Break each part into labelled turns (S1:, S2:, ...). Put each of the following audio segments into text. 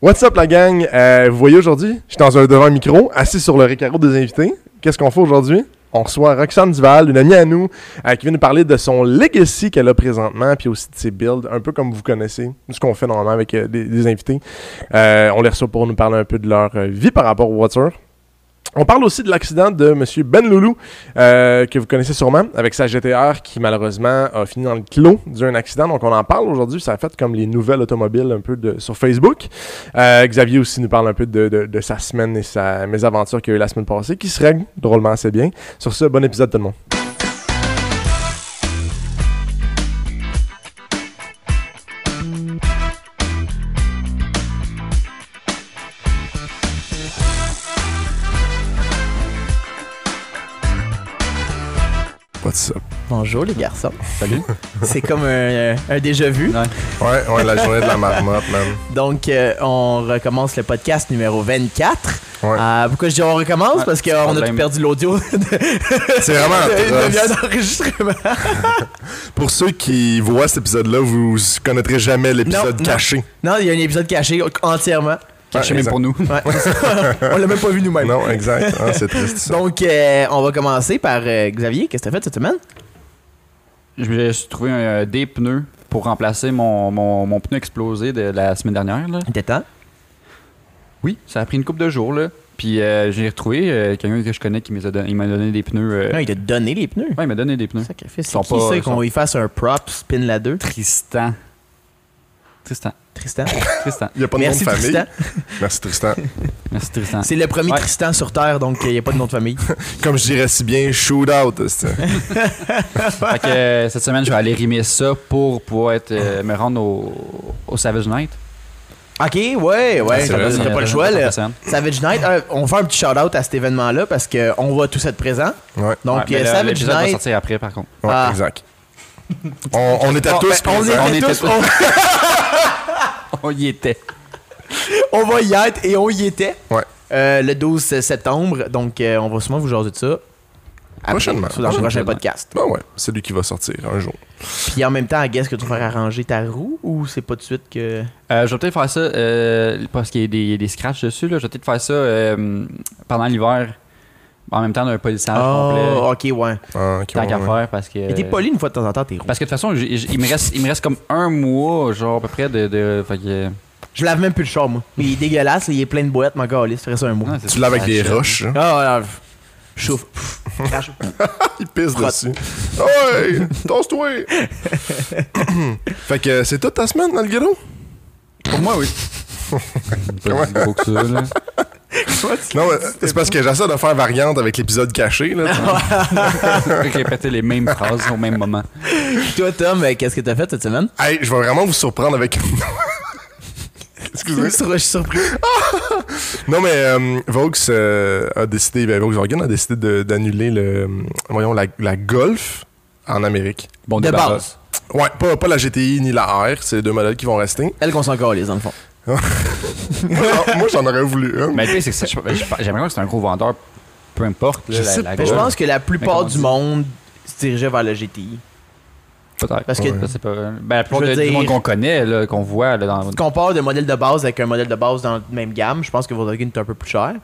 S1: What's up la gang? Euh, vous voyez aujourd'hui, je suis dans un, devant un micro, assis sur le récarreau des invités. Qu'est-ce qu'on fait aujourd'hui? On reçoit Roxane Duval, une amie à nous, euh, qui vient nous parler de son legacy qu'elle a présentement, puis aussi de ses builds, un peu comme vous connaissez, ce qu'on fait normalement avec euh, des, des invités. Euh, on les reçoit pour nous parler un peu de leur euh, vie par rapport aux voitures. On parle aussi de l'accident de M. Ben Loulou, euh, que vous connaissez sûrement, avec sa GTR qui malheureusement a fini dans le clos d'un accident. Donc on en parle aujourd'hui, ça a fait comme les nouvelles automobiles un peu de- sur Facebook. Euh, Xavier aussi nous parle un peu de, de- de sa semaine et sa mésaventure qu'il a eu la semaine passée, qui se règle drôlement assez bien. Sur ce, bon épisode tout le monde. What's up?
S2: Bonjour les garçons.
S3: Salut.
S2: C'est comme un, euh, un déjà vu.
S1: Ouais, ouais, la journée de la marmotte, même.
S2: Donc euh, on recommence le podcast numéro 24.
S1: Ouais.
S2: Euh, pourquoi je dis on recommence
S3: Ouais,
S2: parce
S3: pas de
S2: qu'on a tout
S3: problème.
S2: perdu l'audio. C'est
S1: vraiment hein. atroce.
S2: d'enregistrement.
S1: Pour ceux qui voient cet épisode-là, vous connaîtrez jamais
S2: l'épisode Non, non.
S1: caché.
S2: Non, il y a un épisode caché entièrement.
S3: Caché même pour nous.
S2: Ouais. on l'a même pas vu nous-mêmes.
S1: Non, exact. Ah, c'est triste. ça.
S2: Donc euh, on va commencer par euh, Xavier, qu'est-ce que t'as fait cette semaine
S3: Je me suis trouvé un- euh, des pneus pour remplacer mon, mon- mon pneu explosé de la semaine dernière. là.
S2: Il était temps.
S3: Oui, ça a pris une couple de jours. Là. Puis euh, j'ai retrouvé euh, quelqu'un que je connais qui me les a don- il m'a donné des pneus. euh,
S2: Non, il t'a donné les pneus.
S3: ouais, il m'a donné des pneus.
S2: Sacrifice. C'est
S3: Sont
S2: qui
S3: pas-
S2: ça qu'on
S3: sont-
S2: y fasse un prop spin la 2
S3: Tristan. Tristan.
S2: Tristan.
S3: Tristan.
S1: Il n'y a pas de
S2: Merci
S1: nom de famille.
S2: Tristan.
S1: Merci Tristan.
S3: Merci Tristan.
S2: C'est le premier
S3: Ouais.
S2: Tristan sur Terre, donc euh, il n'y a pas de nom de famille.
S1: Comme je dirais si bien, shoot out. c'est-
S3: Fait que euh, cette semaine, je vais aller rimer ça pour pouvoir être,
S2: Ah.
S3: euh, me rendre au, au Savage Night.
S2: Ok, ouais, ouais,
S1: Ah, c'est vrai,
S2: t'as
S1: ça
S2: t'as pas le choix là. Savage Night, euh, on fait un petit shout-out à cet événement-là parce qu'on va tous être présents.
S1: Ouais,
S3: Donc,
S2: Donc euh, Savage
S3: l'épisode va
S2: Night.
S3: sortir après, par contre.
S1: ouais,
S2: Ah.
S1: exact. On, on était
S2: Bon,
S1: tous
S2: ben, on
S1: présents.
S2: était tous- on, Oh,
S3: On y était.
S2: on va y être et on y était.
S1: Ouais.
S2: Euh, le 12 septembre, donc euh, on va sûrement vous jaser de ça. Après,
S1: Prochainement.
S2: Dans le prochain
S3: Prochainement.
S2: podcast.
S1: Ben ouais, c'est lui qui va sortir un jour.
S2: Puis en même temps, I guess que tu vas faire arranger ta roue ou c'est pas de suite que.
S3: Euh, je vais peut-être faire ça euh, parce qu'il y a des, il y a des scratchs dessus. Là. Je vais peut-être faire ça euh, pendant l'hiver en même temps d'un polissage Ah, complet.
S2: Oh, ok, ouais.
S1: Ah, ok,
S3: Tant qu'à
S1: ouais, ouais.
S3: faire parce que.
S2: Et t'es poli une fois de temps en temps, tes roues.
S3: Parce que de toute façon, j'ai- j'ai- il me, reste, il me reste comme un mois, genre à peu près de. de fait que-
S2: Je lave même plus le char, moi. Il est dégueulasse, il est plein de boîtes, mon gars, allez, ça ferait ça un mois.
S3: Non, c'est
S1: Tu
S3: ça,
S1: l'as avec
S3: ça
S1: des
S3: achète.
S1: roches. hein.
S2: Ah, ouais, je chauffe. Pff, crache. Ah.
S1: Il pisse
S2: Frotte.
S1: dessus. Ouais, tosse-toi. fait que euh, c'est toute ta semaine dans le ghetto?
S3: Pour moi, oui. Pas si gros que ça, là.
S1: Non, mais c'est parce que j'essaie de faire variante avec l'épisode caché. Là, tu vois.
S2: Ah.
S3: Répéter les mêmes phrases au même moment.
S2: Toi, Tom, euh, qu'est-ce que t'as fait cette semaine?
S1: hey, je vais vraiment vous surprendre avec... Excusez.
S2: Je suis surpris.
S1: Non, mais euh, Vaux euh, a décidé, ben, Volkswagen a décidé de- d'annuler le, euh, voyons, la, la Golf en Amérique.
S3: Bon,
S2: De
S3: débarras.
S2: base.
S1: Ouais, pas, pas la GTI ni la R, c'est les deux modèles qui vont rester.
S2: Elle qu'on s'en calisse, dans le fond.
S1: moi, j'en- moi, j'en aurais voulu un.
S3: Mais le pire, c'est que ça- je- je- j'aimerais bien que c'est un gros vendeur, peu importe. là,
S1: Je
S3: la-
S1: sais
S3: la
S2: Mais je
S3: grosse.
S2: pense que la plupart
S3: comment
S2: du
S3: dire?
S2: monde se dirigeait vers le GTI.
S3: Peut-être.
S2: Parce que
S3: Ça, c'est pas. Ben, la plupart
S2: Je veux
S3: de- du
S2: dire-
S3: monde qu'on connaît, là, qu'on voit là, dans.
S2: tu compares de modèle de base avec un modèle de base dans la même gamme, je pense que Volkswagen est un peu plus cher.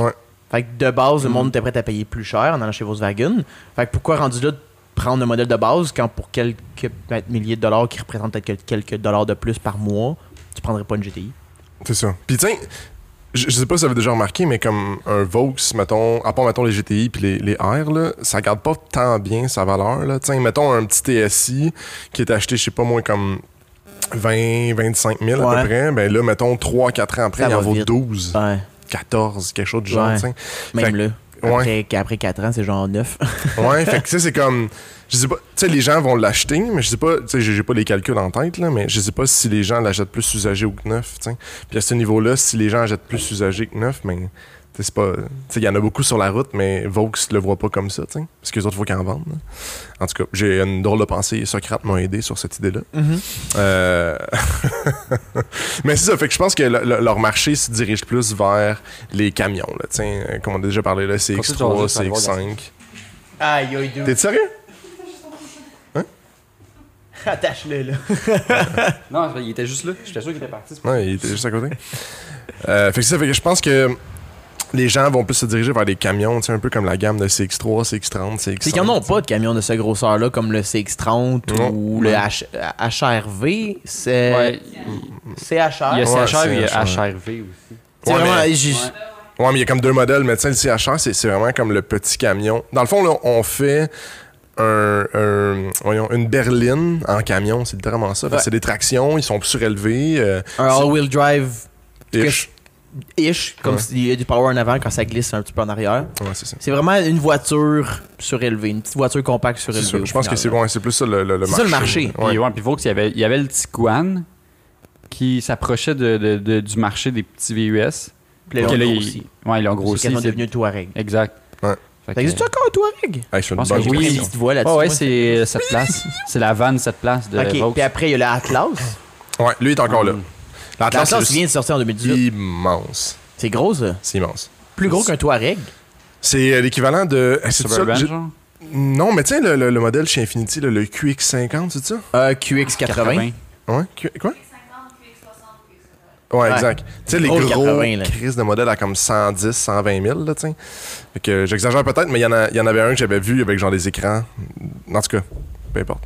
S1: Ouais.
S2: Fait que de base, le monde était prêt à payer plus cher en allant chez Volkswagen. Fait que pourquoi rendu là de prendre un modèle de base quand pour quelques peut-être milliers de dollars qui représentent peut-être que quelques dollars de plus par mois, tu prendrais pas une GTI?
S1: C'est ça. Puis tiens, je, je sais pas si vous avez déjà remarqué, mais comme un Vaux, mettons, à part mettons les GTI puis les, les R, là, ça garde pas tant bien sa valeur. Là. Tiens, mettons un petit TSI qui est acheté, je sais pas moi, comme 20, 25 000 à
S2: Ouais.
S1: peu près. Ben là, mettons 3-4 ans après,
S2: Ça
S1: il en
S2: va
S1: vaut
S2: vite.
S1: 12,
S2: Ouais.
S1: 14, quelque chose du genre.
S2: Ouais.
S1: tiens.
S2: Même
S1: Fait que-
S2: là.
S1: ouais.
S2: Après, après 4 ans, c'est genre 9.
S1: Ouais, fait que tu sais, c'est comme. Je sais pas. Tu sais, les gens vont l'acheter, mais je sais pas. Tu sais, j'ai j'ai pas les calculs en tête, là, mais je sais pas si les gens l'achètent plus usagé ou que neuf, tu sais. Puis à ce niveau-là, si les gens achètent plus usagé que neuf, ben, mais. Tu sais, c'est pas. Tu sais, il y en a beaucoup sur la route, mais Vaux le voit pas comme ça, tu sais. Parce que les autres, faut qu'ils en vendent. là. En tout cas, j'ai une drôle de pensée. Socrate m'a aidé sur cette idée-là. Euh, mais c'est ça, fait que je pense que le- le- leur marché se dirige plus vers les camions, là, tu sais, euh, comme on a déjà parlé, là, CX3,
S3: Continue de jaser, ça va
S1: CX5.
S2: Aïe, aïe,
S1: T'es sérieux? Hein?
S2: Attache-le, là.
S3: Non, il était juste là. J'étais sûr qu'il était parti.
S1: Ouais, il était juste à côté. Euh, fait que c'est ça, fait que je pense que les gens vont plus se diriger vers des camions, tu sais, un peu comme la gamme de CX3, CX30, CX.
S2: C'est qu'ils n'en ont pas de camions de cette grosseur-là, comme le CX-30
S1: Non.
S2: ou le H- HRV. C'est
S3: Ouais,
S2: c'est HR.
S3: il y a
S1: Ouais,
S3: CHR et il y a
S1: CHR.
S3: HRV aussi.
S2: C'est
S1: Ouais,
S2: vraiment-
S1: mais-
S2: j'ai-
S3: Ouais.
S1: Ouais, mais il y a comme deux modèles, mais tu sais, le CHR, c'est c'est vraiment comme le petit camion. Dans le fond, là, on fait un, un- voyons, une berline en camion, c'est littéralement ça. Fait que
S2: Ouais.
S1: C'est des tractions, ils sont surélevés. euh,
S2: Un all-wheel drive-ish,
S1: ish.
S2: comme
S1: Ouais.
S2: s'il y a du power en avant quand ça glisse un petit peu en arrière.
S1: Ouais, c'est ça.
S2: C'est vraiment une voiture surélevée, une petite voiture compacte
S1: C'est
S2: surélevée.
S1: ça.
S2: au
S1: Je pense
S2: final,
S1: que c'est
S2: là.
S1: ouais, c'est plus ça le, le- le
S2: C'est ça, le marché.
S1: Ouais.
S3: Puis, ouais, puis Vaux, il y avait, il y avait le Tiguan qui s'approchait de, de- de- du marché des petits VUS.
S2: Puis là,
S3: Que là,
S2: on
S3: il-
S2: grossit.
S3: Ouais, ils l'ont
S2: C'est
S3: grossi.
S2: quasiment
S3: c'est-
S2: devenu Touareg.
S3: Exact.
S1: Ouais.
S3: Fait que-
S2: Ça existe encore un Touareg?
S1: Hey, je fais une
S3: pense
S1: bonne
S3: que oui.
S1: question.
S2: Une petite voix là-dessus.
S3: Ouais, ouais,
S2: moi.
S3: c'est euh, cette place. C'est la vanne cette place
S1: euh,
S3: de
S2: Ok,
S3: Vaux.
S2: puis après, il y a l'Atlas.
S1: Ouais, lui est encore là.
S3: Hum.
S1: L'Atlas,
S2: L'Atlas
S1: c'est
S2: vient de sortir en
S1: juste
S2: 2018.
S1: immense.
S2: C'est gros, ça.
S1: C'est immense.
S2: Plus gros qu'un Touareg.
S1: C'est euh, l'équivalent de. eh, c'est ça,
S3: Suburban,
S1: j'ai-
S3: genre?
S1: Non, mais tiens, le, le- le modèle chez Infinity, le, le QX50, c'est ça?
S2: Un QX80.
S1: Ouais, Q- quoi? Ouais,
S2: Ouais.
S1: exact. Tu sais, les
S2: Gros
S1: gros,
S2: 80, là.
S1: crises de modèles à comme 110, 120 000, là, tu sais. Fait que j'exagère peut-être, mais il y, en a- il y en avait un que j'avais vu avec genre des écrans. En tout cas, peu importe.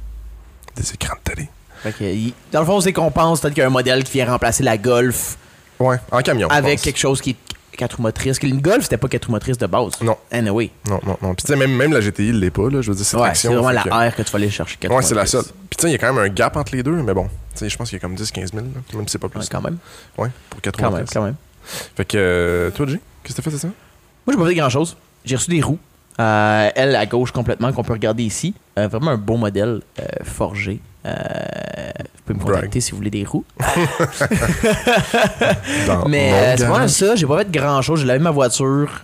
S1: Des écrans de télé.
S2: Fait que, il- dans le fond, c'est qu'on pense peut-être qu'il y a un modèle qui vient remplacer la Golf
S1: Ouais, en camion. je
S2: avec
S1: pense.
S2: quelque chose qui est 4 roues motrices. Une Golf, c'était pas 4 roues motrices de base.
S1: Non.
S2: Anyway.
S1: Non, non, non. Puis tu sais, même, même la GTI, il l'est pas, là. Je veux dire, c'est
S2: Ouais, c'est
S1: traction,
S2: vraiment
S1: fait
S2: la
S1: que-
S2: R que tu vas aller chercher. quatre
S1: Ouais,
S2: roues
S1: c'est la
S2: motrices.
S1: seule. Puis tu sais, il y a quand même un gap entre les deux, mais bon. Tu sais, je pense qu'il y a comme 10-15 000, là, même si c'est pas plus.
S2: Ouais, quand même.
S1: Ouais, pour 4
S2: Quand même, quand même.
S1: Fait que, euh, toi, Jay, qu'est-ce que t'as fait, c'est ça?
S2: Moi, j'ai pas fait grand chose. J'ai reçu des roues. Euh, elle à gauche complètement qu'on peut regarder ici. Euh, vraiment un beau modèle euh, forgé. Euh, vous pouvez me
S1: Brag.
S2: contacter si vous voulez des roues.
S4: Ah,
S1: Dans
S2: Mais
S1: mon
S2: euh, c'est vraiment
S1: garage.
S2: ça. J'ai pas fait grand chose. J'ai lavé ma voiture.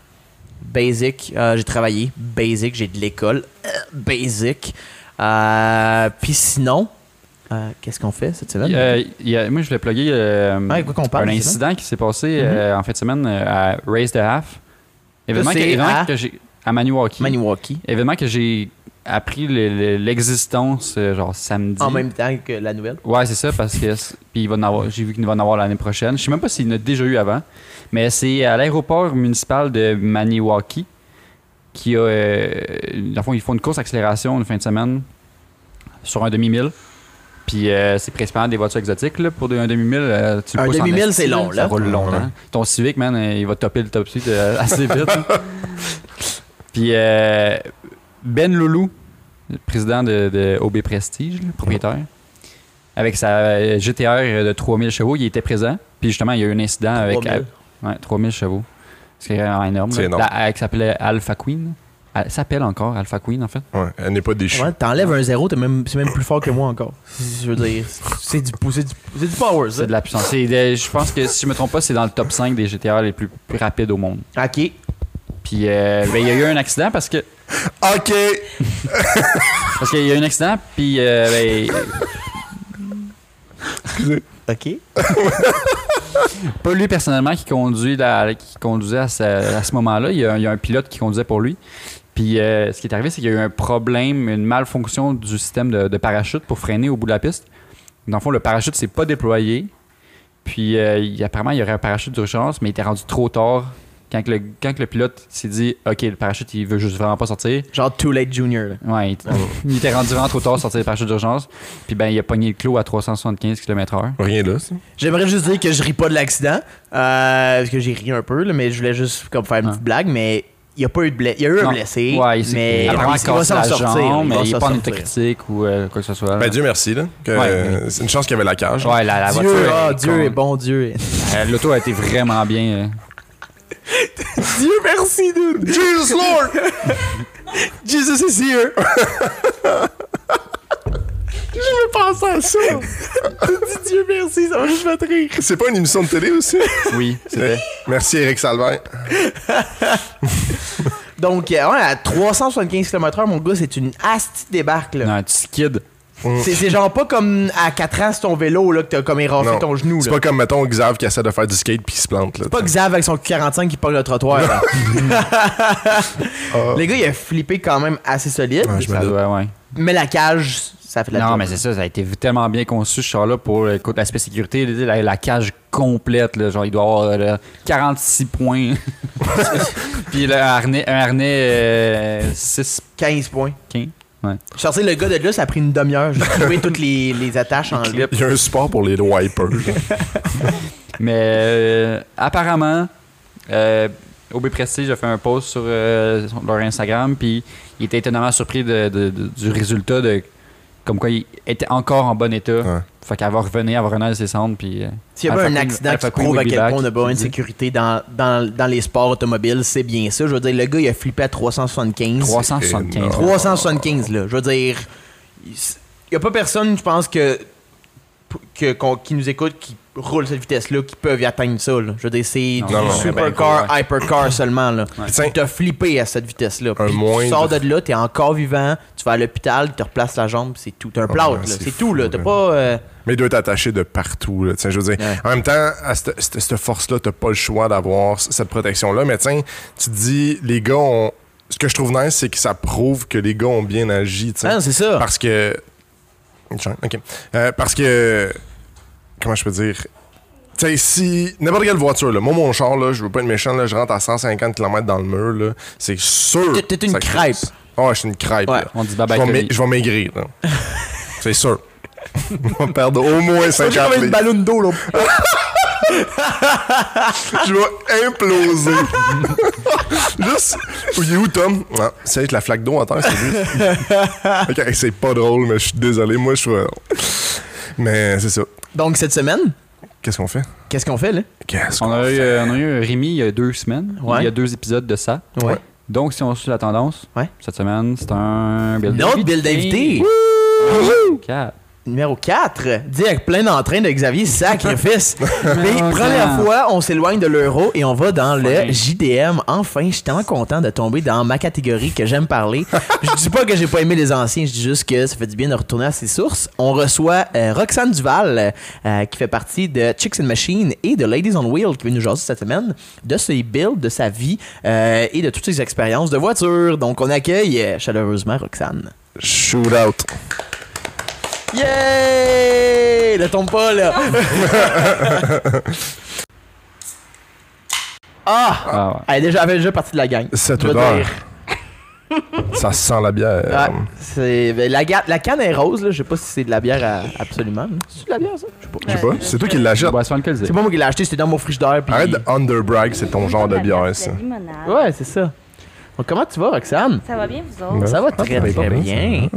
S2: Basic. Euh, j'ai travaillé. Basic. J'ai de l'école. Euh, basic. Euh, Puis sinon, euh, qu'est-ce qu'on fait cette semaine?
S3: Euh, il y a- moi, je voulais plugger euh,
S2: Ouais, quoi qu'on parle,
S3: un
S2: c'est Mhm.
S3: incident qui s'est passé euh, en fin de semaine euh, à Race the Half. Événement,
S2: Ça,
S3: que,
S2: c'est
S3: événement
S2: à-
S3: que j'ai. À Maniwaki.
S2: Maniwaki.
S3: Événement que j'ai appris le- le- l'existence, euh, genre samedi.
S2: En même temps que la nouvelle.
S3: Ouais, c'est ça, parce que c'est- puis il va en avoir- j'ai vu qu'il va en avoir l'année prochaine. Je sais même pas s'il en a déjà eu avant, mais c'est à l'aéroport municipal de Maniwaki qui a. euh, dans le fond, ils font une course accélération une fin de semaine sur un demi-mille. Puis euh, c'est principalement des voitures exotiques là, pour des- un demi-mille. euh, tu le
S2: Un
S3: pousses en
S2: demi-mille,
S3: esti,
S2: c'est long, là.
S3: Ça roule longtemps.
S1: Ouais.
S3: Ton Civic, man, euh, il va topper le top suite euh, assez vite. hein. Puis euh, Ben Loulou, le président de, de OB Prestige, le propriétaire, avec sa euh, GTR de 3000 chevaux, il était présent. Puis justement, il y a eu un incident Ah, avec.
S2: 3000.
S3: Ouais, 3000 chevaux. C'est vraiment énorme.
S1: C'est
S3: là.
S1: énorme.
S3: La- elle qui s'appelait Alpha Queen. Elle s'appelle encore Alpha Queen, en fait.
S1: Ouais, elle n'est pas déchue.
S2: Ouais, T'enlèves un zéro, t'es même- c'est même plus fort que moi encore. Je veux dire, c'est du, c'est du, c'est du power, ça.
S3: C'est de la puissance. C'est de- je pense que, si je me trompe pas, c'est dans le top 5 des GTR les plus, plus rapides au monde.
S2: Ok.
S3: Puis, euh, ben, il y a eu un accident parce que.
S1: OK!
S3: Parce qu'il y a eu un accident, puis. euh, ben,
S2: Ok.
S3: pas lui personnellement qui conduit la- qui conduisait à ce, à ce moment-là. Il y, a, il y a un pilote qui conduisait pour lui. Puis euh, ce qui est arrivé, c'est qu'il y a eu un problème, une malfonction du système de, de parachute pour freiner au bout de la piste. Dans le fond, le parachute s'est pas déployé. Puis euh, il- apparemment, il y aurait un parachute d'urgence, mais il était rendu trop tard. Quand que le, quand que le pilote s'est dit, OK, le parachute, il veut juste vraiment pas sortir.
S2: Genre Too Late Junior. Là.
S3: Ouais, il, il était rendu vraiment trop tard, sortir le parachute d'urgence. Puis ben, il a pogné le clou à 375 km/h.
S1: Rien là, ça.
S2: J'aimerais juste dire que je ris pas de l'accident. euh, parce que j'ai ri un peu, là, mais je voulais juste comme faire une
S3: Ah.
S2: petite blague, mais il y a pas eu de blessé. Il y a eu un
S3: Non.
S2: blessé.
S3: Ouais, il s'est-
S2: mais
S3: apparemment,
S2: il,
S3: il
S2: il va
S3: casse
S2: s'en
S3: la
S2: sortir.
S3: jambe, mais
S2: va
S3: il n'est
S2: s'en
S3: pas en état
S2: sortir.
S3: critique ou euh, quoi que ce soit. là.
S1: Ben, Dieu merci, là. que,
S3: Ouais, mais-
S1: euh, c'est une chance qu'il y avait la cage.
S3: Ouais, la, la voiture.
S2: Dieu, ah,
S3: est
S2: Dieu
S3: con.
S2: est bon Dieu.
S3: Euh, L'auto a été vraiment bien. euh.
S2: Dieu merci, dude.
S1: Jesus Lord!
S2: Jesus is here. je pense à ça. Dis Dieu merci, ça va juste me rire.
S1: C'est pas une émission de télé aussi?
S3: Oui, c'était.
S1: Merci, Eric Salvaire.
S2: Donc, euh, ouais, à 375 km/h, mon gars, c'est une asti de débarque. Là.
S3: Non, tu skides.
S2: C'est c'est genre pas comme à 4 ans sur ton vélo là, que t'as comme éraflé
S1: Non.
S2: ton genou.
S1: C'est
S2: là.
S1: pas comme, mettons, Xav qui essaie de faire du skate puis qui se plante, là.
S2: C'est pas Xav avec son Q45 qui pogne le trottoir. là.
S1: Ah.
S2: Le gars, il a flippé quand même assez solide.
S1: Ouais, je me
S3: Ça
S2: Ah,
S1: doute.
S3: doit, ouais.
S2: mais la cage, ça a fait de la
S3: Non,
S2: job.
S3: mais c'est ça, ça a été tellement bien conçu ce char-là pour euh, écoute, l'aspect sécurité, la, la cage complète, là, genre il doit avoir euh, là, 46 points. Puis le harnais, un harnais euh, 6
S2: 15 points.
S3: quin
S2: Je suis sorti le gars de là, ça a pris une demi-heure. J'ai trouvé toutes les, les attaches en
S4: Il y a un support pour les wipers. genre.
S3: Mais euh, apparemment, euh, OB Prestige a fait un post sur euh, sur leur Instagram, puis il était étonnamment surpris de- de- de- du résultat de comme quoi il était encore en bon état.
S4: Ouais.
S3: Fait qu'elle va revenir, elle va revenir à ses cendres, puis. euh,
S2: S'il y avait
S3: Alpha
S2: un
S3: Queen-
S2: accident
S3: Alpha
S2: qui
S3: Queen
S2: prouve à
S3: will be
S2: quel
S3: back,
S2: point on a besoin de
S3: tu dis.
S2: sécurité dans, dans, dans les sports automobiles, c'est bien ça. Je veux dire, le gars, il a flippé à 375.
S3: 375.
S2: 375, là. Je veux dire, il n'y a pas personne, je pense, que, que- qu'on- qui nous écoute, qui roule cette vitesse-là, qui peuvent y atteindre ça. là. Je veux dire, c'est
S3: Non,
S2: du
S4: non, non.
S2: supercar, hypercar seulement. Là.
S4: Tiens.
S2: Tu as flippé à cette vitesse-là.
S1: Un
S2: Puis
S1: moindre.
S2: Tu sors de là, tu es encore vivant, tu vas à l'hôpital, tu te replaces la jambe, c'est tout. T'as un plâtre, là.
S4: c'est
S2: c'est
S4: fou,
S2: tout. là. T'as
S4: là.
S2: pas... euh,
S4: Mais il doit être attaché de partout. Là. Tiens, je veux dire,
S2: Ouais.
S4: en même temps, à cette, cette- cette force-là, t'as pas le choix d'avoir c- cette protection-là. Mais tiens, tu te dis, les gars ont. Ce que je trouve nice, c'est que ça prouve que les gars ont bien agi. tu sais.
S2: hein, c'est ça.
S4: Parce que. Ok. Euh, parce que. Comment je peux dire. Tu sais, si. N'importe quelle voiture, là. Moi, mon char, là, je veux pas être méchant, là. Je rentre à 150 km dans le mur, là. C'est sûr.
S2: T'es- t'es une
S4: ça
S2: crêpe.
S4: cause- Ah, je suis une crêpe,
S2: Ouais.
S4: là.
S3: On dit
S4: Je
S3: bye-bye,
S4: vais
S3: Tony.
S4: ma- je vais maigrir, là. C'est sûr. Je vais perdre au moins
S2: J'ai
S4: 50
S2: comme une
S4: livres.
S2: ballon d'eau, là.
S4: Je vais imploser. Juste. Il est où, Tom? Non, c'est avec la flaque d'eau en terre, c'est lui. ok, c'est pas drôle, mais je suis désolé. Moi, je suis. Mais c'est ça.
S2: Donc, cette semaine,
S4: Qu'est-ce qu'on fait?
S2: qu'est-ce qu'on fait, là?
S4: Qu'est-ce
S3: On
S4: qu'on
S3: a, eu,
S4: fait?
S3: euh, on a eu Rémi il y a deux semaines.
S2: Ouais.
S3: Il y a deux épisodes de ça.
S4: Ouais.
S3: Donc, si on suit la tendance,
S2: Ouais.
S3: cette semaine, c'est un build
S2: Notre build d'invité.
S3: Quatre.
S2: Numéro 4, dit avec plein d'entrain de Xavier Sacrifice. Mais
S3: Numéro
S2: première
S3: quatre.
S2: fois, on s'éloigne de l'euro et on va dans
S3: Enfin.
S2: le JDM. Enfin, je suis tellement content de tomber dans ma catégorie que j'aime parler. je dis pas que j'ai pas aimé les anciens, je dis juste que ça fait du bien de retourner à ses sources. On reçoit euh, Roxane Duval, euh, qui fait partie de Chicks and Machine et de Ladies on Wheel, qui vient nous jaser cette semaine, de ses builds, de sa vie euh, et de toutes ses expériences de voiture. Donc, on accueille euh, chaleureusement Roxane.
S4: Shoot out.
S2: Yay! Ne tombe pas, là! ah!
S3: Ah, ouais.
S2: Elle est déjà, elle fait déjà partie de la gang.
S4: Cette
S2: Je veux
S4: odeur. euh,
S2: dire.
S4: Ça sent la bière.
S2: Ouais, c'est- ben, la, ga- la canne est rose, là. Je sais pas si c'est de la bière à- absolument. mais C'est de la bière, ça? Je sais pas.
S5: Euh,
S4: Je sais pas. C'est toi qui l'achètes.
S3: Boisson alcoolisée.
S2: C'est pas moi qui l'ai acheté, c'était dans mon frigidaire. Puis...
S4: Arrête de underbrag, c'est ton genre de bière, ça.
S2: Ouais, c'est ça. Donc, comment tu vas, Roxane?
S5: Ça va bien, vous
S4: Ouais.
S5: autres?
S2: Ça va très,
S4: va
S2: très
S4: bien, Ben, ça
S2: bien.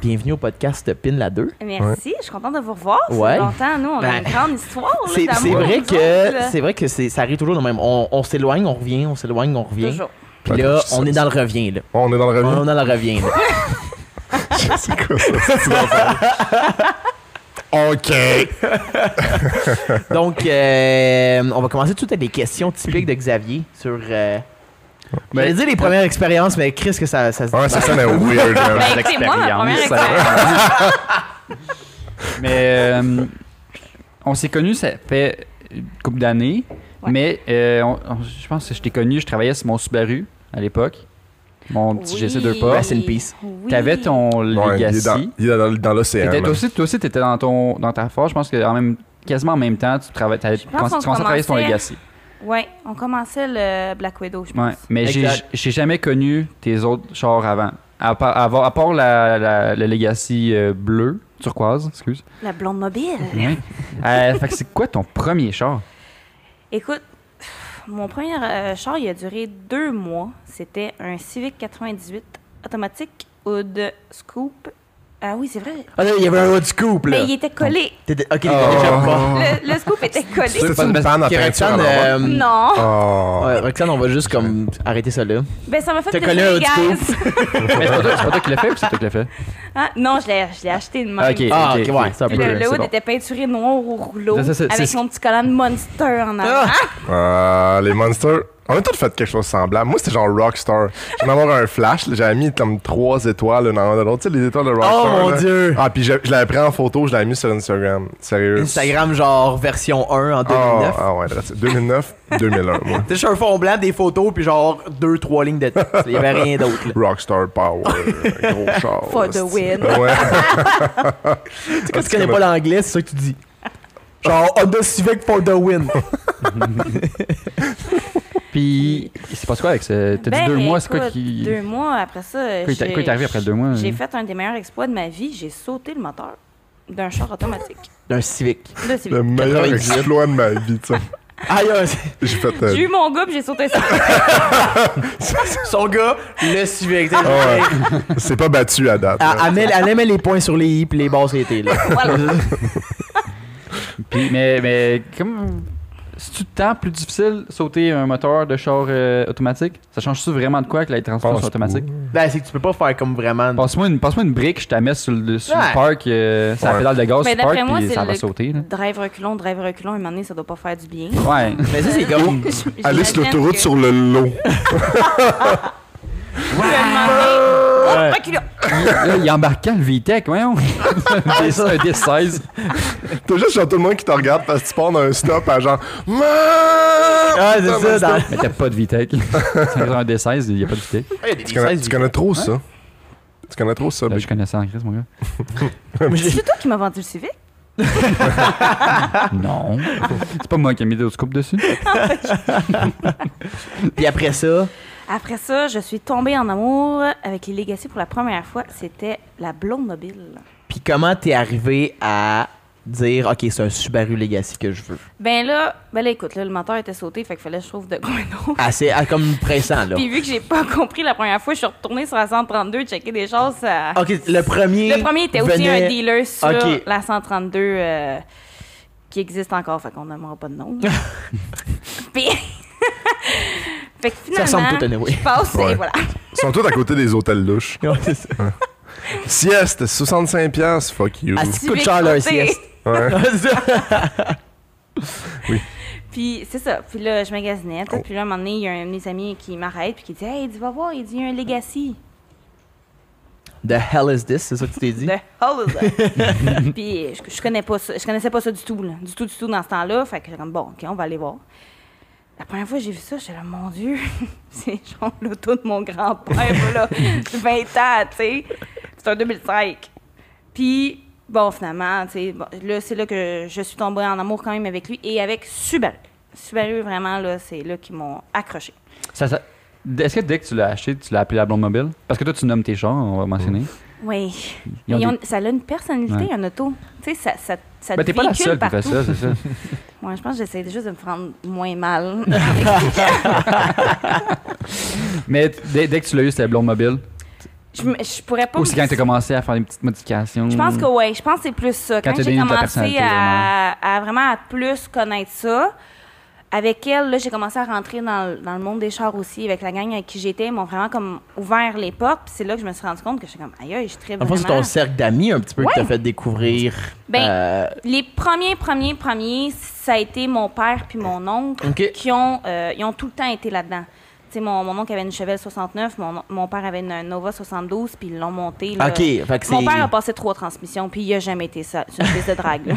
S2: Bienvenue au podcast de Pin la 2.
S5: Eh, Merci, je suis contente de vous revoir. Ça fait
S2: Ouais.
S5: longtemps, nous, on a
S2: Ben,
S5: une grande histoire. là,
S2: C'est c'est
S5: d'amour,
S2: vrai,
S5: vous autres,
S2: que
S5: là.
S2: c'est vrai que c'est- ça arrive toujours de même. On, on s'éloigne, on revient, on s'éloigne, on revient.
S5: Toujours.
S2: Puis
S4: Ouais,
S2: là,
S4: je sais
S2: on est
S4: ça.
S2: dans le revient, là.
S4: On est dans le
S2: On
S4: revenu.
S2: est dans le revient, là.
S4: c'est quoi ça? C'est-tu l'enfer? OK.
S2: Donc, euh, on va commencer tout avec des questions typiques de Xavier sur. Euh,
S3: Ben-
S2: J'allais dire les premières expériences, mais Chris, que ça, ça se
S4: Ouais, ça sent la weird. hein.
S5: Ben, écoutez, moi, ma première
S3: L'expérience.
S5: expérience.
S3: Mais euh, on s'est connus, ça fait une couple d'années.
S5: Ouais.
S3: Mais euh, on- on- je pense que je t'ai connu, je travaillais sur mon Subaru à l'époque. Mon petit GC2
S5: Oui. Ben,
S3: pas.
S2: Rest in peace.
S5: Oui.
S3: T'avais ton
S4: Ouais, il est
S3: Legacy.
S4: dans- il est dans, dans l'océan.
S3: T'étais-
S4: man.
S3: toi aussi, toi aussi, t'étais dans ton dans ta force. Je pense que en même, quasiment en même temps, tu travailles, t'avais- tu
S5: pense qu'on
S3: commençais à travailler sur ton
S5: commençait.
S3: Legacy.
S5: Ouais, on commençait le Black Widow, je
S3: Ouais,
S5: pense.
S3: mais j'ai
S2: Exact.
S3: j'ai jamais connu tes autres chars avant. À part, à part- à part la, la- le Legacy euh, bleu, turquoise, excuse.
S5: La blonde mobile.
S3: Ouais. Euh, fait que c'est quoi ton premier char?
S5: Écoute, mon premier euh, char, il a duré deux mois. C'était un Civic 98 automatique Hood Scoop. Ah oui, c'est vrai.
S2: Ah non, il y avait un autre scoop, là.
S5: Mais il était collé.
S2: T'étais- Ok, il était déjà pas.
S5: Le, le scoop était collé.
S4: C'était
S3: pas
S4: une
S3: de-
S4: panne à
S2: Ok,
S4: Oh. peinture.
S2: Roxane,
S4: alors, hein?
S2: euh,
S5: Non.
S4: Oh.
S2: ouais, Roxane, on va juste comme arrêter ça là.
S5: Ben, ça m'a fait
S2: T'as
S5: plaisir,
S2: collé un
S5: guys.
S3: Mais c'est pas toi- c'est pas toi qui l'as fait ou c'est toi qui l'as fait?
S5: Hein? Non, je l'ai, je l'ai acheté de même.
S3: Ok,
S2: Ah,
S3: ok,
S2: ok, ouais, c'est un
S5: Puis
S2: peu.
S5: Le, le
S2: c'est
S5: hood
S2: bon.
S5: était peinturé noir au rouleau
S3: Ça, ça, c'est-
S5: avec
S3: c'est-
S5: mon petit collant de Monster en
S2: Ah!
S5: avant.
S4: Ah, les monsters. On a tous fait quelque chose de semblable. Moi, c'était genre Rockstar. Je vais en avoir un flash. là. J'avais mis comme trois étoiles l'une en l'autre. Tu sais, les étoiles de
S2: Oh
S4: Rockstar.
S2: mon
S4: là.
S2: dieu!
S4: Ah, puis je, je l'avais pris en photo, je l'avais mis sur Instagram. Sérieux.
S2: Instagram, genre version 1 en 2009.
S4: Ah, ah ouais, that's it. 2009, 2001, moi.
S2: C'est juste un fond blanc, des photos, puis genre deux, trois lignes de texte. Il n'y avait rien d'autre. là.
S4: Rockstar Power, gros char.
S5: For the
S4: là, c'est-
S5: win.
S4: Ouais.
S2: Tu sais, quand tu connais pas l'anglais, c'est ça que tu dis. Genre Honda Civic for the win.
S3: Puis, c'est passé quoi avec ce. T'as
S5: Ben,
S3: dit deux mois, c'est quoi
S5: écoute,
S3: qui.
S5: Deux mois, après ça.
S3: Quoi, il t'a-
S5: j'ai-
S3: quoi, il t'est arrivé après deux mois,
S5: J'ai
S3: hein?
S5: fait un des meilleurs exploits de ma vie. J'ai sauté le moteur d'un char automatique.
S2: D'un Civic.
S5: Là, c'est
S4: Le meilleur
S2: 98.
S4: exploit de ma vie, tu sais.
S2: Aïe, aïe,
S4: J'ai fait. euh,
S5: J'ai eu mon gars, puis j'ai sauté ça.
S2: son gars, le Civic. tu sais,
S4: Ah c'est pas battu à date.
S2: Elle,
S4: là.
S2: elle met, elle aimait les points sur les i puis les basses étaient là.
S5: voilà.
S3: Puis, mais, mais comme. C'est-tu de temps plus difficile sauter un moteur de char euh, automatique Ça change-tu vraiment de quoi que la transmission
S4: Pense
S3: soit automatique
S2: ben, c'est que tu peux pas faire comme
S5: Mm.
S2: vraiment.
S3: Passe-moi une, passe-moi une brique, je t'amène sur le, sur
S2: Ouais.
S3: le parc, euh, sur
S4: Ouais.
S3: la pédale de gaz,
S5: Mais
S3: sur le
S5: d'après
S3: parc,
S5: moi,
S3: puis
S5: c'est
S3: ça va
S5: le-
S3: sauter. là.
S5: Drive reculon, drive reculon, un moment donné, ça doit pas faire du bien.
S3: Ouais.
S2: Mais ça, c'est comme.
S4: Aller sur l'autoroute sur le lot.
S5: Oh,
S2: Ouais.
S5: reculons!
S3: Là, il embarque quand, le VTEC, voyons C'est ça, un D16.
S4: T'as juste genre tout le monde qui te regarde parce que tu pars d'un stop à genre. Ah,
S2: Ah, c'est ça. Dans...
S3: Mais t'as pas de VTEC. C'est un D16, il n'y a pas de VTEC.
S4: Tu connais, tu connais trop ça. Tu connais trop ça.
S3: Là,
S4: Big.
S3: je connaissais en crise, mon gars.
S5: C'est toi qui m'as vendu le Civic? Ah.
S3: Non. C'est pas moi qui ai mis des scoops dessus.
S2: Puis après ça,
S5: Après ça, je suis tombée en amour avec les Legacy pour la première fois. C'était la blonde mobile.
S2: puis comment t'es arrivé à dire, OK, c'est un Subaru Legacy que je veux?
S5: Ben là, ben là, écoute, là, le moteur était sauté, fait qu'il fallait que je trouve de quoi d'autre.
S2: Assez, ah, comme pressant, là.
S5: Puis vu que j'ai pas compris la première fois, je suis retournée sur la 132 checker des choses. ça-
S2: OK, le premier.
S5: Le premier était aussi
S2: venait-
S5: un dealer sur
S2: Ok.
S5: la 132 euh, qui existe encore, fait qu'on n'aimera pas de nom. Puis... fait que
S2: Ça
S5: finalement,
S2: ressemble tout à nous, oui.
S5: je passe
S4: Ouais.
S5: et voilà.
S4: Ils sont tous à côté des hôtels louches.
S2: Ouais, c'est ça.
S4: Sieste, 65$, fuck you.
S2: Ah, c'est coûte cher, leur
S5: Civic
S2: sieste.
S4: Ouais.
S2: C'est ça.
S5: Puis c'est ça. Puis là, je magasinais. tout.
S4: Oh.
S5: Puis là, à un moment donné, il y a un de mes amis qui m'arrête puis qui dit Hey, il dit, va voir, il dit, il y a un Legacy.
S2: The hell is this? C'est ça que tu t'es dit?
S5: The hell is that? Puis je, je connais pas ça, je connaissais pas ça du tout, là. Du tout, du tout dans ce temps-là. Fait que j'étais comme, bon, OK, on va aller voir. La première fois que j'ai vu ça, j'étais là, mon Dieu, c'est genre l'auto de mon grand-père, voilà, 20 ans, tu sais. C'est un 2005. Puis, bon, finalement, tu sais, bon, là, c'est là que je suis tombée en amour quand même avec lui et avec Subaru. Subaru, vraiment, là, c'est là qu'ils m'ont accroché.
S3: Ça- ça- Est-ce que dès que tu l'as acheté, tu l'as appelé la blonde mobile Parce que toi, tu nommes tes chars, on va mentionner.
S5: Mm. Oui.
S3: Ils ont
S5: Ils ont-
S3: des-
S5: Ça a une personnalité,
S3: Ouais.
S5: un auto. Tu sais, ça, ça, ça
S3: Ben,
S5: te
S3: t'es pas la
S5: véhicule
S3: seule qui fait
S5: partout.
S3: ça, c'est ça.
S5: Moi, je pense que j'essaie juste de me prendre moins mal.
S3: Mais t- dès, dès que tu l'as eu, c'était la blonde mobile.
S5: je, me- je pourrais pas.
S3: Ou c'est
S5: me-
S3: quand t'as commencé à faire des petites modifications.
S5: Je pense que oui, je pense que c'est plus ça.
S3: Quand
S5: Quand,
S3: t'as
S5: j'ai
S3: donné de la
S5: commencé
S3: personnalité,
S5: à, à vraiment à plus connaître ça, avec elle, là, j'ai commencé à rentrer dans, le- dans le monde des chars aussi, avec la gang avec qui j'étais, ils m'ont vraiment comme ouvert les portes. Puis c'est là que je me suis rendu compte que j'étais comme, aïe, aïe, je tripe
S2: En fait, c'est ton
S5: vraiment.
S2: cercle d'amis un petit peu
S5: Ouais.
S2: qui t'a fait découvrir.
S5: Ben,
S2: euh,
S5: Les premiers, premiers, premiers, ça a été mon père puis mon oncle
S2: Ok.
S5: qui ont, euh, ils ont tout le temps été là-dedans. Tu sais, mon, mon oncle avait une Chevelle 69, mon, mon père avait une Nova 72, puis ils l'ont montée. là.
S2: OK, fait que c'est.
S5: Mon père a passé trois transmissions, puis il a jamais été ça. C'est une piste de drague. là.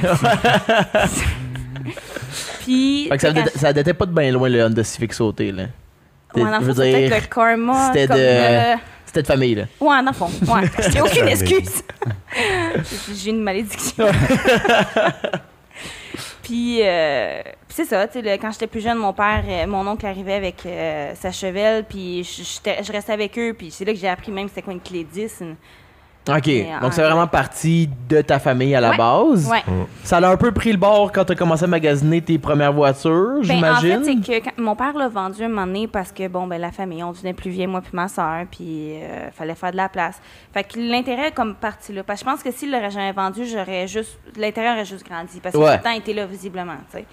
S5: puis.
S2: Fait que ça,
S5: quand-
S2: date- ça datait pas de bien loin le Honda Civic sauté, là.
S5: Ouais, dans le
S2: je
S5: fond,
S2: veux
S5: c'est peut-être
S2: dire,
S5: le karma.
S2: c'était
S5: comme,
S2: de-
S5: euh,
S2: C'était de famille, là.
S5: Ouais, dans le fond. Ouais. J'ai aucune
S4: Jamais.
S5: excuse. J'ai une malédiction. Puis, euh, puis c'est ça, tu sais, le- quand j'étais plus jeune, mon père, euh, mon oncle arrivait avec euh, sa chevelle, puis je- j'étais- je restais avec eux, puis c'est là que j'ai appris même c'était quoi une clé 10. une-
S2: OK.
S5: Mais,
S2: Donc, c'est
S5: euh,
S2: vraiment parti de ta famille à la
S5: Ouais.
S2: base.
S5: Ouais.
S2: Ça l'a un peu pris le bord quand t'as commencé à magasiner tes premières voitures,
S5: Ben, en fait,
S2: j'imagine.
S5: c'est que quand- mon père l'a vendu un moment donné parce que, bon, ben, la famille, on devenait plus vieux, moi puis ma soeur, puis euh, fallait faire de la place. Fait que l'intérêt est comme parti là. Parce que je pense que s'il l'aurait jamais vendu, j'aurais juste. L'intérêt aurait juste grandi parce que
S2: Ouais.
S5: le temps était là, visiblement, tu sais.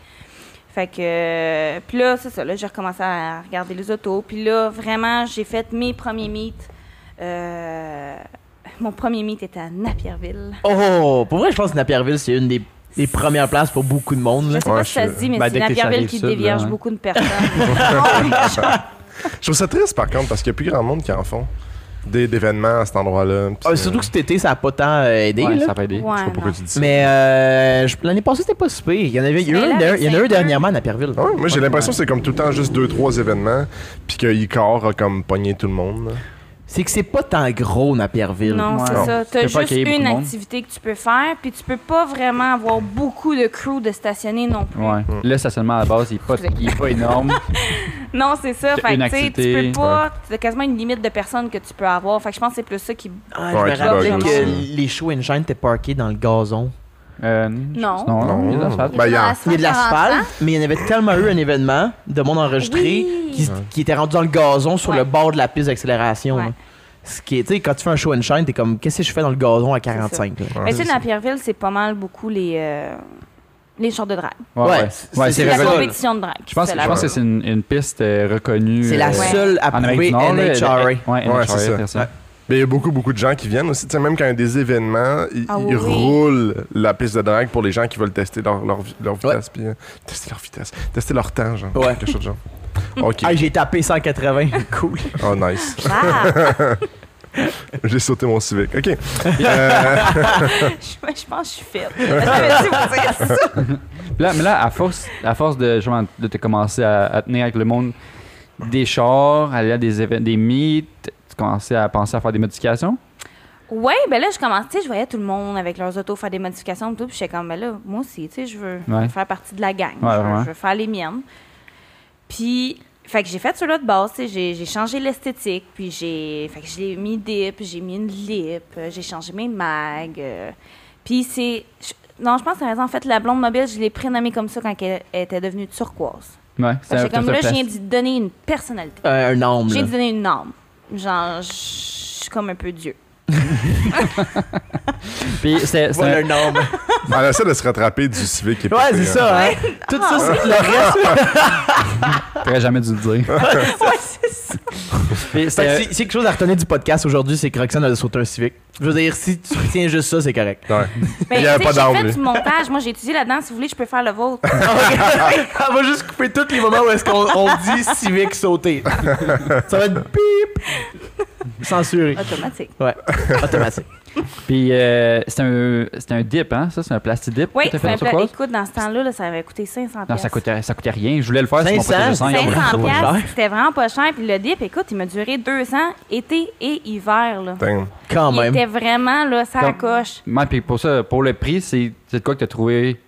S5: Fait que. euh, puis là, c'est ça, là, j'ai recommencé à regarder les autos. Puis là, vraiment, j'ai fait mes premiers meets. Euh, mon premier meet était à Napierville.
S2: Oh, pour vrai, je pense que Napierville, c'est une des Les premières places pour beaucoup de monde.
S5: Je
S2: Là.
S5: sais pas
S4: Ouais,
S5: si ça
S4: je-
S5: se dit, mais
S3: Ben,
S5: c'est
S3: dès que ça
S5: Naperville
S3: arrive
S5: qui
S3: sud, là,
S5: dévierge
S3: ouais.
S5: beaucoup de personnes. Oh, mais
S4: Je trouve ça triste par contre parce qu'il n'y a plus grand monde qui en font des d'événements à cet endroit-là. Puis
S2: Ah,
S4: c'est-
S2: surtout que cet été, ça n'a pas tant euh, aidé.
S3: Ouais,
S2: là.
S3: ça peut aider.
S5: ouais,
S4: Je sais pas pourquoi
S5: non.
S4: tu dis ça.
S2: Mais euh, je- l'année passée, c'était pas si pire. Il y en avait il y en a eu,
S5: Mais
S2: un
S5: là,
S2: der- il y en a eu
S5: c'est
S2: dernièrement à Naperville.
S4: Ah ouais, moi j'ai
S3: Ouais.
S4: l'impression que c'est comme tout le temps juste deux trois événements puis que Icar a comme pogné tout le monde. là.
S2: C'est que c'est pas tant gros, Napierville.
S5: Non,
S3: Ouais.
S5: c'est
S3: Non.
S5: ça.
S3: Tu
S5: Tu
S3: peux
S5: as
S3: pas
S5: juste
S3: accueillir beaucoup
S5: une
S3: de monde.
S5: activité que tu peux faire, puis tu peux pas vraiment avoir beaucoup de crew de stationnés non plus.
S3: Ouais. Mm. Le stationnement à la base, il est pas, il est pas énorme.
S5: Non, c'est ça.
S3: C'est
S5: Fait
S3: une
S5: que, tu sais, tu
S3: activité,
S5: peux pas. Tu as quasiment une limite de personnes que tu peux avoir. Fait que je pense que c'est plus ça qui.
S2: Ah,
S4: Ouais,
S2: je
S4: qui
S2: me rappelais
S5: bug
S2: que les shows and shine étaient parqués dans le gazon.
S3: Euh,
S5: Non.
S3: Non,
S4: Non.
S3: il y a de la salle.
S4: Ben,
S5: Ah,
S4: il y a-
S2: Il y a de l'asphalte, mais il y en avait tellement eu un événement de monde enregistré
S5: Oui.
S2: qui, qui était rendu dans le gazon sur
S5: Ouais.
S2: le bord de la piste d'accélération.
S5: Ouais.
S2: là. Ce qui est, tu sais, quand tu fais un show and shine, t'es comme, qu'est-ce que je fais dans le gazon à 45? là?
S5: Mais tu sais, Napierville, c'est pas mal beaucoup les. euh, Les shows de drague.
S3: Ouais, ouais.
S2: c'est-
S3: Ouais,
S2: c'est
S3: c'est
S5: La
S2: révolu.
S3: révolu.
S5: compétition de drague.
S3: Je pense,
S5: C'est
S3: je
S5: la-
S3: pense que c'est une, une piste euh, reconnue.
S2: C'est la
S3: euh,
S2: seule
S3: en
S2: approuvée
S3: Amérique du Nord, là,
S2: NHRA.
S3: elle- Ouais,
S4: Ouais,
S3: NHRA,
S4: c'est ça.
S3: c'est ça.
S4: Mais il y a beaucoup, beaucoup de gens qui viennent aussi. Tu sais, même quand il y a des événements, ils,
S5: Ah
S4: ils
S5: oui.
S4: roulent la piste de drague pour les gens qui veulent tester leur, leur, vi- leur vitesse. puis, euh, tester leur vitesse. Tester leur temps, genre.
S2: Ouais.
S4: Quelque chose de genre. OK.
S2: Ah, j'ai tapé 180. cool.
S4: Oh, nice.
S5: Ah,
S4: J'ai sauté mon Civic. OK.
S5: je, je pense que je suis faite. Je savais-tu vous dire ça?
S3: Puis Là, mais là, à force, à force de, justement, de te commencer à, à tenir avec le monde des chars, aller à des événements, des meets, tu commençais à penser à faire des modifications.
S5: Oui, ben là, je commence, tu sais, je voyais tout le monde avec leurs autos faire des modifications et tout, puis j'étais comme, ben là, moi aussi, tu sais, je veux
S3: Ouais.
S5: faire partie de la gang,
S3: Ouais,
S5: je, veux,
S3: vraiment.
S5: je veux faire les miennes. Puis, fait que j'ai fait ceux-là de base, tu sais, j'ai j'ai changé l'esthétique, puis j'ai, fait que j'ai mis dip, j'ai mis une lip, euh, j'ai changé mes mags, euh, puis c'est, je- non, je pense que t'as raison, en fait, la blonde mobile, je l'ai prénommée comme ça quand elle, elle était devenue turquoise.
S3: Ouais, c'est
S5: Fait que
S3: un-
S5: j'ai comme,
S3: c'est un
S5: là, je
S3: pla-
S5: viens d'y donner une personnalité.
S2: Un homme,
S5: J'ai
S2: là.
S5: dû donner une norme. Genre, je suis comme un peu Dieu.
S3: Puis c'est- c'est
S2: Voilà
S3: un-
S2: un homme.
S4: Elle Ben, essaie de se rattraper du Civic. qui est
S2: Ouais,
S4: pété,
S2: c'est
S4: hein.
S2: ça, hein? Tout
S5: Ah,
S2: ça, c'est le reste.
S3: T'aurais jamais dû le dire.
S5: ouais, c'est ça.
S3: Puis c'est-
S2: Fait que si- si quelque chose à retenir du podcast aujourd'hui, c'est que Roxane a sauté un civique. Je veux dire, si tu retiens juste ça, c'est correct.
S4: Ouais.
S5: Ben,
S4: Il y avait
S5: tu sais,
S4: pas d'angle,
S5: J'ai
S4: lui.
S5: fait du montage. Moi, j'ai étudié là-dedans. Si vous voulez, je peux faire le vôtre.
S3: Ah,
S2: On va juste couper tous les moments où est-ce qu'on on dit civique sauter. Ça va être bip! Censuré.
S5: Automatique.
S2: Ouais, automatique.
S3: Puis euh, c'est un, c'est un dip, hein? Ça, c'est un plastidip
S5: Oui,
S3: que t'as
S5: c'est
S3: fait
S5: un
S3: en
S5: plat.
S3: turquoise?
S5: Écoute, dans ce temps-là, là, ça avait coûté 500
S3: Non, ça coûtait, ça coûtait rien. Je voulais le faire, c'est mon
S2: 500,
S3: projet de sang, il y en a
S5: 500
S3: beaucoup.
S2: cher.
S5: piastres, c'était vraiment pas cher. Puis le dip, écoute, il m'a duré deux ans, été et hiver. Là.
S4: Damn.
S2: Quand
S5: il
S2: même.
S5: était vraiment là, ça
S3: Comme-
S5: coche.
S3: Ouais, puis pour ça, pour le prix, c'est c'est de quoi que t'as trouvé?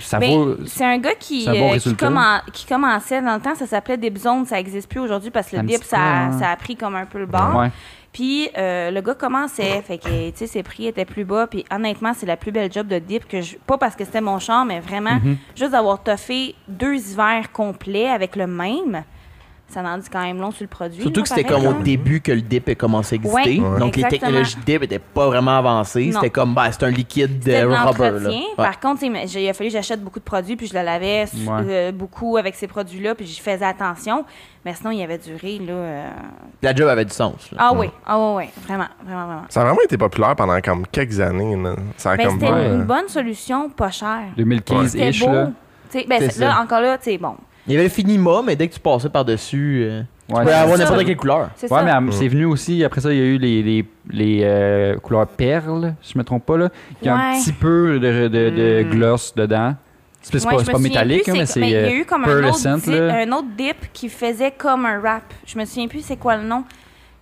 S3: Ça
S5: Ben,
S3: vaut...
S5: c'est un gars qui,
S3: c'est un bon
S5: euh, qui,
S3: résultat.
S5: commen- qui commençait dans le temps, ça s'appelait Dip Zone, ça n'existe plus aujourd'hui parce que le
S3: Un
S5: dip,
S3: petit
S5: ça,
S3: peu, hein.
S5: ça a pris comme un peu le bord.
S3: Ouais.
S5: Puis euh, le gars commençait, fait que tu sais ses prix étaient plus bas. Puis honnêtement, c'est la plus belle job de dip que je, pas parce que c'était mon char, mais vraiment juste d'avoir toffé deux hivers complets avec le même, ça en dit quand même long sur le produit.
S2: Surtout
S5: là,
S2: que c'était
S5: pareil,
S2: comme au
S5: là.
S2: début que le dip a commencé à exister.
S5: Ouais,
S2: Donc les
S5: exactement.
S2: technologies dip n'étaient pas vraiment avancées.
S5: Non.
S2: C'était comme, bah, c'est un liquide
S5: C'était
S2: euh,
S5: de
S2: rubber. Là.
S5: l'entretien.
S2: Ouais.
S5: Par contre, tu sais, mais j'ai- il a fallu que j'achète beaucoup de produits, puis je le lavais su-
S3: Ouais.
S5: euh, beaucoup avec ces produits-là, puis je faisais attention. Mais sinon, il avait duré, là. euh,
S2: La job avait du sens. là.
S5: Ah oui, ah oui, oui, vraiment, vraiment, vraiment.
S4: Ça a vraiment été populaire pendant comme quelques années. là. Ça a
S5: Ben,
S4: comme
S5: c'était
S4: pas,
S5: une
S4: euh,
S5: bonne solution, pas chère. C'était
S3: 2015-ish, là.
S5: beau. Tu sais, ben,
S2: C'est
S5: c'est- là,
S2: ça.
S5: encore là, tu sais, bon.
S2: Il y avait le finima, mais dès que tu passais par-dessus, euh, tu
S3: Ouais,
S2: pouvais
S3: c'est
S2: avoir
S5: ça.
S2: n'importe quelle couleur.
S5: C'est
S3: Ouais,
S5: ça.
S3: mais euh, c'est venu aussi, après ça, il y a eu les, les, les, euh, couleurs perles, si je me trompe pas, là. Il y a un
S5: Ouais. Mm.
S3: petit peu de, de, de gloss dedans. C'est pas- c'est
S5: Ouais,
S3: pas,
S5: je
S3: c'est
S5: me
S3: pas
S5: souviens
S3: métallique,
S5: plus,
S3: hein, mais
S5: c'est- Ben,
S3: c'est
S5: il y a
S3: euh,
S5: eu comme un autre,
S3: pearlescent,
S5: dip,
S3: là.
S5: un autre dip qui faisait comme un rap. Je me souviens plus c'est quoi le nom,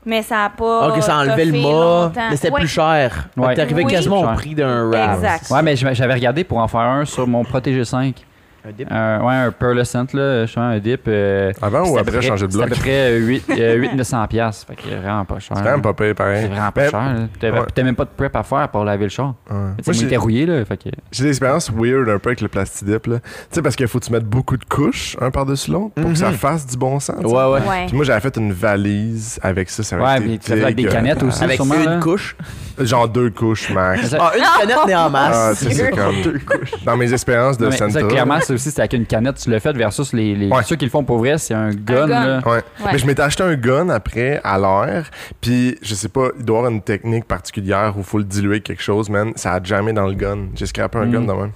S5: mais ça a pas.
S2: Ah, que ça enlevait le
S5: toffé
S2: mât,
S5: longtemps.
S2: mais c'était
S5: Ouais.
S2: plus cher.
S3: Ouais.
S2: T'es arrivé
S5: Oui.
S2: quasiment
S3: Cher.
S2: au prix d'un wrap.
S5: Exact.
S3: Ouais, mais j'avais j'avais regardé pour en faire un sur mon Protégé 5.
S2: Un dip.
S3: Un- Euh, ouais, un pearlescent, là, je sais pas, un dip. euh,
S4: Avant ou
S3: c'était à
S4: Oh, après
S3: peu près-
S4: changer de
S3: c'était
S4: bloc?
S3: à peu près euh, 8, 900 piastres. Fait que vraiment pas cher.
S4: C'est quand même pas pire,
S3: C'est
S4: pareil.
S3: vraiment pas
S4: Ben,
S3: cher. là. T'avais
S4: ouais.
S3: t'avais même pas de prep à faire pour laver le char.
S4: ouais. Moi,
S3: Mais tu sais,
S4: j'ai-
S3: il était rouillé, là. Fait que...
S4: J'ai des expériences weird un peu avec le plastidip. là. Tu sais, parce qu'il faut que tu mettes beaucoup de couches un par-dessus l'autre pour que ça fasse du bon sens. tu sais.
S2: Mhm. Ouais, ouais.
S5: Ouais.
S4: Puis moi, j'avais fait une valise avec ça. ça avait
S3: Ouais,
S4: été
S3: puis tu faisais
S1: euh,
S3: avec des
S4: dégueulasse.
S3: canettes aussi,
S2: Avec
S3: sûrement.
S2: une
S3: là.
S2: couche.
S4: Genre deux couches,
S3: Mais
S4: max.
S3: ça-
S2: Ah, une canette n'est en
S4: Ah,
S2: masse.
S4: tu sais, c'est comme- Dans mes expériences de
S3: Non, mais ça,
S4: Santa.
S3: clairement, c'est aussi, c'est avec une canette, tu le fais versus les, les-
S4: Ouais.
S3: ceux qui le font pour vrai, c'est un gun.
S5: gun.
S3: là.
S4: Ouais.
S5: Ouais.
S4: Mais je m'étais acheté un gun après, à l'air. Puis, je sais pas, il doit y avoir une technique particulière où il faut le diluer avec quelque chose, man. Ça a jamais dans le gun. J'ai scrapé un
S3: Mm.
S4: gun de même.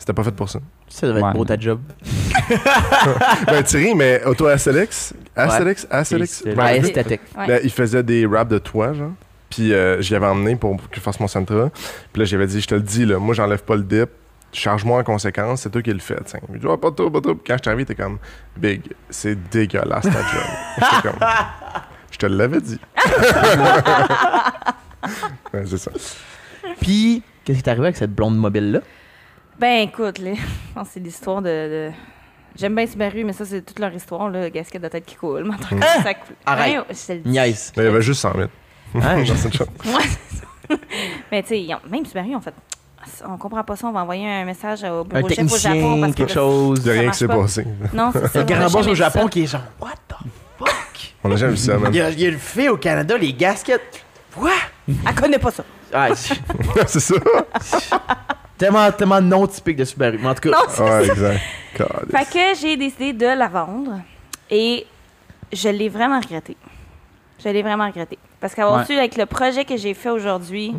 S1: C'était pas fait pour ça.
S2: Ça devait être
S3: Ouais.
S2: beau ta job.
S1: ben, Thierry, mais auto Astélix, Astélix, Astélix,
S3: Et
S1: ben,
S2: Ah,
S1: je-
S2: esthétique.
S5: Ouais.
S1: ben, il faisait des raps de toi, genre. Puis euh, j'y avais emmené pour que je fasse mon Santra. Puis là, j'avais dit, je te le dis, là, moi, j'enlève pas le dip. Charge-moi en conséquence, c'est toi qui le fais. t'sais. Il dit, Ah, pas tout, pas tout. Puis Quand je suis arrivé, t'es comme, Big, c'est dégueulasse ta job. J'étais comme, je te l'avais dit. Ouais, c'est ça.
S2: Puis, qu'est-ce qui est arrivé avec cette blonde mobile-là?
S5: Ben écoute, les- je pense que c'est l'histoire de. de- J'aime bien Subaru, mais ça, c'est toute leur histoire, là. Gasket de tête qui coule. mon truc, ça coule.
S2: Ah! Arrête.
S5: Ouais, je te le dis.
S2: Niaise.
S1: Mais il y avait juste 100 000.
S2: Hein?
S1: Dans cette job.
S5: Ouais, c'est ça. mais tu sais, ils ont- même Subaru, ils ont fait. On comprend pas ça, on va envoyer un message au
S2: Un
S5: bureau chef au Japon
S2: technicien,
S5: parce que.
S2: quelque chose.
S1: Il y a
S5: Ça
S1: rien qui
S5: marche
S1: s'est
S5: pas.
S1: passé.
S5: Non, c'est ça.
S2: Le
S5: on a
S2: grand boss
S5: jamais
S2: au
S5: vu
S2: Japon
S5: ça.
S2: qui est genre, What the fuck?
S1: On a jamais vu ça, man.
S2: Il y a, il y a le fait au Canada, les gasquettes. Quoi?
S5: Elle connaît pas ça.
S2: Ah, c'est-
S1: c'est ça.
S2: tellement, tellement non typique de Subaru. Mais en tout cas,
S5: Non, c'est
S1: Ouais, exact. God.
S5: Fait que j'ai décidé de la vendre et je l'ai vraiment regretté. Je l'ai vraiment regretté. Parce qu'avoir
S3: Ouais.
S5: su avec le projet que j'ai fait aujourd'hui,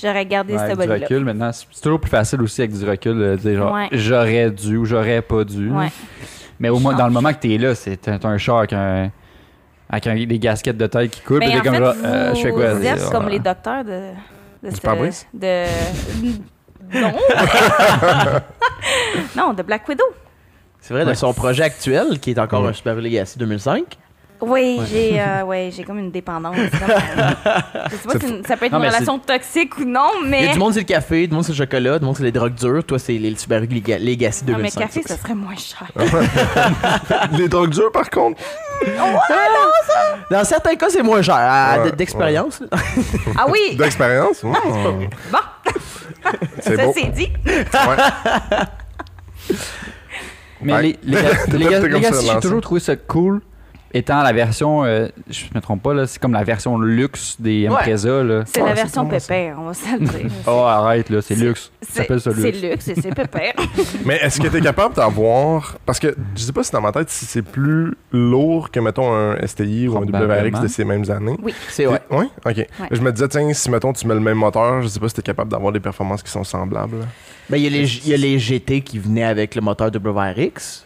S5: j'aurais gardé
S3: Ouais,
S5: ce
S3: avec du
S5: body-là.
S3: recul, maintenant, c'est c'est toujours plus facile aussi avec du recul de dire genre,
S5: Ouais.
S3: j'aurais dû ou j'aurais pas dû.
S5: Ouais.
S3: Mais au moins, dans le moment que t'es là, c'est t'as- t'as un char avec, un, avec un- des gasquettes de taille qui coulent, puis
S5: Mais
S3: t'es
S5: en
S3: comme
S5: fait,
S3: genre,
S5: vous,
S3: euh, je fais quoi
S5: vous
S3: là,
S5: êtes
S3: genre,
S5: comme les docteurs de... de ce-
S1: pare-brise?
S5: de... Non. non, de Black Widow.
S2: c'est vrai, de son projet actuel, qui est encore
S1: Ouais.
S2: un Subaru Legacy 2005.
S5: Oui, j'ai euh, ouais, j'ai comme une dépendance. C'est comme, euh, je sais pas
S1: Ça
S5: si une- ça peut être
S3: Non,
S5: une
S3: mais c'est-
S5: relation toxique ou non,
S2: Il y
S5: mais...
S2: a du monde, c'est le café, du monde, c'est le chocolat, du monde, c'est les drogues dures. Toi, c'est les Subaru Lega- Legacy
S5: Ah,
S2: 2005.
S5: mais café, ça serait moins cher.
S1: Les drogues dures, par contre.
S2: Dans certains cas, c'est moins cher. à-
S1: Ouais,
S2: D'expérience. là.
S5: Ah oui,
S1: D'expérience.
S5: Ah,
S1: hmm.
S5: bon,
S1: C'est
S5: ça
S1: beau.
S5: c'est dit.
S3: Mais
S1: Ouais.
S3: les, les,
S1: T'es
S3: les,
S1: comme
S3: gars-
S1: ça,
S3: les gars, si j'ai
S1: lancé.
S3: toujours trouvé ça cool étant la version, euh, je me trompe pas, là, c'est comme la version luxe des
S2: Ouais.
S3: Impreza. Là.
S5: C'est
S2: Ah,
S1: Ouais,
S5: la
S1: c'est
S5: version
S1: bon, ça.
S5: pépère, on va se le dire.
S3: Oh, arrête, là, c'est luxe. Ça
S5: C'est
S3: s'appelle ça
S5: c'est
S3: luxe.
S5: luxe et c'est pépère.
S1: Mais est-ce que t'es capable d'avoir. Parce que je sais pas si dans ma tête, si c'est plus lourd que, mettons, un STI ou un WRX
S3: Probablement.
S1: de ces mêmes années.
S5: Oui.
S2: C'est ouais.
S1: Oui? Ok. Je me disais, tiens, si, mettons, tu mets le même moteur, je sais pas si t'es capable d'avoir des performances qui sont semblables.
S2: Mais il y, a les- il y a les GT qui venaient avec le moteur WRX.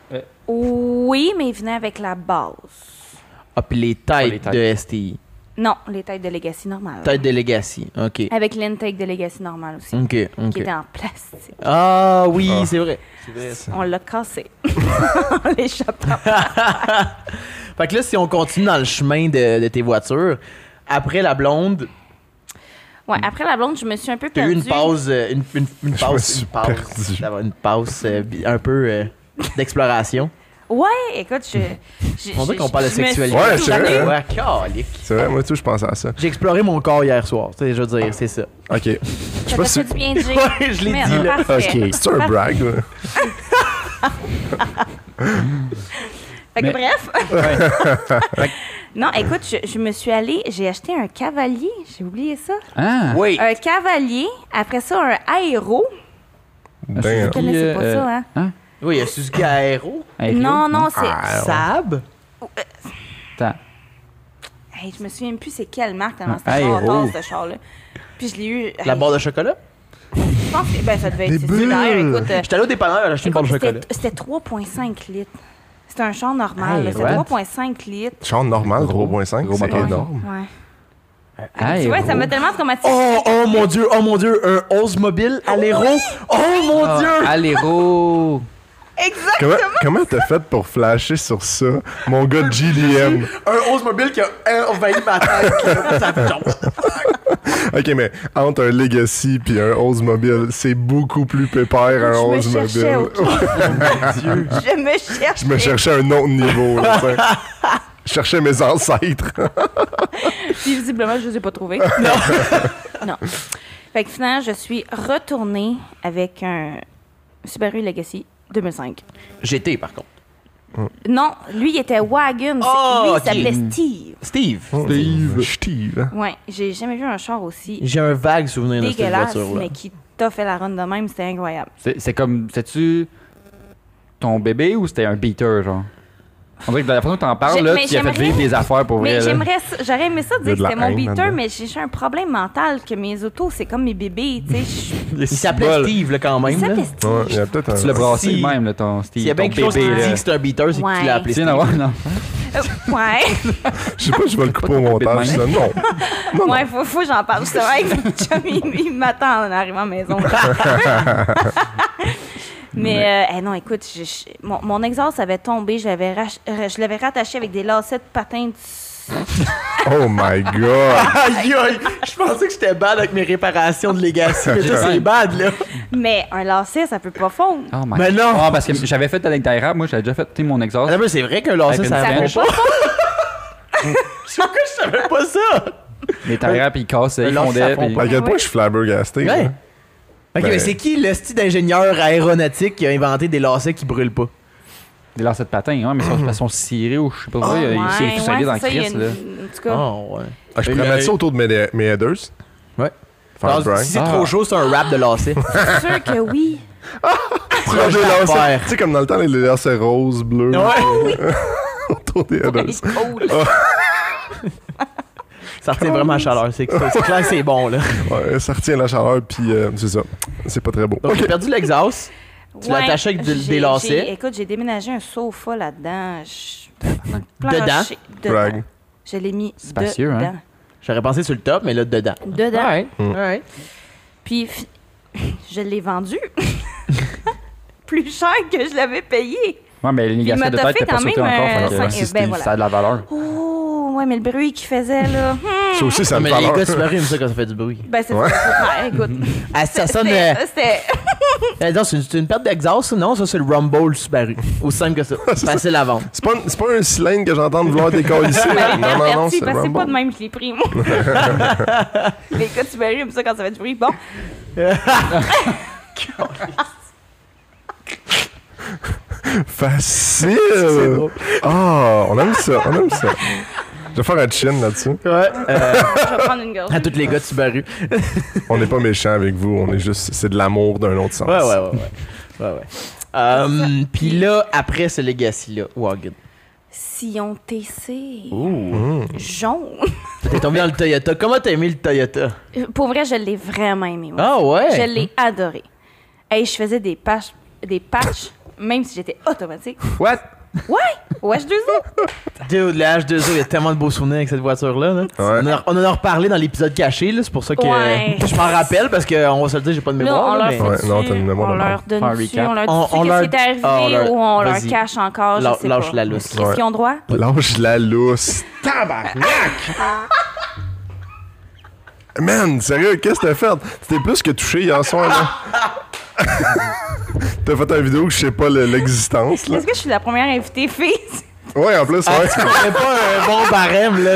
S5: Oui, mais il venait avec la base.
S2: Ah, puis les
S3: les
S2: têtes Ah.
S3: têtes.
S2: de STI.
S5: Non, les têtes de Legacy normales.
S2: Têtes de Legacy. OK.
S5: Avec l'intake de Legacy normale aussi,
S2: OK,
S5: qui
S2: OK.
S5: était en plastique.
S2: Ah oui,
S1: Ah.
S2: c'est vrai.
S5: On l'a cassé. On l'échappant.
S2: Fait que là, si on continue dans le chemin de, de tes voitures, après la blonde,
S5: Ouais, après la blonde, je me suis un peu
S2: t'as eu
S5: perdue.
S2: une pause, euh, une, une, une
S1: Je me
S2: pause,
S1: suis
S2: une pause,
S1: perdu.
S2: d'avoir une pause euh, bi- un peu euh, d'exploration.
S5: Ouais, écoute, je. je-
S2: On
S5: je-
S2: dirait qu'on parle de
S5: je me suis
S2: sexualité.
S1: Ouais, c'est
S5: jamais-
S1: vrai, hein?
S2: Ouais, calique.
S1: C'est vrai, moi, tout, je pensais à ça.
S2: J'ai exploré mon corps hier soir, tu sais, je veux dire, c'est ça.
S1: Ok. Je sais
S5: Ça
S1: pas
S5: t'a
S1: si.
S5: fait du bien, Jay.
S2: Ouais, je l'ai
S5: Merde,
S2: dit, là.
S5: parfait.
S3: Ok.
S1: C'est un brag, là.
S3: Ah,
S5: Fait que
S3: Mais-
S5: bref. non, écoute, je, je me suis allée, j'ai acheté un cavalier, j'ai oublié ça.
S3: Ah!
S2: Oui.
S5: Un cavalier, après ça, un aéro.
S1: Damn.
S5: Vous connaissez pas
S3: euh,
S5: ça, hein?
S2: Oui, il y a Suzuki Aero,
S3: Aéro, Ah,
S5: Non, non, c'est. Euh,
S2: Saab.
S3: Attends.
S5: Hey, je me souviens plus c'est quelle marque dans
S3: Un
S5: cette char
S3: aéro.
S5: rose de char-là. Puis je l'ai eu.
S2: La
S5: hey,
S2: barre de chocolat.
S5: Je pense que ben, ça devait
S1: Des
S5: être. C'est
S1: bulles.
S5: d'ailleurs, écoute. euh,
S2: J'étais allé au dépanneur, j'ai acheté une barre de
S5: écoute,
S2: chocolat.
S5: c'était- C'était 3,5 litres. C'était un char normal,
S3: Hey,
S5: là,
S3: what?
S5: c'était 3,5 litres.
S1: Char normal, 3.5.
S3: Gros
S1: c'est
S3: moteur.
S1: énorme.
S5: Ouais.
S3: Ah,
S5: tu vois,
S3: aéro.
S5: ça m'a tellement traumatisé.
S2: Oh, oh mon dieu, oh mon dieu, un Oldsmobile Alero. Oh mon
S3: Ah,
S2: dieu!
S3: Aléro!
S5: Exact!
S1: Comment comment t'as fait pour flasher sur ça, mon gars GDM?
S2: Un Oldsmobile qui a envahi ma tête. Ça fait genre,
S1: Ok, mais entre un Legacy puis un Oldsmobile, c'est beaucoup plus pépère un
S5: Je me cherchais,
S1: Oldsmobile.
S5: ok?
S4: Oh,
S5: Je me cherchais.
S1: Je me cherchais un autre niveau. là, tu sais. Je cherchais mes ancêtres.
S5: Puis visiblement, je ne les ai pas trouvés. Non. non. Fait que finalement, je suis retournée avec un Subaru Legacy 2005.
S2: GT par contre.
S5: Non, lui, il était Wagon. C'est-
S2: Ah,
S5: lui, il
S2: ok.
S5: s'appelait Steve.
S2: Steve.
S1: Steve. Steve.
S5: Ouais, j'ai jamais vu un char aussi
S2: J'ai un vague souvenir de cette
S5: dégueulasse,
S2: voiture là.
S5: mais qui t'a fait la run de même, c'était incroyable.
S3: C'est c'est comme, sais-tu ton bébé ou c'était un beater, genre? On dirait que de la façon que t'en parles,
S5: J'ai-
S3: là,
S5: mais
S3: tu y as fait
S5: j'aimerais-
S3: vivre des affaires pour vrai.
S5: Mais
S3: là.
S5: j'aimerais, ça- j'aurais aimé ça
S1: Il y a
S5: dire
S1: de
S5: que
S1: la
S5: c'était mon
S1: haine
S5: beater,
S1: là-dedans.
S5: mais j'ai j'ai un problème mental que mes autos, c'est comme mes bébés, tu sais. je suis-
S3: Des
S2: Il s'appelait
S3: ciboles.
S2: Steve, là, quand même.
S5: Ça,
S2: là.
S5: c'est
S4: Ouais, il y a peut-être un.
S3: Tu l'as brassé
S2: Euh, Si-
S3: de même, là, ton Steve.
S2: S'il y a bien
S3: ton
S2: quelque chose qui
S3: bébé,
S2: dit
S3: là.
S2: que c'est un beater, c'est que tu
S5: Ouais.
S2: l'as appelé
S3: Tiens,
S2: Steve.
S3: à voir, non.
S5: Euh, ouais,
S4: Je sais pas, je vais le couper au
S3: Pas de
S4: montage.
S3: main.
S4: ça. Non. Non, non.
S5: ouais, faut, faut que j'en parle. justement avec mon chum, il, il m'attend en arrivant à la maison. Mais, euh, eh non, écoute, je- je- mon, mon exhaust avait tombé. Je l'avais rach- euh, je l'avais rattaché avec des lacets de patins. de-
S4: Oh my god.
S2: Aïe, aïe! Je pensais que j'étais bad avec mes réparations de Legacy, mais ça, c'est bad, là.
S5: Mais un lacet, ça peut pas fondre.
S3: Oh my
S2: Mais
S3: God.
S2: non.
S3: Ah, parce que j'avais fait avec Daira, moi, j'avais déjà fait tu sais, mon exhaust.
S2: Ah, mais c'est vrai qu'un
S3: Avec
S2: lancer,
S3: une
S2: ça
S5: Ça
S2: répond
S3: French.
S5: peut
S2: pas.
S5: pas fondre.
S2: Pourquoi je savais pas ça?
S3: Mais Daira, puis il cassait, il
S2: Lance, ça
S3: fondait.
S2: fond
S3: puis-
S4: À quel point je suis flabbergasté.
S2: Ouais.
S4: là.
S2: Ok,
S4: Ben-
S2: mais c'est qui le style d'ingénieur aéronautique qui a inventé des lacets qui brûlent pas?
S3: Des lancers de patins, hein, mais ils sont
S2: Mm.
S3: de façon cirée ou je sais pas euh, quoi.
S5: Ouais,
S3: il- C'est
S5: ouais,
S3: plus solide en
S5: c'est ça, il y a
S3: crise,
S5: une-
S3: là.
S5: En tout cas,
S2: Oh, ouais.
S4: Ah, Je pourrais
S2: Mais-
S4: mettre ça autour de mes, mes headers.
S2: Ouais.
S4: Faire un
S2: Alors,
S4: brag.
S2: si c'est
S3: Ah.
S2: trop chaud, c'est un rap de lacets.
S5: c'est sûr que oui.
S4: Prends des
S2: je vais
S4: lacets.
S2: faire.
S4: Tu sais, comme dans le temps, les lacets roses, bleus.
S2: ouais.
S4: Autour des
S5: Ouais,
S4: headers.
S5: cool.
S2: Ça retient vraiment la chaleur, c'est c'est clair que c'est bon, là.
S4: Ouais, ça retient la chaleur, puis euh, c'est ça. C'est pas très beau.
S2: Donc, j'ai perdu l'exhaust. Tu l'as
S5: Ouais,
S2: attaché avec du- des
S5: j'ai-
S2: lacets.
S5: j'ai- Écoute, j'ai déménagé un sofa là-dedans. Je- planché- dedans.
S4: Brag.
S5: Je l'ai mis
S3: Spacieux,
S5: dedans.
S3: hein?
S2: J'aurais pensé sur le top, mais là, dedans.
S5: Dedans.
S2: Alright,
S4: Mm.
S2: alright.
S5: Puis fi- je l'ai vendu. Plus cher que je l'avais payé.
S3: Ouais, mais les
S5: Il
S3: lacets
S5: m'a
S3: de tête,
S5: toffé
S3: t'as pas
S5: quand
S3: sauté
S5: même,
S3: encore.
S5: euh,
S3: fait que,
S5: cinq-
S3: ouais, c'est-
S5: ben
S3: c'est-
S5: voilà.
S3: Ça a de la valeur.
S5: Oh, ouais, mais le bruit qu'il faisait, là. hmm.
S4: Ça aussi, ça me
S2: Ah, mais les gars,
S4: parle.
S2: tu m'arrives ça quand ça fait du bruit.
S5: Ben, c'est
S4: Ouais.
S5: ouais, écoute.
S2: Ah, ça sonne. euh,
S5: C'était- C'était.
S2: euh, non, c'est une, c'est une perte d'exhaust, ça? non? Ça, c'est le Rumble Subaru. Aussi simple que ça. Facile à vendre.
S4: C'est pas, c'est pas un cylindre que j'entends de vouloir décoller ici.
S5: Ben,
S4: Non, non, non,
S5: merci,
S4: c'est
S5: parce que c'est pas de
S4: Rumble.
S5: même que je l'ai pris, moi. Les gars, tu verrais ça quand ça fait du bruit. Bon,
S4: Facile. Ah, on aime ça, on aime ça. Je vais faire un chin là-dessus.
S2: Ouais. euh,
S5: je vais prendre une gorgée.
S2: à tous les gars de Subaru.
S4: On n'est pas méchant avec vous, on est juste, c'est de l'amour d'un autre sens.
S2: Ouais, ouais, ouais. ouais. ouais, ouais. Euh, Puis là, après ce legacy-là, wow, good.
S5: Sillon TC.
S2: Ouh.
S4: Mmh.
S5: Jaune.
S2: T'es tombé dans le Toyota. Comment t'as aimé le Toyota?
S5: Pour vrai, je l'ai vraiment aimé. moi.
S2: Ah ouais?
S5: Je l'ai adoré. Hey, je faisais des patchs, des patchs même si j'étais automatique.
S3: What?
S5: Ouais! Ouais, je deux
S2: Dude, le H2O, il y a tellement de beaux souvenirs avec cette voiture-là. là. On, en a, on en a reparlé dans l'épisode caché, là, c'est pour ça que
S5: Ouais.
S2: je m'en rappelle parce qu'on va se le dire, j'ai pas de
S5: Là,
S2: mémoire.
S5: on
S2: là,
S5: leur
S2: mais-
S5: fait
S4: Ouais, non, t'as une mémoire
S5: on
S4: de merde.
S5: leur donne
S3: Faire un
S5: dessus,
S3: recap.
S5: on leur
S2: On-
S5: dit
S2: on
S5: qu'est-ce
S2: leur-
S5: qui est arrivé
S2: Ah, on leur-
S5: ou on leur
S2: Vas-y.
S5: cache encore, je
S2: Lâ-
S5: sais
S2: lâche
S5: pas.
S2: la lousse.
S5: Qu'est-ce qu'ils ont droit?
S4: Lâche la lousse. Tabarnak! Man, sérieux, qu'est-ce que t'as fait? T'étais plus que touché hier soir, là. t'as fait une vidéo que je sais pas le- l'existence, là.
S5: Est-ce que je suis la première invitée fille?
S4: Ouais, en plus,
S2: Ah,
S4: ouais.
S2: tu connais pas un bon barème, là.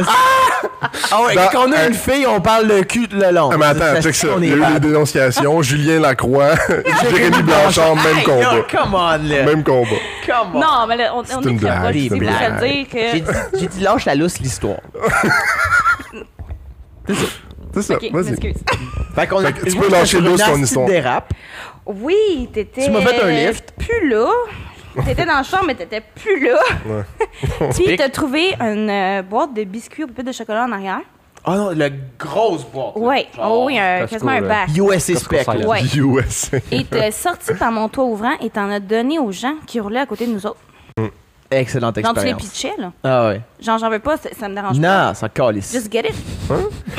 S2: Ah ouais,
S4: Dans-
S2: quand on a
S4: euh,
S2: une fille, on parle de cul de le long.
S4: Ah, mais attends, check ça.
S2: On
S4: Il y
S2: est
S4: a eu des
S2: bad.
S4: dénonciations. Julien Lacroix, Jérémy Blanchard, même
S2: Hey, yo,
S4: combat.
S2: Come on, là.
S4: Même combat.
S2: Come on.
S5: Non, mais là, on, on
S4: une
S5: est très
S4: blague,
S5: proche.
S4: c'est
S5: C'est
S4: une
S5: pour
S4: blague.
S5: te dire
S2: J'ai
S5: que...
S2: dit, j'ai dit lâche la lousse l'histoire.
S4: C'est ça,
S5: Ok,
S4: vas-y.
S5: m'excuse.
S2: Fait qu'on a-
S4: Fait que tu
S2: je
S4: peux
S2: vois
S4: lâcher
S2: que
S4: lousse
S2: sur une
S4: ton
S2: astuce
S4: histoire.
S2: dérape.
S5: Oui, t'étais.
S2: Tu m'as fait un lift.
S5: Plus là. T'étais dans le champ, mais t'étais plus là. Puis t'as trouvé une euh, boîte de biscuits aux pépites de chocolat en arrière.
S2: Oh non, la grosse boîte. là.
S5: Ouais.
S2: Genre,
S5: oh oui, un-
S3: Costco,
S5: quasiment un
S3: là.
S5: bac.
S2: USA
S3: Costco
S2: E Spec. là.
S3: Silent.
S5: Ouais.
S4: USA.
S5: Et t'es sorti par mon toit ouvrant et t'en as donné aux gens qui roulaient à côté de nous autres.
S2: Excellente
S5: Genre, tu les
S2: expérience.
S5: pitchais, là.
S2: Ah ouais.
S5: Genre, j'en veux pas, ça, ça me dérange pas.
S2: Non, ça calisse.
S5: Just get it.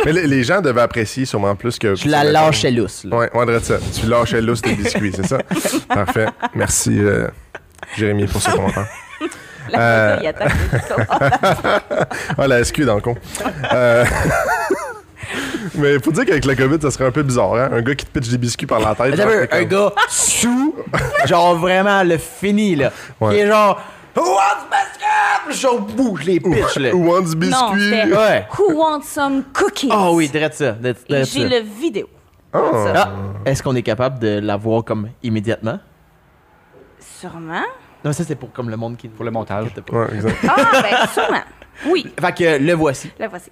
S4: Mais les, les gens devaient apprécier sûrement plus que.
S2: Je la lâchais lousse. là.
S4: Ouais, on dirait ça. Tu lâchais lousse tes biscuits, c'est ça? Parfait. Merci, euh, Jérémy, pour ce commentaire.
S5: La
S4: Euh.
S5: photo, il attaque les biscuits.
S4: Ah, la SQ dans le con. Euh, Mais faut dire qu'avec la COVID, ça serait un peu bizarre, hein? Un gars qui te pitche des biscuits par la tête.
S2: Ah, Attends
S4: genre,
S2: un peu,
S4: t'es
S2: un
S4: comme-
S2: gars sous, genre vraiment le fini, là.
S4: Ouais.
S2: Qui est genre, Who wants basket? Genre, bouge les pitch, là.
S4: Who wants biscuits?
S5: Non, c'était
S2: Ouais.
S5: Who wants some cookies?
S2: Oh oui, direct ça. direct-
S5: Et
S2: direct
S5: j'ai
S2: ça.
S5: le vidéo.
S4: Ah.
S2: Ah, est-ce qu'on est capable de la voir comme immédiatement?
S5: Sûrement.
S2: Non, ça c'est pour comme le monde qui. Pour
S3: le montage.
S4: Ouais, exact.
S5: Ah, ben, sûrement. Oui,
S2: Fait que le voici.
S5: la voici.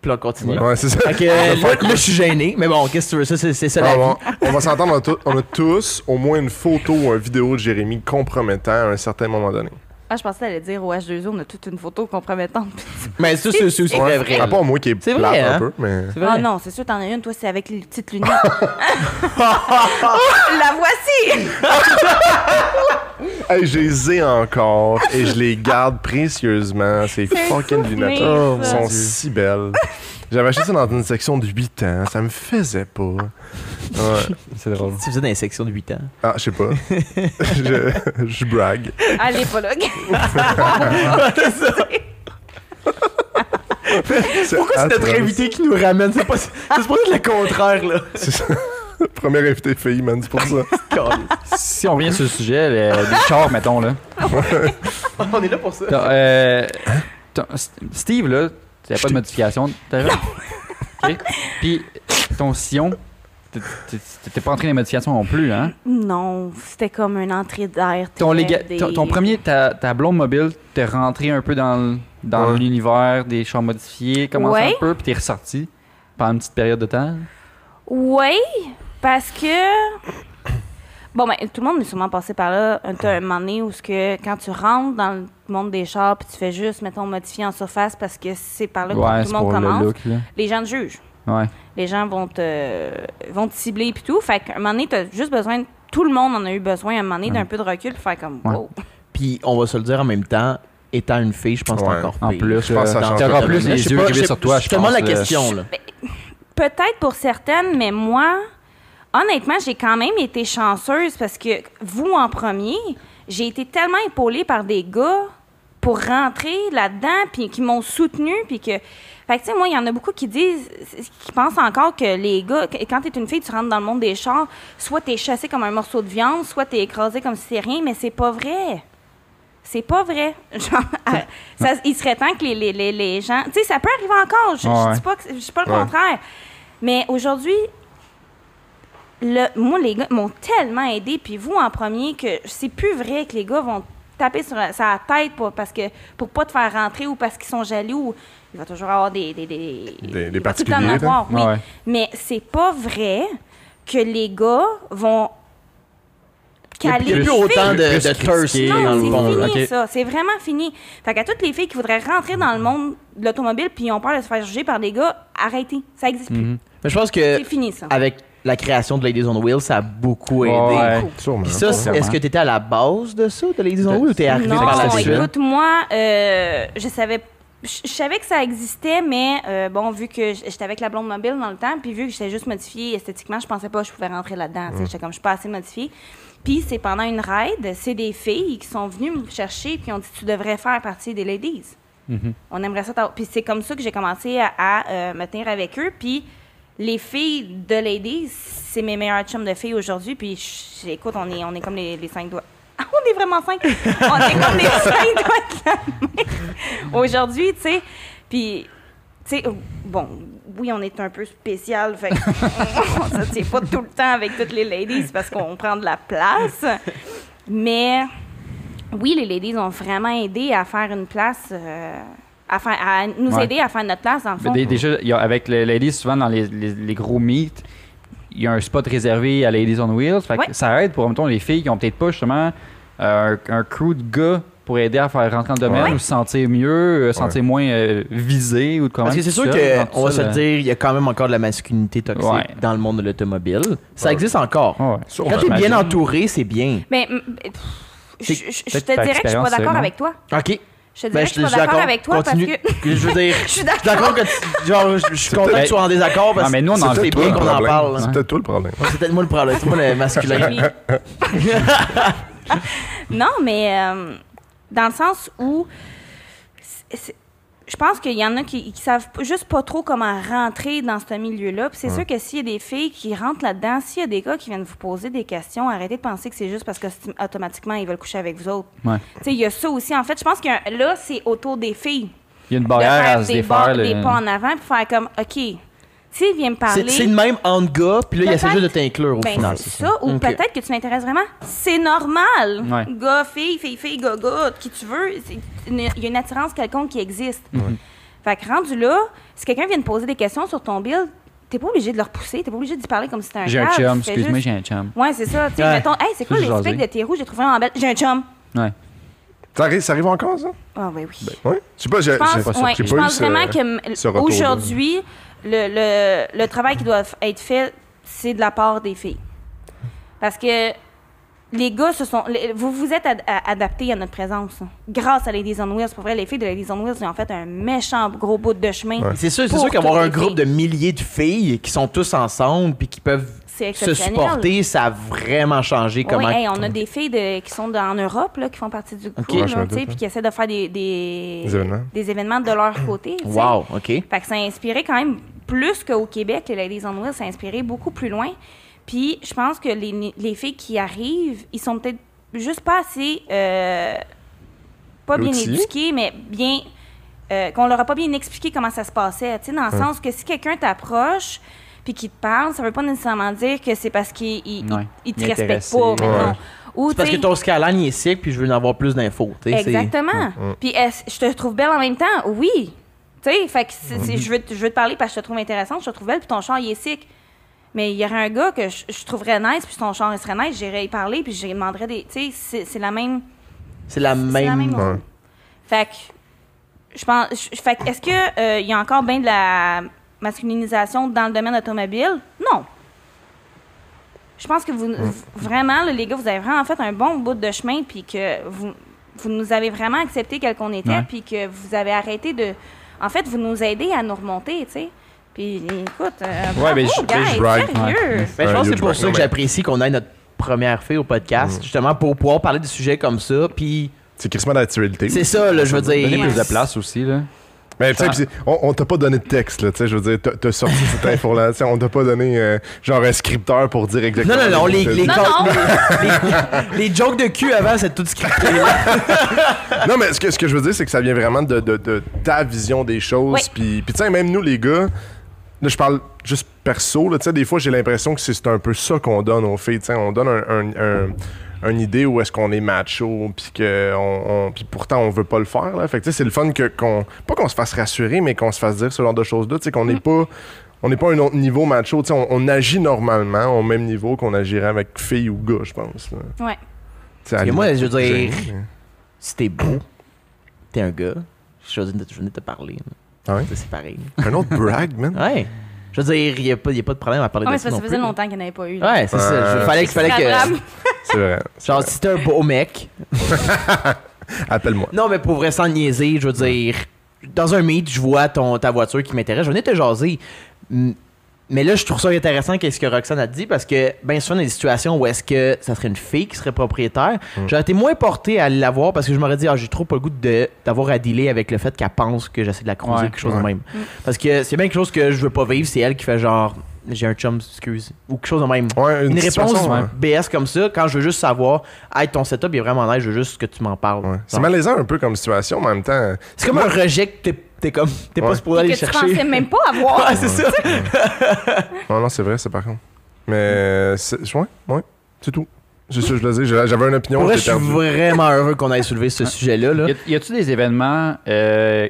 S2: Puis on continue.
S4: Ouais, c'est ça.
S2: Fait que
S4: On va
S2: là,
S4: faire
S2: là, je suis gêné, mais bon, qu'est-ce que tu veux? Ça, c'est c'est ça la
S4: Ah
S2: vie.
S4: bon, on va s'entendre, on a tous- on a tous au moins une photo ou une vidéo de Jérémy compromettant à un certain moment donné.
S5: Ah, je pensais que t'allais dire au H2O, on a toute une photo compromettante.
S2: Mais ça, c'est c'est aussi très
S5: Ouais. C'est
S2: vrai.
S4: À part moi qui est
S2: C'est
S4: plate
S2: vrai,
S4: un
S2: hein?
S4: peu, mais.
S2: C'est vrai.
S5: Ah non, c'est sûr, t'en as une. Toi, c'est avec les petites lunettes. La voici!
S4: Hey, je les ai encore et je les garde précieusement. Ces
S5: C'est
S4: fucking
S5: fou,
S4: lunettes
S5: mais
S4: Oh,
S5: ça.
S4: sont si belles. J'avais acheté ça dans une section de 8 ans. Ça me faisait pas. Ouais.
S3: C'est drôle.
S2: Tu faisais dans les sections de 8 ans.
S4: Ah, je sais pas. je, je brague.
S5: Allez, pas là.
S2: Pourquoi c'est notre
S4: atroce.
S2: invité qui nous ramène? C'est pas, c'est pas le contraire, là.
S4: C'est ça. Première invité fille, man, c'est pour ça.
S3: si on revient sur le sujet, le- les chars, mettons, là.
S2: On est là pour ça.
S3: T'as, euh,
S5: Hein?
S3: t'as- Steve, là, t'avais pas de modification. T'avais. OK. Puis ton sillon, t'é- t'é- t'étais pas entré dans les modifications non plus, hein?
S5: Non, c'était comme une entrée d'air.
S3: Ton,
S5: très
S3: léga-
S5: des-
S3: ton, ton premier, ta, ta blonde mobile, t'es rentré un peu dans, le- dans
S4: Ouais.
S3: l'univers des chars modifiés, commencé
S5: Ouais.
S3: un peu, puis t'es ressorti pendant une petite période de temps.
S5: Oui, parce que. Bon, ben, tout le monde est sûrement passé par là. un- T'as un moment donné où ce que, quand tu rentres dans le monde des chars, puis tu fais juste, mettons, modifier en surface parce que c'est par là que
S3: ouais,
S5: tout
S3: c'est
S5: le monde
S3: pour
S5: commence,
S3: le look, là.
S5: les gens te jugent.
S3: Ouais.
S5: les gens vont te, vont te cibler puis tout. Fait qu'à un moment donné, t'as juste besoin, de- tout le monde en a eu besoin à un moment donné d'un peu de recul pour faire comme
S3: Ouais.
S5: wow.
S2: Puis on va se le dire en même temps, étant une fille, je pense que
S4: Ouais.
S2: c'est encore pire.
S3: En plus,
S4: Je pense que ça
S3: euh,
S4: change
S3: t'auras
S4: tout.
S3: plus
S2: Je sais
S3: les yeux
S2: pas, je euh,
S3: rivés
S2: sais-
S3: sur toi, je
S2: te demande
S3: pense.
S2: la
S3: là.
S2: question, là.
S5: Peut-être pour certaines, mais moi, honnêtement, j'ai quand même été chanceuse parce que vous en premier, j'ai été tellement épaulée par des gars pour rentrer là-dedans puis qui m'ont soutenue puis que fait que tu sais moi il y en a beaucoup qui disent qui pensent encore que les gars que- quand tu es une fille tu rentres dans le monde des chars soit tu es chassé comme un morceau de viande soit tu es écrasé comme si c'est rien mais c'est pas vrai. C'est pas vrai. Genre, euh, ça- il serait temps que les, les- les- les gens. Tu sais, ça peut arriver encore. Je, je
S3: Ouais.
S5: dis pas que je dis pas le
S4: Ouais.
S5: contraire. Mais aujourd'hui, le, moi, les gars m'ont tellement aidé, puis vous en premier, que c'est plus vrai que les gars vont taper sur la, sur la tête pour, parce que, pour pas te faire rentrer ou parce qu'ils sont jaloux. ou- Il va toujours avoir des. Des, des,
S4: Des- des
S5: il va tout le temps en
S4: particuliers, là.
S5: avoir, oui.
S3: Ouais.
S5: Mais c'est pas vrai que les gars vont.
S2: Il y a plus- il y a
S5: caler
S2: plus
S5: les
S2: autant de,
S5: filles.
S2: de
S3: Plus
S2: thirst
S3: critiquer,
S2: dans
S5: Non,
S2: le
S5: c'est
S2: fond,
S5: fini
S2: là.
S5: ça. C'est vraiment fini. Fait qu'à toutes les filles qui voudraient rentrer dans le monde de l'automobile puis ils ont peur de se faire juger par des gars, arrêtez. Ça existe plus.
S3: Mhm.
S2: Mais je pense que
S5: C'est fini ça.
S2: avec la création de Ladies on Wheels, ça a beaucoup aidé.
S3: Ouais.
S4: Sûrement.
S2: Puis ça, c'est-
S3: Vraiment.
S2: est-ce que t'étais à la base de ça, de Ladies on Wheels, ou t'es arrivé
S5: Non,
S2: par la
S3: c'est
S2: suite?
S3: sûr.
S5: écoute, moi, euh, je savais. Je je savais que ça existait, mais euh, bon, vu que j- j'étais avec la blonde mobile dans le temps, puis vu que j'étais juste modifiée esthétiquement, je pensais pas que je pouvais rentrer là-dedans. tu sais. J'étais comme, je suis pas assez modifiée. Puis c'est pendant une ride, c'est des filles qui sont venues me chercher, puis ont dit, tu devrais faire partie des ladies.
S2: Mm-hmm.
S5: On aimerait ça. t'avoir- Puis c'est comme ça que j'ai commencé à, à, euh, me tenir avec eux. Puis les filles de Ladies, c'est mes meilleurs chums de filles aujourd'hui. Puis je- écoute, on est, on est comme les, les cinq doigts. Ah, on est vraiment cinq. on est comme les cinq doigts de la main. aujourd'hui, tu sais. Puis, tu sais, euh, bon, oui, on est un peu spécial. Fait qu'on ne se tient pas tout le temps avec toutes les Ladies parce qu'on prend de la place. Mais oui, les ladies ont vraiment aidé à faire une place, euh, à, faire- à nous
S3: Ouais.
S5: aider à faire notre place, dans le
S3: Mais
S5: fond.
S3: dé- déjà, il y a- avec les ladies, souvent dans les, les- les gros meets, il y a un spot réservé à Ladies on Wheels. Fait que
S5: Ouais.
S3: Ça aide pour, mettons, les filles qui ont peut-être pas justement euh, un, un crew de gars pour aider à faire rentrer dans le domaine
S4: Ouais.
S3: ou se sentir mieux, euh, se sentir moins euh, visé ou de comment.
S2: Parce que c'est sûr qu'on va se le dire, il y a quand même encore de la masculinité toxique
S3: Ouais.
S2: dans le monde de l'automobile. Ça existe encore.
S3: Ah
S4: Sûrement.
S2: Quand t'es bien entouré, c'est bien.
S5: Mais mm, pff, je,
S2: C'est-
S5: je- je
S3: peut-être
S5: te
S3: par
S5: dirais que je suis pas
S3: expérience,
S5: d'accord
S3: non?
S5: avec toi.
S2: OK.
S5: Je te dirais
S2: Ben,
S5: que je suis pas d'accord avec toi
S2: Continue.
S5: parce que
S2: Je veux dire,
S5: je suis
S2: je suis d'accord que tu- genre, je je suis content que tu sois en désaccord parce
S3: Ah, mais nous, on en
S2: que
S3: veut
S2: c'est
S3: pas,
S2: bien
S3: le
S2: qu'on en
S4: Problème.
S2: parle.
S4: C'est
S2: hein.
S4: peut-être toi le problème.
S2: C'est peut-être moi le problème, c'est moi le masculin.
S5: Oui. non, mais euh, dans le sens où c'est- c'est- je pense qu'il y en a qui, qui savent p- juste pas trop comment rentrer dans ce milieu-là. Puis c'est sûr que s'il y a des filles qui rentrent là-dedans, s'il y a des gars qui viennent vous poser des questions, arrêtez de penser que c'est juste parce que c'est- automatiquement ils veulent coucher avec vous autres.
S3: Ouais.
S5: Tu sais, il y a ça aussi. En fait, je pense que là, c'est autour des filles.
S3: Il y a une
S5: De
S3: barrière
S5: faire
S3: à se
S5: des,
S3: défaire.
S5: bas-
S3: là.
S5: des pas en avant pour faire comme, OK, s'il vient me parler...
S2: C'est c'est de même entre gars, puis là, il essaie
S5: Peut-être-
S2: juste de t'inclure au
S5: Ben,
S2: final.
S5: c'est ça, ou
S2: Ok.
S5: peut-être que tu m'intéresses vraiment. C'est normal.
S3: Ouais.
S5: Gars, fille, fille, fille, gars, gars, qui tu veux. c'est une- Il y a une attirance quelconque qui existe. Fait que rendu là, si quelqu'un vient te poser des questions sur ton bill, t'es pas obligé de leur pousser, t'es pas obligé d'y parler comme si c'était un
S3: J'ai un
S5: câble,
S3: chum,
S5: tu fais
S3: excuse-moi,
S5: juste-
S3: j'ai un chum.
S5: Ouais, c'est ça. Tu sais,
S2: Ouais.
S5: mettons, hey, c'est quoi
S3: Faut
S5: les
S3: jaser.
S5: specs de tes roues? J'ai trouvé vraiment belle. J'ai un chum.
S3: Ouais.
S4: Ça arrive, ça arrive encore, ça?
S5: Ah, oui,
S3: Ben,
S5: oui.
S4: Oui? Je sais pas, j'ai
S5: Je
S4: j'ai
S5: pense,
S4: pas
S5: ouais,
S4: j'ai
S5: je
S4: pas eu
S5: pense
S4: ce-
S5: vraiment que m-
S4: ce retour-là.
S5: aujourd'hui, le, le- le travail qui doit f- être fait, c'est de la part des filles. Parce que les gars se sont. les- vous vous êtes ad- a- adaptés à notre présence. hein. Grâce à Ladies on Wheels. Pour vrai, les filles de Ladies on Wheels ils ont fait un méchant gros bout de chemin.
S2: C'est sûr, c'est
S5: Pour
S2: sûr qu'avoir
S5: toutes
S2: un
S5: les
S2: groupe de milliers de filles qui sont tous ensemble puis qui peuvent
S5: C'est
S2: se
S5: exceptionnel.
S2: supporter, ça a vraiment changé comment.
S5: Oui, hey, on a des filles de- qui sont dans- en Europe, là, qui font partie du
S2: Ok.
S5: groupe,
S4: Ouais, je me
S5: tu sais,
S4: doute,
S5: puis qui essaient de faire des, des,
S4: Des événements.
S5: des événements de leur côté. tu sais.
S2: Wow, ok.
S5: Fait que ça a inspiré quand même plus qu'au Québec, les Ladies on Wheels, ça a inspiré beaucoup plus loin. Puis je pense que les, les filles qui arrivent, ils sont peut-être juste pas assez, euh, pas bien
S4: Outillées.
S5: éduquées, mais bien, euh, qu'on leur a pas bien expliqué comment ça se passait, tu sais, dans le sens que si quelqu'un t'approche puis qu'il te parle, ça veut pas nécessairement dire que c'est parce qu'il il,
S3: Ouais.
S5: il te
S3: Il est
S5: respecte
S3: intéressé.
S5: pas, mettons.
S3: Ouais.
S5: Ou,
S2: C'est parce
S5: tu
S2: que
S5: sais,
S2: ton scalan il est sick puis je veux en avoir plus d'infos. tu sais, c'est-
S5: Exactement. Puis est-ce- je te trouve belle en même temps? Oui. Tu sais, fait que c'est- c'est- je, veux, te- je veux te parler parce que je te trouve intéressante, je te trouve belle, puis ton char, il est sick. Mais il y aurait un gars que je, je trouverais nice, puis son char, il serait nice, j'irais y parler, puis je lui demanderais des... Tu sais, c'est- c'est la même...
S2: C'est la
S5: c'est la même
S2: même.
S5: chose. Fait que... Je pense... je- fait que est-ce qu'il il y a encore bien de la masculinisation dans le domaine automobile? Non. Je pense que vous... Vraiment, là, les gars, vous avez vraiment fait un bon bout de chemin, puis que vous, vous nous avez vraiment accepté quel qu'on était,
S3: Ouais.
S5: puis que vous avez arrêté de... En fait, vous nous aidez à nous remonter, tu sais. Puis, écoute, euh, bravo,
S3: ben, je- ben,
S5: guys,
S3: je
S5: sérieux!
S3: brag, ouais.
S2: Ben, je
S4: Ouais,
S2: pense que
S4: huge
S2: c'est pour
S4: break,
S2: ça
S4: non,
S2: que
S4: mais-
S2: j'apprécie qu'on ait notre première fille au podcast, justement pour pouvoir parler de sujets comme ça. Puis
S4: C'est crissement d'actualité.
S2: c'est ça, là, je veux
S3: Donner
S2: dire.
S3: plus de place aussi, là.
S4: Mais tu sais, pis c'est- on, on t'a pas donné de texte, là, tu sais, je veux dire, t'as- t'as sorti cette information, on t'a pas donné, euh, genre, un scripteur pour dire
S2: Non,
S4: exactement...
S2: non, non, les, les,
S5: Non,
S2: les- les jokes de cul avant, c'est tout scripté. là.
S4: Non, mais ce que, ce que je veux dire, c'est que ça vient vraiment de, de- de ta vision des
S5: Oui.
S4: choses. Puis, puis tu sais, même nous, les gars, là, je parle juste perso, là, tu sais, des fois, j'ai l'impression que c'est c'est un peu ça qu'on donne aux filles. Tu sais, on donne un, un- un- une idée où est-ce qu'on est macho, puis que on, on- puis pourtant, on veut pas le faire. Là. Fait que, tu sais, c'est le fun que, qu'on, pas qu'on se fasse rassurer, mais qu'on se fasse dire ce genre de choses-là, tu sais, qu'on n'est pas. On n'est pas à un autre niveau macho, tu sais, on, on agit normalement au même niveau qu'on agirait avec fille ou gars, je pense. là.
S5: Ouais.
S4: Tu sais, à
S2: que moi, je veux
S4: limite,
S2: dire-
S4: gêné,
S2: si t'es beau, t'es un gars. Je venais de- je venais de te parler. là.
S4: Ah ouais?
S2: Ça, C'est pareil.
S4: mais- Un autre brag, man.
S2: Ouais. Je veux dire, il n'y a, pas- y a pas de problème à parler
S5: Ah, mais
S2: de ça.
S5: c'est parce
S2: non
S5: que ça faisait
S2: plus, là.
S5: longtemps qu'il n'y en avait pas eu. là.
S2: Ouais, c'est ça.
S4: Ouais.
S2: Je- Fallait, que- fallait
S5: Instagram.
S2: que.
S4: C'est vrai.
S2: Genre, si t'es un beau mec.
S4: Appelle-moi.
S2: Non, mais pour vrai, sans niaiser, je veux dire. Dans un meet, je vois ton, ta voiture qui m'intéresse. Je venais te jaser. Mm, Mais là, je trouve ça intéressant qu'est-ce que Roxane a dit parce que, bien souvent, dans des situations où est-ce que ça serait une fille qui serait propriétaire,
S4: Mm.
S2: j'aurais été moins porté à aller la voir parce que je m'aurais dit, ah, j'ai trop pas le goût de- d'avoir à dealer avec le fait qu'elle pense que j'essaie de la croiser
S3: Ouais,
S2: ou quelque chose
S4: ouais.
S2: de même. Parce que c'est bien quelque chose que je veux pas vivre, c'est elle qui fait genre, j'ai un chum, excuse, ou quelque chose de même.
S4: Ouais, une,
S2: une réponse
S4: situation, hein. ouais.
S2: BS comme ça, quand je veux juste savoir, hey, ton setup est vraiment nice, je veux juste que tu m'en parles.
S4: Ouais. C'est
S2: Genre,
S4: malaisant un peu comme situation, mais en même temps.
S2: c'est comme un rejet que t'es, t'es comme, t'es
S4: Ouais.
S2: pas supposé
S5: Et
S2: aller
S5: que tu pensais
S2: chercher.
S5: même pas avoir.
S2: Ouais, c'est ça.
S4: Non, non, c'est vrai, c'est par contre. Mais. euh, c'est- Ouais, ouais, c'est tout. C'est ça, je le dis. j'ai- J'avais une opinion,
S2: Pour vrai, je
S4: j'ai
S2: suis
S4: perdu.
S2: vraiment heureux qu'on ait soulevé ce sujet-là. là.
S3: Y a- Y a-tu des événements, euh,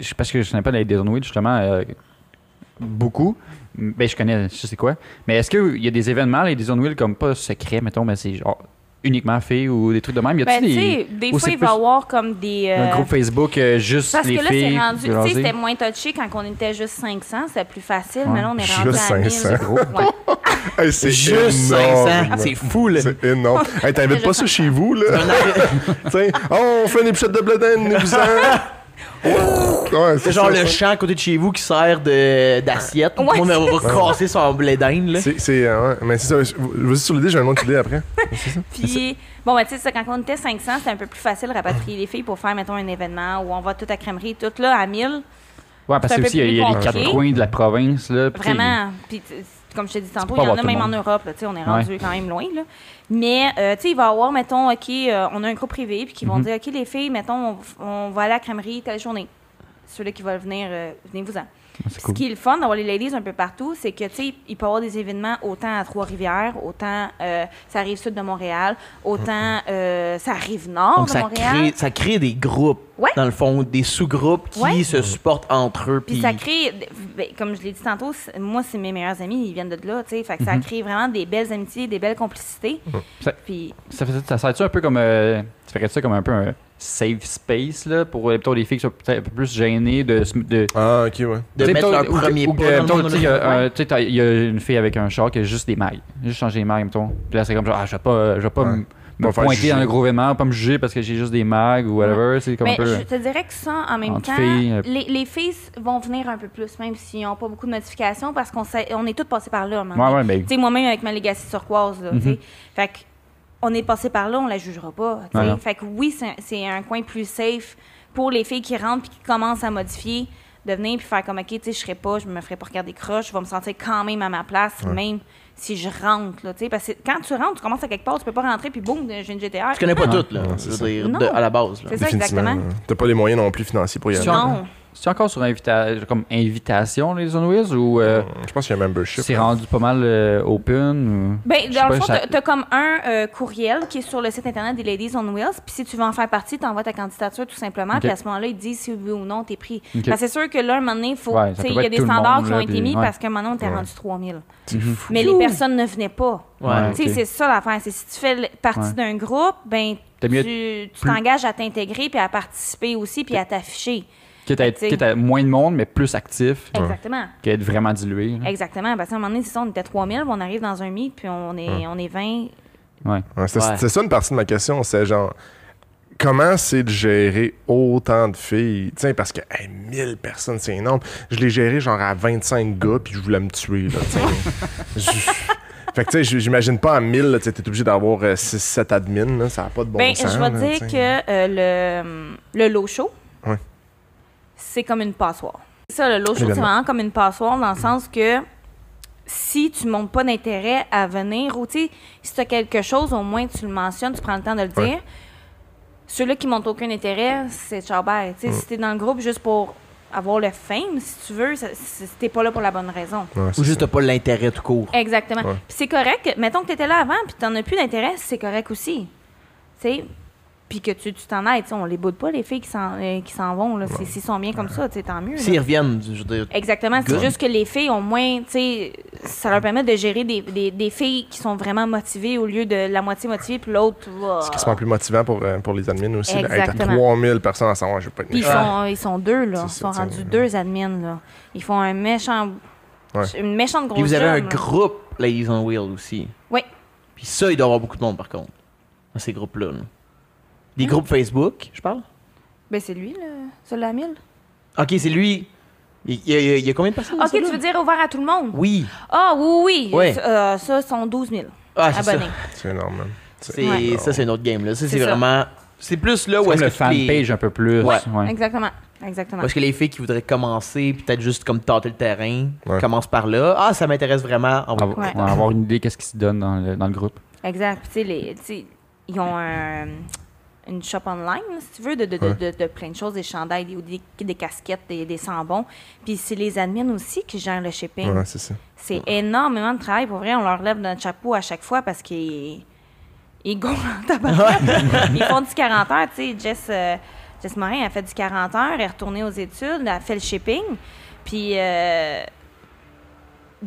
S3: je- parce que je connais pas les Days on Wheels, justement, euh, beaucoup, ben je connais, je sais quoi, mais est-ce qu'il y a des événements, les Days on Wheels, comme pas secret, mettons, mais c'est genre uniquement filles ou des trucs de même? Y a-tu
S5: Ben,
S3: des,
S5: tu sais, des
S3: ou
S5: fois,
S3: c'est
S5: il va y
S3: plus-
S5: avoir comme des. euh,
S3: un groupe Facebook euh, juste
S5: parce
S3: les
S5: que là,
S3: filles?
S5: c'est rendu.
S3: de
S5: Tu sais,
S3: jaser?
S5: c'était moins touché quand on était juste 500, c'était plus facile,
S3: Ouais.
S5: mais là, on est
S4: Juste
S5: rendu à 1000.
S4: 500.
S5: Ouais.
S4: Hey, c'est
S2: Juste 500,
S4: énorme.
S2: c'est fou, là.
S4: C'est énorme. Hey, t'invites pas ça chez vous, là? T'sais, oh, on fait une épichette de blé d'Inde, nous faisons. Ouais,
S2: C'est genre
S4: ça,
S2: le
S4: ça.
S2: champ à côté de chez vous qui sert de, d'assiette.
S5: Ouais,
S2: Tout le monde va- va casser son blé d'Inde. là.
S4: C'est. c'est, euh, ouais, mais c'est ça. je- Vas-y sur l'idée, j'ai une autre idée après.
S5: Puis, bon, ben, tu sais, ça, quand on était 500, c'était un peu plus facile de rapatrier les filles pour faire, mettons, un événement où on va tout à crèmerie, tout là, à 1000.
S3: Ouais, parce que
S5: c'est un peu
S3: aussi, il y a-
S5: plus
S3: il y a les
S5: compliqué.
S3: quatre coins de la province, là. puis tu sais,
S5: Vraiment. Puis, tu- comme je t'ai dit
S3: pas
S5: tantôt, il y en
S3: avoir
S5: a
S3: tout le
S5: même en
S3: monde.
S5: Europe. Là, tu sais, on est rendu quand même loin. Là. Mais, euh, tu sais, il va y avoir, mettons, OK, euh, on a un groupe privé, puis qui
S3: Mhm.
S5: vont dire, OK, les filles, mettons, on, on va aller à la crèmerie telle journée. Ceux-là qui veulent venir, euh, venez-vous-en.
S3: C'est
S5: Ce
S3: cool.
S5: qui est le fun d'avoir les ladies un peu partout, c'est que, tu sais, il peut y avoir des événements autant à Trois-Rivières, autant euh, ça arrive sud de Montréal, autant euh, ça arrive nord
S2: Donc,
S5: de
S2: ça
S5: Montréal.
S2: crée, ça crée des groupes,
S5: Ouais.
S2: dans le fond, des sous-groupes qui
S5: Ouais.
S2: se supportent entre eux.
S5: Puis ça crée, ben, comme je l'ai dit tantôt, c'est- moi, c'est mes meilleurs amis, ils viennent de là, tu sais. Fait que ça crée vraiment des belles amitiés, des belles complicités.
S3: Mm-hmm. Ça-
S5: Puis,
S3: Ça, fait- ça, sert-tu un peu comme. euh, tu ferais ça comme un peu un safe space là, pour euh, mettons, des filles qui sont peut-être un peu plus gênées de, se- de
S1: Ah, ok, ouais.
S2: De
S3: T'sais,
S2: mettre
S3: mettons,
S2: leur
S3: ou-
S2: premier
S3: ou que,
S2: pas dans
S3: mettons,
S2: le monde.
S3: t'sais, il y a,
S2: Ouais.
S3: euh, t'sais, t'as- il y a une fille avec un char qui a juste des mailles. Juste changer les mailles, mettons. Puis là, c'est comme genre, ah, je vais pas, euh, je vais pas
S1: Ouais.
S3: me-
S1: Pas
S3: me
S1: faire
S3: pointer dans
S1: juger.
S3: un gros événement, pas me juger parce que j'ai juste des mags ou whatever. C'est comme
S5: Mais
S3: un peu. euh,
S5: je te dirais que ça, en même
S3: entre
S5: temps,
S3: filles, euh,
S5: les, les filles vont venir un peu plus, même s'ils n'ont pas beaucoup de modifications, parce qu'on sait- on est toutes passées par là. à un moment
S3: Ouais,
S5: donné.
S3: ouais, mais.
S5: Tu sais, moi-même, avec ma Legacy turquoise, là, tu
S2: Mm-hmm.
S5: sais. Fait que, on est passé par là, on la jugera pas. tu sais.
S3: Ouais, non.
S5: Fait que oui, c'est un- c'est un coin plus safe pour les filles qui rentrent puis qui commencent à modifier, de venir puis faire comme, OK, tu sais, je serai pas, je me ferai pas regarder croche, je vais me sentir quand même à ma place, même si je rentre, là, tu sais. Parce que quand tu rentres, tu commences à quelque part, tu peux pas rentrer puis boum, j'ai une GTR.
S2: Je connais pas
S3: Ah.
S2: toutes, là.
S1: Non,
S2: je
S1: c'est
S2: veux
S1: ça.
S2: dire,
S5: Non.
S2: de- à la base. là.
S5: C'est ça,
S1: Définitivement,
S5: exactement.
S1: euh, T'as pas les moyens non plus financiers pour y aller.
S3: Sur-
S5: Non.
S3: C'est encore sur invita- comme invitation, les On Wheels, ou euh,
S1: Je pense qu'il y a un membership.
S3: c'est rendu pas mal euh, open? ou-
S5: Ben,
S3: Je sais
S5: dans
S3: pas,
S5: le fond,
S3: ça-
S5: t'as- t'as comme un euh, courriel qui est sur le site internet des Ladies on Wheels. Puis si tu veux en faire partie, t'envoies ta candidature tout simplement.
S3: Ok.
S5: Puis à ce moment-là, ils te disent si oui ou non t'es pris.
S3: Ok.
S5: Parce que c'est sûr que là, un moment donné, il faut.
S3: Ouais, ça peut
S5: tu sais, il
S3: pas
S5: y a
S3: être
S5: des
S3: tout le
S5: standards
S3: monde,
S5: qui
S3: là,
S5: ont été
S3: puis-
S5: mis
S3: ouais.
S5: parce qu'à un moment donné, on t'est rendu 3000.
S3: Mhm.
S5: Mais les personnes ne venaient pas.
S2: Ouais.
S3: Ouais.
S5: Tu sais,
S3: ok.
S5: c'est ça l'affaire. C'est si tu fais le- partie
S3: Ouais.
S5: d'un groupe, ben
S3: T'as
S5: tu
S3: mieux
S5: tu
S3: plus-
S5: t'engages à t'intégrer puis à participer aussi puis à t'afficher.
S3: Quitte à, être-
S5: t'sais.
S3: quitte à moins de monde, mais plus actif,
S5: Exactement.
S3: qu'à être vraiment dilué. là.
S5: Exactement. Parce qu'à un moment donné, c'est ça, on était 3000, on arrive dans un meet puis on est, on est 20.
S3: Ouais.
S1: Ouais, c'est
S2: Ouais.
S1: c'est ça une partie de ma question, c'est genre comment c'est de gérer autant de filles, tu sais parce que hey, 1000 personnes c'est énorme. Je l'ai géré genre à 25 gars puis je voulais me tuer là, tu sais. Je- Fait que tu sais, j- j'imagine pas à 1000, là, tu sais, t'es obligé d'avoir 6 7 admins, là, ça a pas de bon
S5: ben,
S1: sens.
S5: je
S1: là,
S5: vais dire
S1: tu sais.
S5: que euh, le, le lot show,
S1: Ouais.
S5: c'est comme une passoire. Ça, le lot show, c'est
S1: Évidemment.
S5: vraiment comme une passoire dans le sens que si tu montres pas d'intérêt à venir, ou tu sais, si tu as quelque chose, au moins tu le mentionnes, tu prends le temps de le
S1: Ouais.
S5: dire. Ceux-là qui montrent aucun intérêt, c'est ciao bye. Tu sais,
S1: Mm.
S5: Si tu es dans le groupe juste pour avoir le fame, si tu veux, ça- si t'es pas là pour la bonne raison.
S1: Ouais,
S2: Ou
S1: c'est
S2: juste t'as pas l'intérêt tout court.
S5: Exactement.
S1: Ouais.
S5: Puis c'est correct. Mettons que tu étais là avant, puis tu n'en as plus d'intérêt, c'est correct aussi. Tu sais? Puis que tu tu t'en ailles. Tu sais, On les boude pas, les filles qui s'en euh, qui s'en vont. là. C'est- S'ils sont bien comme ça, tu sais, tant mieux. là.
S2: S'ils reviennent, je veux dire.
S5: Exactement. C'est
S2: Good.
S5: juste que les filles ont moins. tu sais, Ça leur permet de gérer des, des- des filles qui sont vraiment motivées au lieu de la moitié motivée, puis l'autre. va-
S1: c'est quasiment plus motivant pour, euh, pour les admins aussi. là. Être à
S5: Exactement.
S1: 3000 personnes à savoir, je vais pas être
S5: Puis ils,
S1: méchant.
S5: sont, ils sont deux, là. Ils
S1: C'est ça,
S5: sont
S1: tu sais,
S5: rendus
S1: ouais.
S5: deux admins, là. Ils font un méchant.
S1: Ouais.
S5: Une méchante grosse
S2: Puis vous avez un
S5: job, là.
S2: groupe Ladies on Wheel aussi.
S5: Oui.
S2: Puis ça, il doit y avoir beaucoup de monde par contre. Dans ces groupes-là. là.
S5: Hmm.
S2: Des groupes Facebook, je parle.
S5: Ben, c'est lui, là. Celui-là à 1000.
S2: Ok, c'est lui. Il il y, a- il y a- il y a combien de personnes dans
S5: OK,
S2: ça,
S5: tu
S2: là?
S5: veux dire ouvert à tout le monde?
S2: Oui.
S5: Ah oui, oui.
S2: Ouais.
S5: Euh, ça, sont 12 000
S2: Ah, c'est ça.
S5: abonnés.
S1: C'est énorme. man.
S2: C'est-
S1: Ouais.
S2: Ça, c'est une autre game. Là. Ça, c'est
S5: C'est ça.
S2: vraiment. C'est plus là
S3: C'est
S2: où
S3: comme
S2: est-ce
S3: le
S2: que toutes les-
S3: fanpage un peu plus.
S2: Ouais.
S3: ouais.
S5: Exactement. Exactement.
S2: Parce que les filles qui voudraient commencer, puis peut-être juste comme tâter le terrain,
S1: Ouais.
S2: commencent par là. Ah, ça m'intéresse vraiment. On va-
S3: Avoir,
S5: Ouais.
S3: on va avoir une idée qu'est-ce qui se donne dans le, dans le groupe.
S5: Exact. Puis, tu sais, les- tu sais, ils ont un- une shop online, là, si tu veux, de, de, de- de- de plein de choses, des chandails, des, hoodies, des casquettes, des, des sambons. Puis c'est les admins aussi qui gèrent le shipping.
S1: Ouais, c'est ça.
S5: C'est
S3: Ah.
S5: énormément de travail. Pour vrai, on leur lève notre chapeau à chaque fois parce qu'ils ils gonflent en tabac. ils font du 40 heures. Tu sais, Jess, euh, Jess Morin, elle fait du 40 heures, elle est retournée aux études, elle fait le shipping. Puis euh,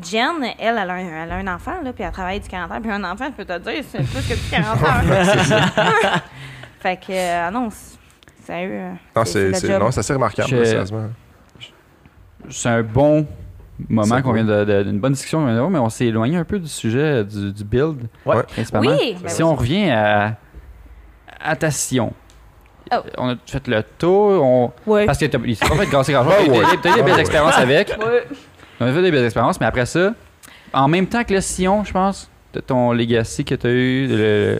S5: Jen, elle, elle a un, elle a un enfant, là, puis elle travaille du 40 heures. Puis un enfant, je peux te dire, c'est plus que du 40 heures. fait que, euh, ah non, c'est- sérieux. euh,
S1: Non, c'est
S5: la
S1: c'est-
S5: job.
S1: non, c'est assez remarquable,
S3: Je-
S1: là, sérieusement.
S3: C'est un bon moment
S1: C'est
S3: qu'on
S1: bon.
S3: vient de, de- d'une bonne discussion, qu'on vient d'avoir, mais on s'est éloigné un peu du sujet du, du build.
S2: Ouais.
S3: principalement.
S5: Oui, ben
S3: Si
S5: oui.
S3: on revient à, à ta Sion,
S5: Oh.
S3: on a fait le tour, on-
S5: Ouais.
S3: parce que t'as il s'est pas fait grasser grand
S1: Ah
S3: chose.
S1: ouais.
S3: T'as eu des
S1: Ah
S3: belles
S1: ouais.
S3: expériences avec.
S5: Ouais.
S3: On a fait des belles expériences, mais après ça, en même temps que le Sion, je pense, t'as ton legacy que t'as eu, le-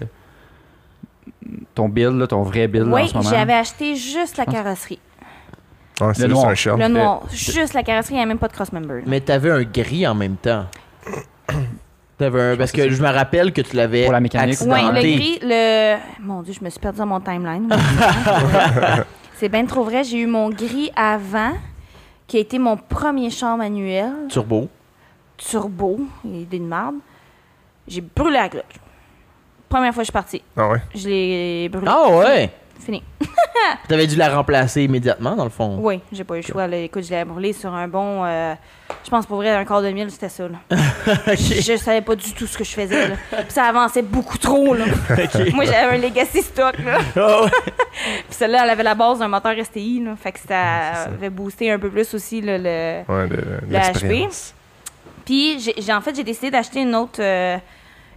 S3: ton build, là, ton vrai build là, en
S5: Oui,
S3: ce moment.
S5: j'avais acheté juste la
S3: pense-
S5: carrosserie.
S1: Ouais, c'est
S3: Le
S1: juste
S3: noir.
S1: un shell.
S5: Le noir, juste la carrosserie, il n'y a même pas de cross-member. là.
S2: euh, Mais t'avais un gris en même temps. T'avais un. Parce que je me rappelle que tu l'avais.
S3: Pour la mécanique.
S5: Ouais,
S2: accidenté.
S5: le gris, le. Mon Dieu, je me suis perdue dans mon timeline. moi. C'est bien trop vrai. J'ai eu mon gris avant, qui a été mon premier char manuel,
S2: Turbo.
S5: turbo, il est d'une marde. J'ai brûlé la cloche. Première fois que je suis partie,
S1: Ah ouais.
S5: je l'ai brûlée.
S2: Ah ouais!
S5: Fini.
S2: T'avais dû la remplacer immédiatement, dans le fond.
S5: Oui, j'ai pas eu le choix. là. Écoute, je l'ai brûlée sur un bon. euh, je pense pour vrai, un quart de mille, c'était ça. là. Je je savais pas du tout ce que je faisais. là. Puis ça avançait beaucoup trop. là. Moi, j'avais un legacy stock. là.
S2: Ah ouais.
S5: Puis celle-là, elle avait la base d'un moteur STI, là. Fait que
S1: Ouais,
S5: ça
S1: c'est ça.
S5: avait boosté un peu plus aussi là, le,
S1: Ouais, le-
S5: le HP.
S1: l'expérience.
S5: Puis, j'ai, j'ai- en fait, j'ai décidé d'acheter une autre, euh,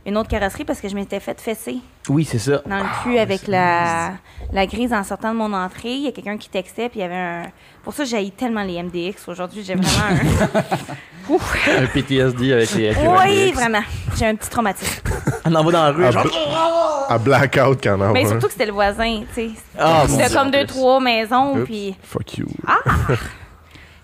S5: une autre carrosserie parce que je m'étais fait fesser
S2: Oui, c'est ça.
S5: dans le cul avec la, la grise en sortant de mon entrée. Il y a quelqu'un qui textait, puis il y avait un. Pour ça, j'ai tellement les MDX. Aujourd'hui, j'ai vraiment un. Ouf.
S3: Un PTSD avec les avec les
S5: Oui,
S3: Rolex.
S5: vraiment. J'ai un petit traumatisme.
S2: On l'envoie dans la
S3: Ah,
S2: rue.
S1: À,
S3: ben.
S2: genre,
S1: bla- à blackout quand même.
S5: Mais surtout que c'était le voisin, tu sais.
S2: Ah, mon
S5: C'était
S2: Dieu.
S5: comme deux, trois maisons,
S1: Oups.
S5: puis.
S1: Fuck you.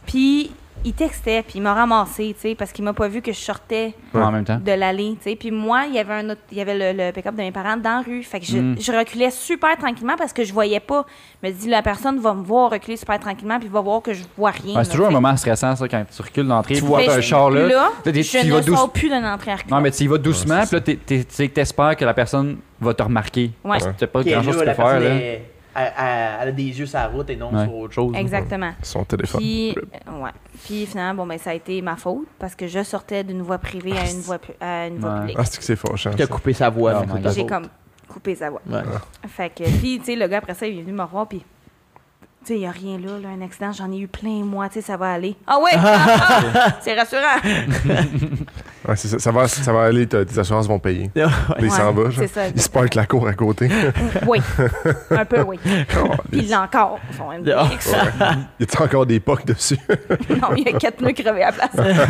S5: Puis, il textait, puis il m'a ramassé, tu sais, parce qu'il m'a pas vu que je sortais
S3: Ouais, En même temps.
S5: de l'allée, tu sais. Puis moi, il y avait un autre, il y avait le, le pick-up de mes parents dans la rue. Fait que je,
S3: Mm.
S5: je reculais super tranquillement parce que je voyais pas. Je me dis, la personne va me voir reculer super tranquillement puis va voir que je vois rien.
S3: Ouais,
S5: là,
S3: Ah, c'est toujours un
S5: tu sais.
S3: moment stressant, ça, quand tu recules d'entrée. Tu vois
S5: Mais
S3: un
S5: je-
S3: char là. t'as des-
S5: je
S3: tu y
S5: ne
S3: vas douce-
S5: sors plus d'un entrée à reculons.
S3: Non, mais tu y vas doucement, puis là, t'es- t'es- t'es- t'espères que la personne va te remarquer.
S5: Ouais.
S3: Parce que t'as pas
S2: Qui est
S3: grand
S2: là,
S3: chose que tu peux
S2: la
S3: faire,
S2: personne
S3: là.
S2: est- elle- elle- elle a des yeux sur la route et non
S3: Ouais.
S2: sur autre chose.
S5: Exactement.
S1: Son téléphone.
S5: Puis, euh, ouais. Puis finalement, bon, ben, ça a été ma faute parce que je sortais d'une voie privée à une voie, pu- à une voie
S3: Ouais.
S5: publique.
S1: Ah, c'est que c'est fâchant.
S2: Qui a
S1: ça.
S2: coupé sa voix.
S3: Oh
S2: fait que
S3: my
S2: t'as
S5: J'ai
S2: faute.
S5: comme coupé sa voix.
S2: Ouais.
S5: Fait que, puis, tu sais, le gars, après ça, il est venu me revoir, puis, tu sais, il n'y a rien là, là, un accident, j'en ai eu plein, moi, tu sais, ça va aller. Ah ouais! Ah, ah! c'est rassurant!
S1: Ouais, c'est ça. Ça va, ça va aller, t'as- tes assurances vont payer.
S2: Ouais.
S1: Puis il s'en
S5: Ouais,
S1: va, genre.
S5: c'est ça.
S1: Il se parque la cour à côté.
S5: Oui, un peu oui. Puis il
S1: Calisse.
S5: l'a encore, son
S3: Ah.
S5: MDX.
S1: y a encore des pocs dessus?
S5: non, il y a quatre pneus crevés à la place.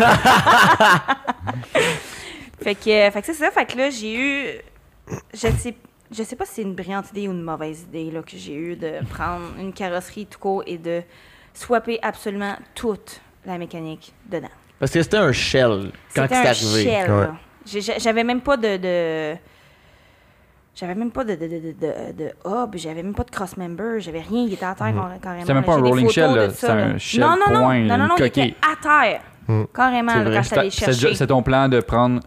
S5: fait que, euh, fait que c'est ça. Fait que là, j'ai eu. Je sais, je sais pas si c'est une brillante idée ou une mauvaise idée là, que j'ai eu de prendre une carrosserie tout court et de swapper absolument toute la mécanique dedans.
S2: Parce que c'était un shell quand
S5: C'était
S2: c'est
S5: un
S2: arrivé.
S5: shell.
S1: Ouais.
S5: là. J'ai- j'ai- J'avais même pas de. de- j'avais même pas de, de, de, de, de- de hub, j'avais même pas de cross-member, j'avais rien, il était à terre car- carrément.
S3: Mm. C'était même pas un
S5: J'ai des
S3: rolling
S5: photos
S3: shell,
S5: de
S3: là.
S5: ça,
S3: C'était un
S5: là.
S3: shell
S5: Non, non, non,
S3: point, Mm.
S5: non, non,
S3: une
S5: non, il
S3: coquille.
S5: était à terre, carrément,
S2: C'est
S5: là,
S2: vrai.
S5: quand je suis allée
S3: C'est- c'est-
S5: chercher.
S3: C'est ton plan de prendre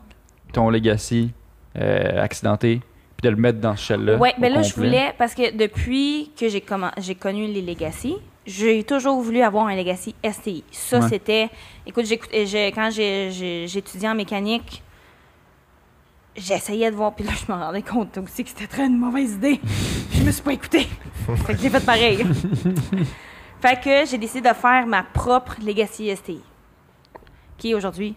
S3: ton legacy euh, accidenté, puis de le mettre dans ce shell-là.
S5: Ouais,
S3: au
S5: ben là, je
S3: complet.
S5: voulais, parce que depuis que j'ai commen- j'ai connu les Legacy, j'ai toujours voulu avoir un Legacy STI. Ça,
S3: Ouais.
S5: c'était. Écoute, j'écoute- j'ai- quand j'ai- j'ai- j'étudiais en mécanique, j'essayais de voir, puis là, je me rendais compte aussi que c'était très une mauvaise idée. je me suis pas écoutée. fait que j'ai fait pareil. fait que j'ai décidé de faire ma propre Legacy STI, qui est aujourd'hui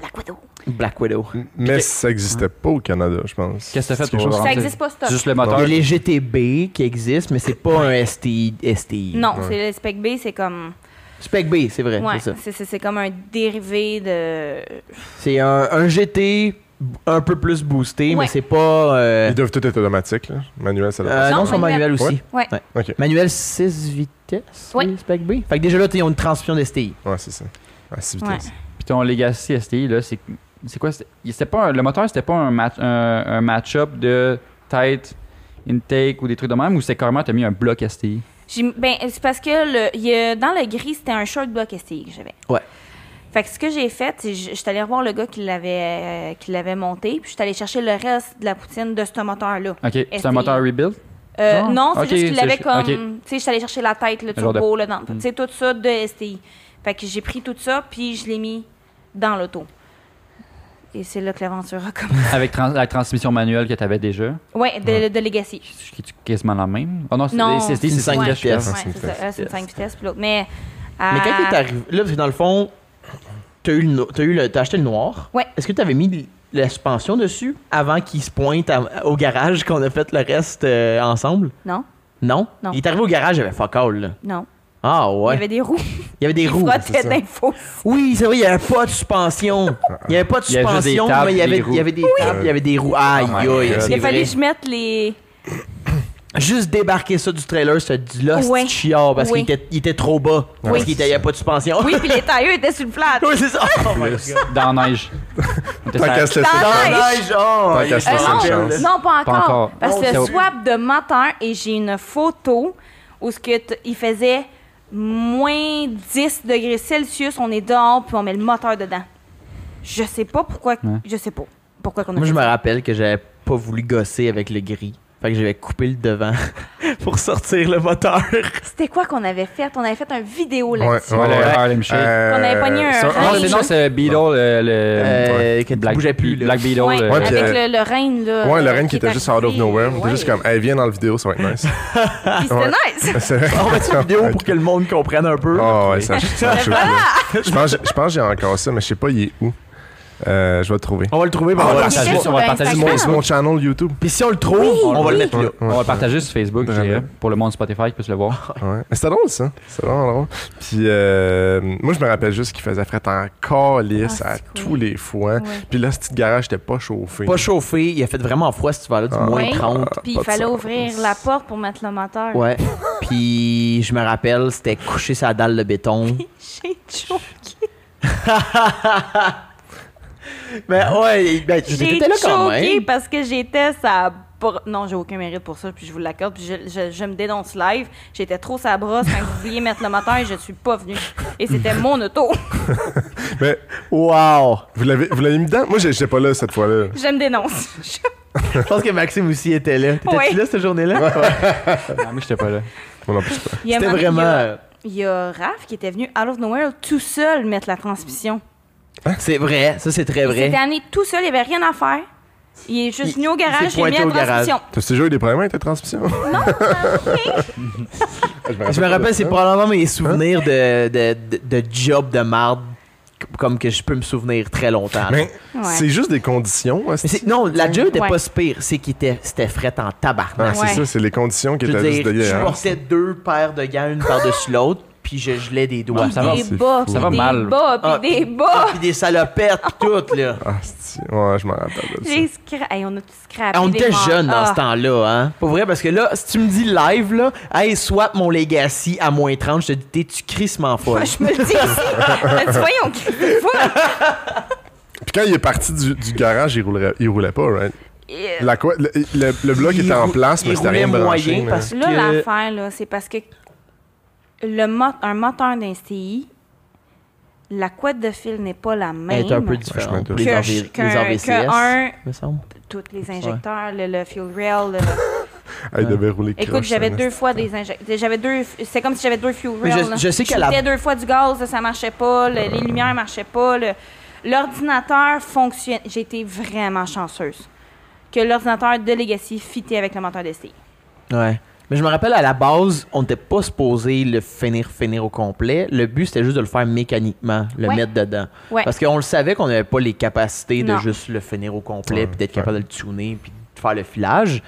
S5: la Widow.
S2: Black Widow.
S1: Mais ça n'existait pas au Canada, je pense.
S3: Qu'est-ce que t'as
S1: quelque
S3: fait pour
S1: chose-
S5: Ça
S3: rentrer?
S5: existe pas, stock.
S3: Juste le
S2: Il y
S3: moteur.
S2: a les GTB qui existent, mais c'est pas un STI. STI.
S5: Non, c'est le spec B, c'est comme.
S2: Spec B, c'est vrai.
S5: Ouais,
S2: c'est ça.
S5: c'est- c'est c'est comme un dérivé de.
S2: C'est un, un GT b- un peu plus boosté,
S5: Ouais.
S2: mais c'est pas. euh,
S1: Ils doivent tout être automatiques, là. Manuel, ça doit
S2: euh,
S5: Ah, Non,
S2: non, son manuel
S5: manuel.
S2: aussi.
S5: Ouais.
S1: OK.
S2: Manuel 6 vitesses.
S5: Ouais.
S2: oui, Spec B. Fait que déjà là, t'as- ils ont une transmission de STI.
S1: Ouais, c'est ça. Ah, si vite.
S5: Ouais.
S3: Puis ton Legacy STI, là, c'est c'est quoi? C'était il- c'était pas un- le moteur, c'était pas un, match- un, un match-up de tête, intake ou des trucs de même, ou c'est carrément, t'as mis un bloc STI?
S5: J'ai- Ben, c'est parce que le, il y a- dans le gris, c'était un short block STI que j'avais.
S2: Ouais.
S5: Fait que ce que j'ai fait, c'est je je suis allée revoir le gars qui l'avait euh, qui l'avait monté, puis je suis allée chercher le reste de la poutine de ce moteur-là.
S3: Ok, c'est un
S5: STI.
S3: moteur rebuild?
S5: Euh,
S3: Ah,
S5: non, c'est
S3: ok,
S5: juste qu'il
S3: c'est
S5: l'avait
S3: ju-
S5: comme.
S3: ok.
S5: Tu sais, je suis allée chercher la tête, le
S3: genre de-
S5: turbo, le dans- tu
S3: Mm.
S5: sais, tout ça de STI. Fait que j'ai pris tout ça, puis je l'ai mis dans l'auto. Et c'est là que l'aventure a commencé.
S3: Avec trans- la transmission manuelle que t'avais déjà,
S5: Ouais, de, de Legacy.
S3: qui est quasiment la même? Oh non, c'est
S5: Non,
S3: les STI,
S2: c'est
S3: c'est
S2: cinq
S3: une
S5: Ouais,
S3: cache-
S2: vitesses.
S5: ouais, c'est ça. Euh, c'est une
S2: vitesses.
S5: 5 vitesses, puis l'autre. Mais.
S2: Mais quand
S5: euh,
S2: t'es arrivé. Là, parce que dans le fond, t'as eu le no- t'as eu le- t'as acheté le noir.
S5: Ouais.
S2: Est-ce que t'avais mis l- la suspension dessus avant qu'il se pointe à- au garage qu'on a fait le reste euh, ensemble?
S5: Non,
S2: Non?
S5: Non.
S2: Il est arrivé au garage, il y avait fuck all, là.
S5: non.
S2: Ah
S5: Il y
S2: ouais.
S5: avait des roues.
S2: Il y avait des
S5: qui
S2: roues.
S5: frottaient
S1: c'est ça.
S5: d'infos.
S2: Oui, c'est vrai, il n'y avait pas de suspension. Il n'y avait pas de
S3: Il y avait juste des
S2: suspension,
S3: tables
S2: mais il y
S3: et des
S2: avait,
S3: roues. Oh
S2: il y avait des tables, il y avait des roues. Aïe,
S3: my
S2: aïe,
S3: God.
S5: Il
S2: c'est
S5: a fallu
S2: vrai.
S5: que je mette les.
S2: Juste débarquer ça du trailer, ce là
S5: Ouais.
S2: c'est chiant parce
S5: Oui.
S2: qu'il était, il était trop bas. Parce qu'il n'y avait pas de suspension.
S5: Oui, puis les tailleux étaient sur le flat.
S2: Oui, c'est ça. Oh my God.
S3: dans la neige. On était
S1: Tant
S3: sur-
S1: qu'à se laisser
S5: Dans la
S1: faire.
S5: neige.
S2: Neige, oh,
S1: Tant
S2: il
S1: qu'à
S2: est
S1: se
S5: Euh,
S1: laisser
S2: dans
S1: une
S2: le
S5: non,
S1: chance.
S5: non, pas encore.
S3: Pas encore.
S5: Parce que
S2: Non,
S5: le
S2: c'est-
S5: swap de moteur, et j'ai une photo où ce que t- il faisait moins 10 degrés Celsius, on est dehors, puis on met le moteur dedans. Je sais pas pourquoi. Je sais pas pourquoi qu'on a
S2: Moi, je
S5: fait
S2: me
S5: ça.
S2: rappelle que j'avais pas voulu gosser avec le gris. Fait que j'avais coupé le devant pour sortir le moteur.
S5: C'était quoi qu'on avait fait? On avait fait un vidéo
S4: Ouais,
S5: là-dessus.
S4: ouais,
S3: Ouais, le
S4: ouais.
S3: Harlem Shake.
S4: Euh,
S5: On avait pogné un
S4: c'est
S5: rein.
S3: non, c'est- non, c'est Beetle, euh, le.
S2: Euh, que tu
S3: Black,
S2: bougeais plus, là.
S3: Black Beetle.
S5: Ouais,
S3: euh,
S4: Ouais,
S5: avec
S4: puis, euh,
S5: le, le reine, là.
S4: Ouais,
S5: euh,
S4: la reine qui était
S5: est
S4: juste out of
S5: arrivé.
S4: nowhere. T'es
S5: Ouais.
S4: juste comme, hey, viens dans la vidéo, ça va être nice.
S5: Puis
S4: Ouais.
S5: c'était nice!
S4: C'est vrai.
S2: On va une vidéo pour que le monde comprenne un peu.
S4: Ah ouais, ça, ça choque, là. Je pense, je pense que j'ai encore ça, mais je sais pas, il est où. Euh, je vais le trouver.
S2: On va le trouver. puis
S3: on
S2: on
S3: va
S2: va
S3: le
S2: le
S5: était
S3: partager,
S5: sur
S3: on va le partager
S4: C'est
S3: sur
S5: Instagram.
S4: mon,
S3: Facebook.
S4: c'est mon channel YouTube.
S2: Puis si on le trouve,
S5: Oui.
S2: on va le mettre là.
S4: Ouais,
S3: On va le partager sur Facebook,
S4: Vraiment.
S3: j'irai, pour le monde Spotify qui puisse le voir.
S4: Ouais. Mais c'était drôle, ça. C'était vraiment drôle. Puis, euh, moi, je me rappelle juste qu'il faisait fret en calice
S5: Ah,
S4: à
S5: c'est cool.
S4: tous les fois.
S5: Ouais.
S4: Puis là, ce petit garage, j'étais pas chauffé.
S2: Pas chauffé, il a fait vraiment froid si tu vas là, du
S4: Ah.
S2: moins
S5: Oui.
S2: 30.
S5: Puis
S4: pas
S5: il
S4: de
S5: fallait
S4: sens.
S5: ouvrir la porte pour mettre le moteur.
S2: Ouais. Puis je me rappelle, c'était couché sa dalle de béton.
S5: J'ai chaud.
S2: Mais ouais, ben,
S5: J'ai
S2: t'étais là quand
S5: choqué
S2: même.
S5: parce que j'étais sa bro- Non, j'ai aucun mérite pour ça, puis je vous l'accorde, puis je, je- je me dénonce live. J'étais trop sa brosse quand vous vouliez mettre le moteur et je suis pas venue. Et c'était mon auto.
S4: Mais
S2: Wow!
S4: vous l'avez vous l'avez mis dedans? Moi, j'étais pas là cette fois-là.
S5: Je me dénonce. Je-
S2: Je pense que Maxime aussi était là. T'étais-tu
S5: Ouais.
S2: là cette journée-là?
S3: Non, moi, Ah, j'étais pas là.
S4: Moi non plus, je sais pas.
S5: Il y a
S2: C'était
S5: un moment-
S2: vraiment.
S5: il y a- Il y a Raph qui était venu out of nowhere tout seul mettre la transmission.
S2: C'est vrai, ça c'est très
S5: Il
S2: vrai.
S5: s'était amené tout seul, il n'y avait rien à faire. Il est
S2: Il-
S5: juste venu au
S2: il
S5: garage,
S2: s'est
S5: il a mis
S2: pointé
S5: la
S2: au garage.
S5: transmission.
S4: T'as déjà eu des problèmes avec ta transmission? Non!
S2: Je me rappelle, Ah, c'est hein? probablement mes souvenirs de, de, de, de job de marde, c- comme que je peux me souvenir très longtemps. là.
S4: Mais
S5: Ouais.
S4: c'est juste des conditions. hein,
S2: Mais c'est- non, la job était
S5: Ouais.
S2: pas si pire, c'est qu'il était, c'était fret en
S4: Ah,
S2: tabarnak.
S4: c'est
S5: Ouais.
S4: ça, c'est les conditions qui
S2: Je veux
S4: étaient
S2: dire,
S4: juste de
S2: je
S4: hier.
S2: portais deux paires de gants, une par-dessus l'autre, puis je gelais des doigts.
S3: Ah, ça va,
S5: des
S4: c'est
S5: bas,
S3: fou.
S5: puis
S3: Ça va
S5: des
S3: mal.
S5: bas, puis
S2: Ah,
S5: des
S2: Ah,
S5: bas.
S2: puis des salopettes, puis tout, là.
S4: Ah, c'est- ouais, je m'en rappelle. de ça.
S5: J'ai scra- Hey, on a tout scrapé.
S2: Ah, on
S5: des
S2: était
S5: morts.
S2: jeunes dans
S5: Ah.
S2: ce temps-là, hein? Pour vrai, parce que là, si tu me dis live, là, hey, swap mon Legacy à moins 30, je te dis, t'es-tu crissement folle?
S5: Moi, Ah. je me le dis ici. Je me dis, voyons, qui fait fou.
S4: Puis quand il est parti du, du garage, il roulait, il roulait pas, right?
S5: Et-
S4: La quoi- le, le- le bloc
S2: Il
S4: était en
S2: rou-
S4: place, mais
S2: il
S4: c'était
S2: roulait
S4: rien branché.
S2: moyen
S4: là.
S2: parce-
S5: Là,
S2: que-
S5: l'affaire, là, c'est parce que le mo- un moteur d'un CI, la couette de fil n'est pas la même
S2: Elle est un peu
S4: Ouais, je me
S2: différente
S4: doute.
S2: pour
S5: que,
S2: les, RV
S5: que-
S2: les RVCS,
S5: que un,
S2: me semble.
S5: tous les injecteurs, le, le fuel rail. le-
S4: Ah, il devait rouler
S5: Écoute,
S4: croche,
S5: j'avais
S4: ça,
S5: deux fois des injecteurs. J'avais deux. C'est comme si j'avais deux fuel
S2: Mais
S5: rail.
S2: je-
S5: là.
S2: je sais qu'à la-
S5: J'étais deux fois du gaz, là, ça marchait pas. le- Les lumières marchaient pas. le- L'ordinateur fonctionne. J'ai été vraiment chanceuse que l'ordinateur de Legacy fitait avec le moteur de STI.
S2: Ouais. Mais je me rappelle, à la base, on n'était pas supposé le finir, finir au complet. Le but, c'était juste de le faire mécaniquement, le
S5: Ouais.
S2: mettre dedans.
S5: Ouais.
S2: Parce qu'on le savait qu'on n'avait pas les capacités de
S5: Non.
S2: juste le finir au complet,
S4: Ouais,
S2: puis d'être capable de le tuner, puis de faire le filage.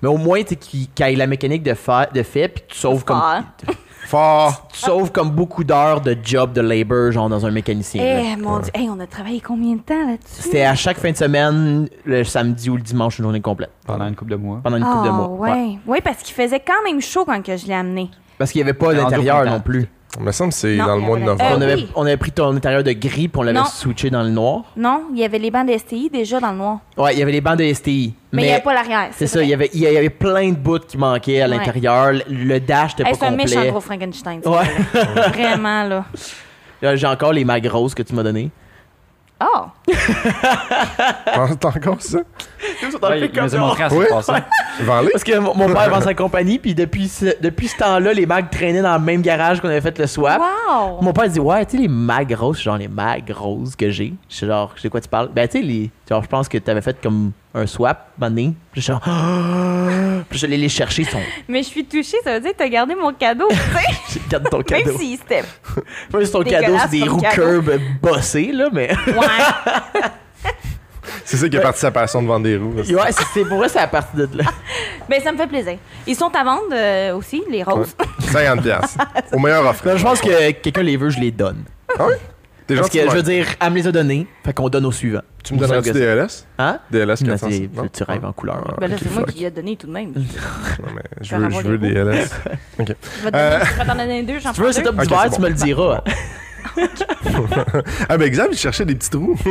S2: Mais au moins, tu sais, qu'il qu'il y ait la mécanique de, fa- de fait, puis tu sauves comme, ah,
S5: Fort.
S4: là. Fort!
S2: tu sauves comme beaucoup d'heures de job, de labor, genre dans un mécanicien.
S5: Eh
S2: là.
S5: mon dieu, Hey, on a travaillé combien de temps là-dessus?
S2: C'était à chaque fin de semaine, le samedi ou le dimanche, une journée complète.
S3: Pendant une couple de mois.
S2: Pendant une couple de
S5: Ah,
S2: mois.
S5: ouais.
S2: Ouais.
S5: ouais. parce qu'il faisait quand même chaud quand que je l'ai amené.
S2: Parce qu'il n'y avait pas
S3: Rendu au
S2: d'intérieur
S3: printemps.
S2: non plus.
S4: Il me semble que c'est
S5: Non,
S4: dans le
S5: il
S4: mois de
S5: y avait la-
S4: novembre.
S2: on,
S5: Euh,
S2: avait,
S5: oui.
S2: on avait pris ton intérieur de gris puis on l'avait
S5: Non.
S2: switché dans le noir.
S5: Non, il y avait les bancs de STI déjà dans le noir.
S2: Ouais, il y avait les bancs de STI.
S5: Mais il n'y avait pas l'arrière.
S2: C'est ça,
S5: vrai.
S2: il y, avait, il y avait plein de bouts qui manquaient à
S5: Ouais.
S2: l'intérieur. Le- Le dash n'était
S5: Hey, C'est
S2: pas
S5: un méchant
S2: complet.
S5: gros Frankenstein. ça.
S2: Ouais.
S5: Vraiment, là.
S2: Là, J'ai encore les magrosses que tu m'as données.
S5: Oh!
S4: T'as encore ça?
S3: Ouais, il nous a montré à
S4: Oui.
S3: ce passé.
S4: Vends-les?
S2: Parce que mon, mon père vend sa compagnie, puis depuis ce, depuis ce temps-là, les mags traînaient dans le même garage qu'on avait fait le swap.
S5: Wow!
S2: Mon père dit Ouais, tu sais, les magrosses, genre les magrosses que j'ai. Je suis genre, je sais quoi tu parles. Ben, tu sais, les. Genre, je pense que t'avais fait comme un swap, mané. Puis je suis genre, Ah! Puis je l'ai les chercher, ils sont.
S5: Mais je suis touchée, ça veut dire que t'as gardé mon cadeau, tu sais,
S2: J'ai Garde ton cadeau.
S5: même si c'était.
S2: Pas juste ton
S5: Dégueulasse
S2: cadeau, c'est des
S5: ton
S2: roues
S5: cadeau.
S2: curb bossées, là, mais.
S5: Ouais!
S4: C'est ça qui est parti sa passion de vendre des roues. là.
S2: ouais, c'est c'est pour vrai, c'est à partir de là.
S5: Ben, ça me fait plaisir. Ils sont à vendre euh, aussi, les roses.
S4: 50 piastres. Au meilleur offre.
S2: Non, je pense que quelqu'un les veut, je les donne.
S4: Ah oui? T'es
S2: Parce
S4: gentil.
S2: que, je
S4: ouais.
S2: veux dire, elle me les a donnés, fait qu'on donne au suivant.
S4: Tu me donneras-tu
S2: Simple que
S4: des LS?
S2: ça. Hein?
S4: Des LS
S2: Non,
S4: 400?
S2: c'est-
S4: Non?
S2: tu rêves en couleur. hein.
S5: Ben là, c'est moi qui l'ai donné tout de même.
S4: Non, mais je
S5: Faire
S4: veux, je
S5: avoir
S4: veux
S5: des
S4: des LS.
S5: Je vais te donner- je vais t'en donner deux, j'en
S2: Euh, Tu veux
S5: prends
S2: un setup
S5: deux.
S4: Ok,
S2: d'hiver,
S4: c'est
S2: tu
S4: bon.
S2: me le diras.
S4: Ah, ben, Xav, il cherchait des petits trous.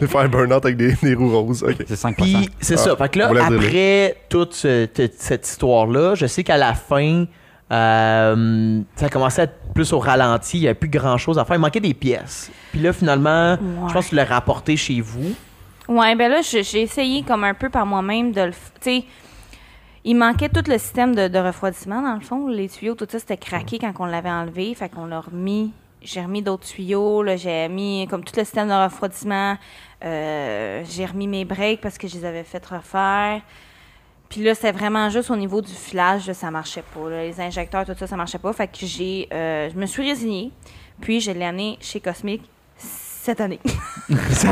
S4: De faire un burn-out avec des, des roues roses. OK.
S3: C'est 5
S2: Puis c'est
S4: Ah,
S2: ça. Fait que là,
S4: on voulait dire
S2: après toute ce- t- cette histoire-là, je sais qu'à la fin, euh, ça commençait à être plus au ralenti. Il n'y avait plus grand-chose à faire. Il manquait des pièces. Puis là, finalement,
S5: Ouais.
S2: je pense que tu l'as rapporté chez vous.
S5: Ouais, ben là, je- j'ai essayé comme un peu par moi-même de le. f- Tu sais, il manquait tout le système de, de refroidissement, dans le fond. Les tuyaux, tout ça, c'était craqué quand on l'avait enlevé. Fait qu'on l'a remis. J'ai remis d'autres tuyaux, là, j'ai mis comme tout le système de refroidissement. Euh, j'ai remis mes breaks parce que je les avais fait refaire. Puis là, c'est vraiment juste au niveau du filage, là, ça marchait pas. là. Les injecteurs, tout ça, ça marchait pas. Fait que j'ai, euh, je me suis résignée. Puis je l'ai amené chez Cosmic cette année.
S4: Oh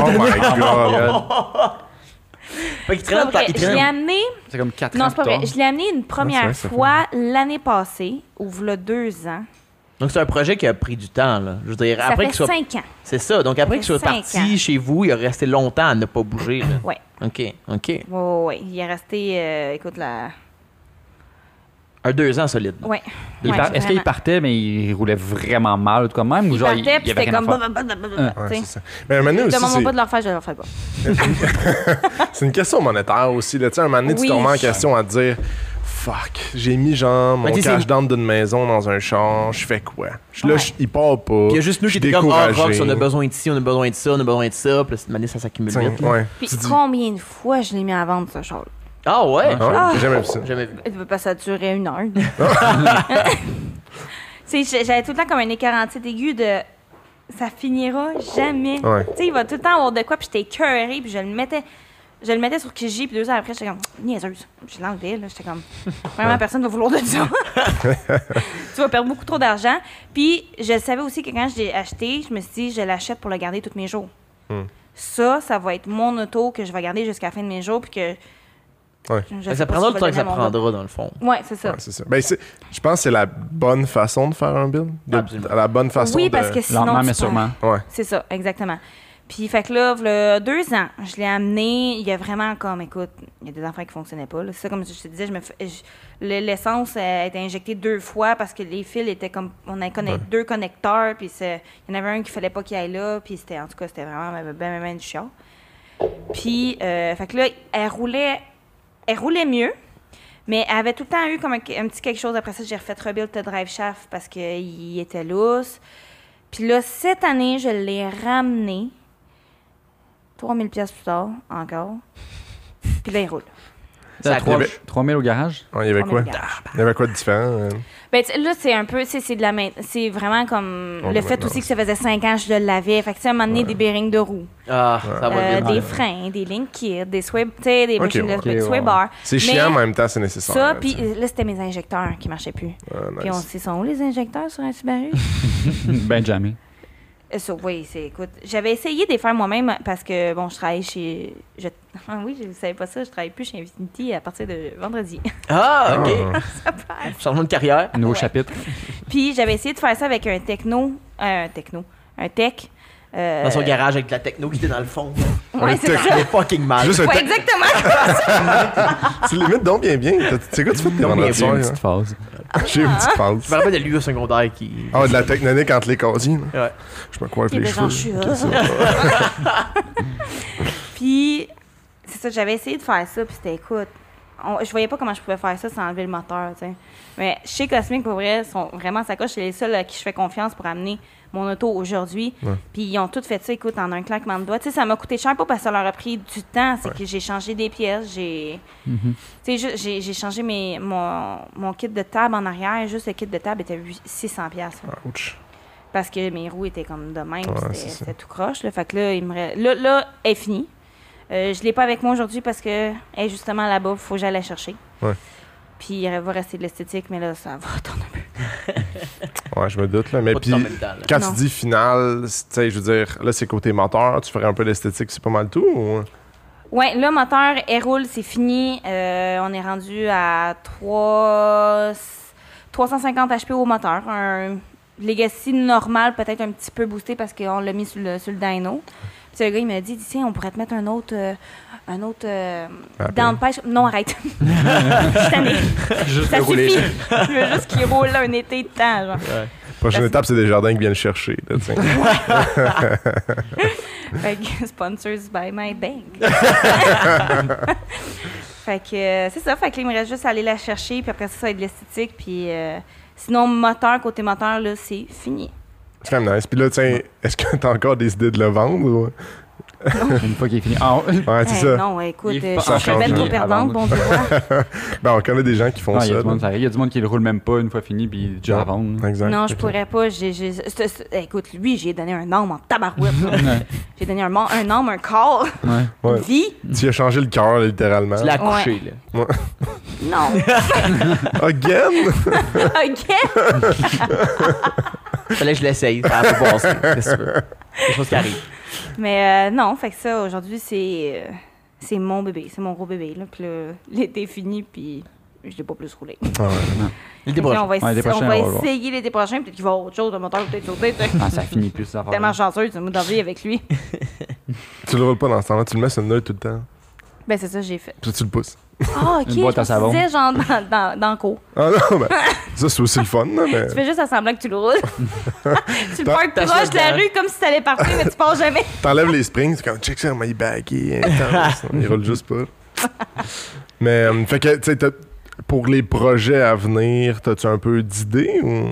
S4: my god.
S2: Fait qu'il
S5: C'est pas
S2: traîne dans-
S5: vrai.
S2: il
S5: Je l'ai
S2: traîne-
S5: amené.
S3: C'est comme 4 ans
S5: Non, c'est pas
S3: plus
S5: vrai.
S3: tard.
S5: Je l'ai amené une
S4: vrai
S5: première
S4: que ça fait
S5: fois l'année passée, ou v'là deux ans.
S2: Donc, c'est un projet qui a pris du temps, là. Je veux dire,
S5: Ça
S2: après
S5: fait
S2: qu'il soit.
S5: cinq ans.
S2: C'est ça. Donc, après
S5: fait
S2: qu'il soit
S5: cinq ans.
S2: parti chez vous, il a resté longtemps à ne pas bouger, là.
S5: Ouais.
S2: OK, OK.
S5: Ouais, ouais, ouais. Il est resté, euh, écoute, là.
S2: Un deux ans solide.
S5: Ouais.
S3: Il
S5: Ouais,
S3: par- Est-ce qu'il
S5: vraiment.
S3: partait, mais il roulait vraiment mal quand même? ou
S5: Il
S3: genre,
S5: partait, puis
S3: avait
S5: c'était
S3: rien à
S5: comme. bah,
S3: faire?
S5: blablabla,
S4: Ouais,
S5: tu
S4: c'est
S5: sais.
S4: ça. Mais maintenant aussi,
S5: Demande-moi pas de
S4: c'est-
S5: leur faire, je leur ferai pas.
S4: c'est une question monétaire aussi. Là. Tu sais, un moment donné, tu
S5: Oui.
S4: te remets en question à te dire Fuck, j'ai mis genre mon
S2: Mais tu sais,
S4: cash
S2: c'est-
S4: down d'une maison dans un champ, je fais quoi Je- Là,
S5: Ouais.
S4: je- il part
S2: Puis
S4: pas.
S2: il y a juste nous qui
S4: Je suis
S2: étaient comme, ah,
S4: découragé.
S2: Rox, on a besoin de ci, on a besoin de ça, on a besoin de ça. Puis là, cette manière, ça s'accumule
S4: Tiens,
S2: vite. là.
S4: ouais.
S5: Puis
S4: Tu dis-
S5: combien de fois je l'ai mis à vendre, ce char
S2: Ah ouais?
S4: Ah ouais,
S5: Ah.
S4: j'ai jamais vu ça.
S2: Jamais vu.
S5: Euh, Parce que ça durait une heure. Tu sais, j'ai- j'avais tout le temps comme un écarantite aigu de ça finira jamais.
S4: Ouais.
S5: Tu sais, il va tout le temps avoir de quoi, puis j'étais écœurée, puis je le mettais. Je le mettais sur Kijiji, puis deux heures après, j'étais comme, niaiseuse. Je l'enlevais, là. J'étais comme, vraiment, personne va vouloir de ça. tu vas perdre beaucoup trop d'argent. Puis, je savais aussi que quand je l'ai acheté, je me suis dit, je l'achète pour le garder tous mes jours.
S4: Hmm.
S5: Ça, ça va être mon auto que je vais garder jusqu'à la fin de mes jours, puis que.
S4: Ouais.
S5: je- je
S2: Mais
S5: sais
S2: Ben, ça
S5: pas
S2: prendra
S5: si
S2: le
S5: je
S2: temps
S5: vais
S2: que ça
S5: donner à mon gars.
S2: prendra, dans le fond.
S5: Ouais, c'est ça.
S4: Ouais, c'est ça. Ben, c'est- je pense que c'est la bonne façon de faire un build. De-
S2: Absolument.
S4: à la bonne façon
S5: oui,
S4: de.
S5: parce que bah, sinon.
S3: Lentement,
S5: tu
S3: mais
S5: perds.
S3: sûrement.
S4: Ouais.
S5: C'est ça, exactement. Puis, fait que là, v'là deux ans, je l'ai amené. Il y a vraiment comme, écoute, il y a des enfants qui fonctionnaient pas. là. C'est ça, comme je te disais, je me fais- je- le- l'essence euh, a été injectée deux fois parce que les fils étaient comme, on a conne- deux connecteurs, puis c'est- il y en avait un qui fallait pas qu'il aille là, puis c'était, en tout cas, c'était vraiment ben, ben, ben, ben, du chiant. Puis, euh, fait que là, elle roulait, elle roulait mieux, mais elle avait tout le temps eu comme un, un petit quelque chose. Après ça, j'ai refait rebuild le drive shaft parce qu'il était lousse. Puis là, cette année, je l'ai ramené. 3000 pièces plus tard, encore. Puis là, il roule.
S2: Ça
S3: Trois-
S2: accroche.
S3: 3000 au garage?
S4: Ouais, il y avait
S5: 3000
S4: quoi
S5: piastres.
S4: Il y avait quoi de différent euh?
S5: Ben, tu sais, là, c'est un peu, tu sais, c'est de la main- C'est vraiment comme
S4: Oh,
S5: le
S4: la
S5: fait
S4: maintenance.
S5: aussi que ça faisait 5 ans que je le lavais. Fait que, tu sais, à un moment donné, des bearings de roue,
S2: Ah, ça
S5: euh,
S2: va
S5: des
S2: bien.
S5: freins, des link kits, des sway, tu sais, des
S4: Ok,
S5: machines
S4: ouais.
S5: de-
S4: Ok,
S5: des sway
S3: ouais.
S5: bars.
S4: C'est
S5: Mais
S4: chiant, mais en même temps, c'est nécessaire.
S5: Ça,
S4: là,
S5: puis
S4: tu sais.
S5: là, c'était mes injecteurs qui marchaient plus.
S4: Ouais, nice.
S5: Puis on sait, sont où les injecteurs sur un Subaru?
S3: Benjamin.
S5: Euh, ça, oui, c'est, écoute, j'avais essayé de les faire moi-même parce que, bon, je travaille chez... Je, ah oui, je ne savais pas ça, je travaille plus chez Infinity à partir de vendredi.
S2: Ah, OK. Changement de carrière.
S3: Nouveau
S5: Ouais.
S3: chapitre.
S5: Puis j'avais essayé de faire ça avec un techno, un techno, un tech. euh,
S2: Dans son garage avec de la techno qui était dans le fond.
S5: Ouais, c'est ça.
S2: C'est fucking mal.
S4: Euh. Juste un
S5: Ouais,
S4: tech-
S5: exactement.
S4: Tu limites donc bien bien. T'as- Tu sais quoi, tu fais de tes
S2: Donc bien
S4: vendredis
S2: bien,
S4: soirs,
S3: Une
S4: hein?
S3: petite phase.
S4: J'ai une
S5: Ah.
S4: petite
S2: Je me
S4: pause.
S2: rappelle de lui au secondaire qui.
S4: Ah, de la technique entre les casiers. là.
S2: Ouais.
S4: Je me coiffe
S5: Puis
S4: les
S5: là,
S4: cheveux.
S5: genre, je suis heureuse. hein. Puis c'est ça, j'avais essayé de faire ça, puis c'était, écoute, on- je voyais pas comment je pouvais faire ça sans enlever le moteur, tu sais. Mais chez Cosmic, pour vrai, sont vraiment sacoches. C'est les seuls à qui je fais confiance pour amener mon auto aujourd'hui. Puis ils ont tout fait ça, écoute, en un claquement de doigts. Tu sais, ça m'a coûté cher, pas parce que ça leur a pris du temps, c'est que j'ai changé des pièces, j'ai...
S3: Mhm.
S5: Tu sais, ju- j'ai- j'ai changé mes, mon, mon kit de table en arrière. Juste le kit de table était 800 600 pièces.
S4: Ah, Ouch.
S5: Parce que mes roues étaient comme de même, puis
S4: c'est
S5: c'était
S4: ça.
S5: c'était tout croche. Là. Fait que là, il me... re- là, là, elle est finie. Euh, je l'ai pas avec moi aujourd'hui parce que elle est justement là-bas, faut que j'aille la chercher.
S4: Ouais.
S5: Puis il va rester de l'esthétique, mais là, ça va attendre un peu.
S4: Ouais, je me doute, là. Mais
S2: Pas tout
S4: puis, Ah.
S2: en même temps, là.
S4: quand
S5: Non.
S4: tu dis final, c'est- tu sais, je veux dire, là, c'est côté moteur, tu ferais un peu d'esthétique, c'est pas mal tout. hein? ou-
S5: Ouais, là, moteur, elle roule, c'est fini. Euh, on est rendu à 3... 350 HP au moteur. Un Legacy normal, peut-être un petit peu boosté parce qu'on l'a mis sur le, sur le dyno. Puis le gars, il m'a dit, tiens, on pourrait te mettre un autre... euh, un autre euh,
S4: Rappel.
S5: dent de pêche. Non, arrête. Je suis tannée. Ça suffit. Je veux juste qu'il roule un été de temps. genre.
S4: Prochaine
S5: Parce-
S4: étape, c'est des jardins qui viennent le chercher. là, tu sais.
S5: Fait que, sponsors by my bank. fait que euh, c'est ça. Fait que là, il me reste juste à aller la chercher, puis après ça, ça va être de l'esthétique. Puis euh, sinon, moteur, côté moteur, là, c'est fini.
S4: C'est quand même nice. Puis là, tiens, est-ce que t'as encore des idées de le vendre? ou-
S3: Une fois qu'il est fini. Ah, oh.
S4: Ouais, c'est
S5: Hey,
S4: ça.
S5: Non, ouais, écoute,
S3: Il est
S5: euh,
S3: pas-
S5: je suis
S3: ça
S5: belle
S3: change,
S5: trop
S3: hein,
S5: perdante,
S3: avant.
S5: bon Dieu.
S4: Ben, on connaît des gens qui font
S3: Non, il y a
S4: ça.
S3: du monde, ça arrive. Il y a du monde qui le roule même pas une fois fini, puis il est déjà à vendre.
S4: là. Exact.
S5: Non, je pourrais pas. J'ai- j'ai- c'est- c'est- Écoute, lui, j'ai donné un homme en tabarouette. là.
S3: Ouais.
S5: J'ai donné un, mon- un homme, un corps,
S3: Ouais.
S5: une
S4: Ouais.
S5: vie.
S4: Tu as changé le cœur, là, littéralement.
S2: Tu l'as couché, là.
S5: Non,
S4: Again?
S5: ok.
S2: Fallait que je l'essaye. Ça a pas passé. Qu'est-ce que tu veux? Des choses qui arrivent.
S5: Mais euh, non, fait que ça, aujourd'hui, c'est euh, c'est mon bébé, c'est mon gros bébé. Là. Puis là, l'été est fini, puis je l'ai pas plus roulé.
S4: Ah
S2: L'été
S5: Fait que là, on
S2: prochain.
S5: va, essa-
S3: Ouais, l'été
S5: on
S3: prochain,
S5: va
S3: on va le voir.
S5: essayer l'été prochain, peut-être qu'il va y avoir autre chose, un moteur peut-être sauter. tu sais.
S3: Ah, ça finit plus, ça.
S5: Tellement chanceux, tu m'as d'envie avec lui.
S4: tu le roules pas dans ce temps-là, tu le mets sur le nœud tout le temps.
S5: Ben, c'est ça que j'ai fait.
S4: Puis tu le pousses.
S5: Ah, ok.
S3: Une boîte à
S5: je me
S3: savon.
S5: disais, genre, dans, dans, dans le cours.
S4: Ah non, ben, ça c'est aussi le fun, là,
S3: Euh.
S4: mais.
S5: Tu fais juste à semblant que tu le roules. tu le
S4: T'as-
S5: parques
S2: t'as
S5: proche
S2: ça
S5: de la
S3: hein.
S2: dedans.
S5: rue comme si t'allais partir, mais tu pars jamais.
S4: T'enlèves les springs, c'est comme check ça, my baggy, hein, intense. Il roule juste pas. Mais, euh, fait que, tu sais, t'as- pour les projets à venir, t'as-tu un peu d'idées ou.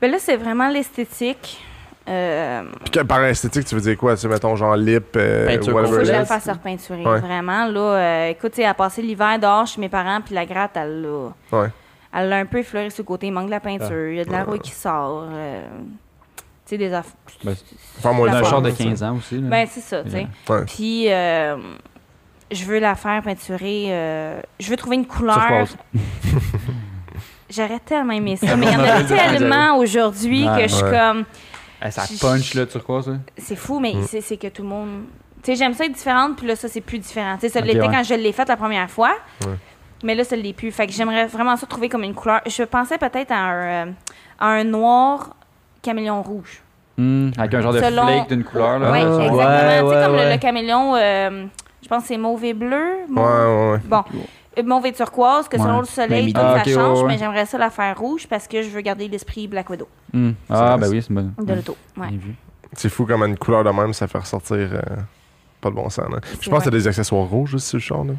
S5: Ben là, c'est vraiment l'esthétique. Euh,
S4: Puis que par esthétique, tu veux dire quoi? Tu sais, mettons genre lip, euh,
S2: Peinture
S5: faut que je
S4: whatever.
S5: la
S2: Overlay,
S5: fasse repeinturer.
S4: Ouais.
S5: Vraiment, là, euh, écoute, tu sais, elle a passé l'hiver dehors chez mes parents, puis la gratte, elle l'a.
S4: Ouais.
S5: Elle l'a un peu effleurée sur le côté, il manque de la peinture, il y a de la rouille qui sort. euh, tu sais, des affaires.
S3: Ben,
S4: Faire moi
S5: la
S3: un
S5: forme,
S3: char de
S4: tu sais.
S3: 15 ans aussi. là.
S5: Ben, c'est ça, tu sais.
S3: Mm. Ouais.
S4: Ouais.
S5: Puis, euh, je veux la faire peinturer. euh, je veux trouver une couleur.
S3: Turquoise.
S5: J'aurais tellement aimé ça, mais il y en a tellement aujourd'hui que je suis
S4: Ouais.
S5: comme.
S3: Eh, Ça punch, là, turquoise. là.
S5: C'est fou, mais c'est c'est que tout le monde. Tu sais, j'aime ça être différente, puis là, ça, c'est plus différent. Tu sais, ça
S3: Ok,
S5: l'était
S3: ouais.
S5: quand je l'ai faite la première fois, mais là, ça l'est plus. Fait que j'aimerais vraiment ça trouver comme une couleur. Je pensais peut-être à, un, euh, à un noir caméléon rouge.
S3: Hum, Avec un genre de
S5: Selon-
S3: flake d'une couleur. là.
S5: Oui,
S3: Ça,
S5: exactement.
S2: Ouais,
S5: tu sais,
S2: ouais,
S5: comme le- le,
S2: ouais.
S5: caméléon, euh, je pense que c'est mauve et bleu.
S4: Ouais,
S5: mauve-
S4: ouais, ouais.
S5: Bon, euh, mauvais turquoise, que selon
S3: Ouais.
S5: le soleil,
S2: Mais
S5: tout
S3: ah,
S5: ça
S3: ok, ouais,
S5: change,
S3: ouais.
S5: mais j'aimerais ça la faire rouge parce que je veux garder l'esprit Black Widow
S3: Hum. Ah, ben oui, c'est une bonne.
S5: de l'auto. Ouais.
S3: Bien vu.
S4: C'est fou comme une couleur de même, ça fait ressortir euh, pas le bon sens. là. Puis Je pense
S5: vrai.
S4: que t'as des accessoires rouges aussi sur le char. Là.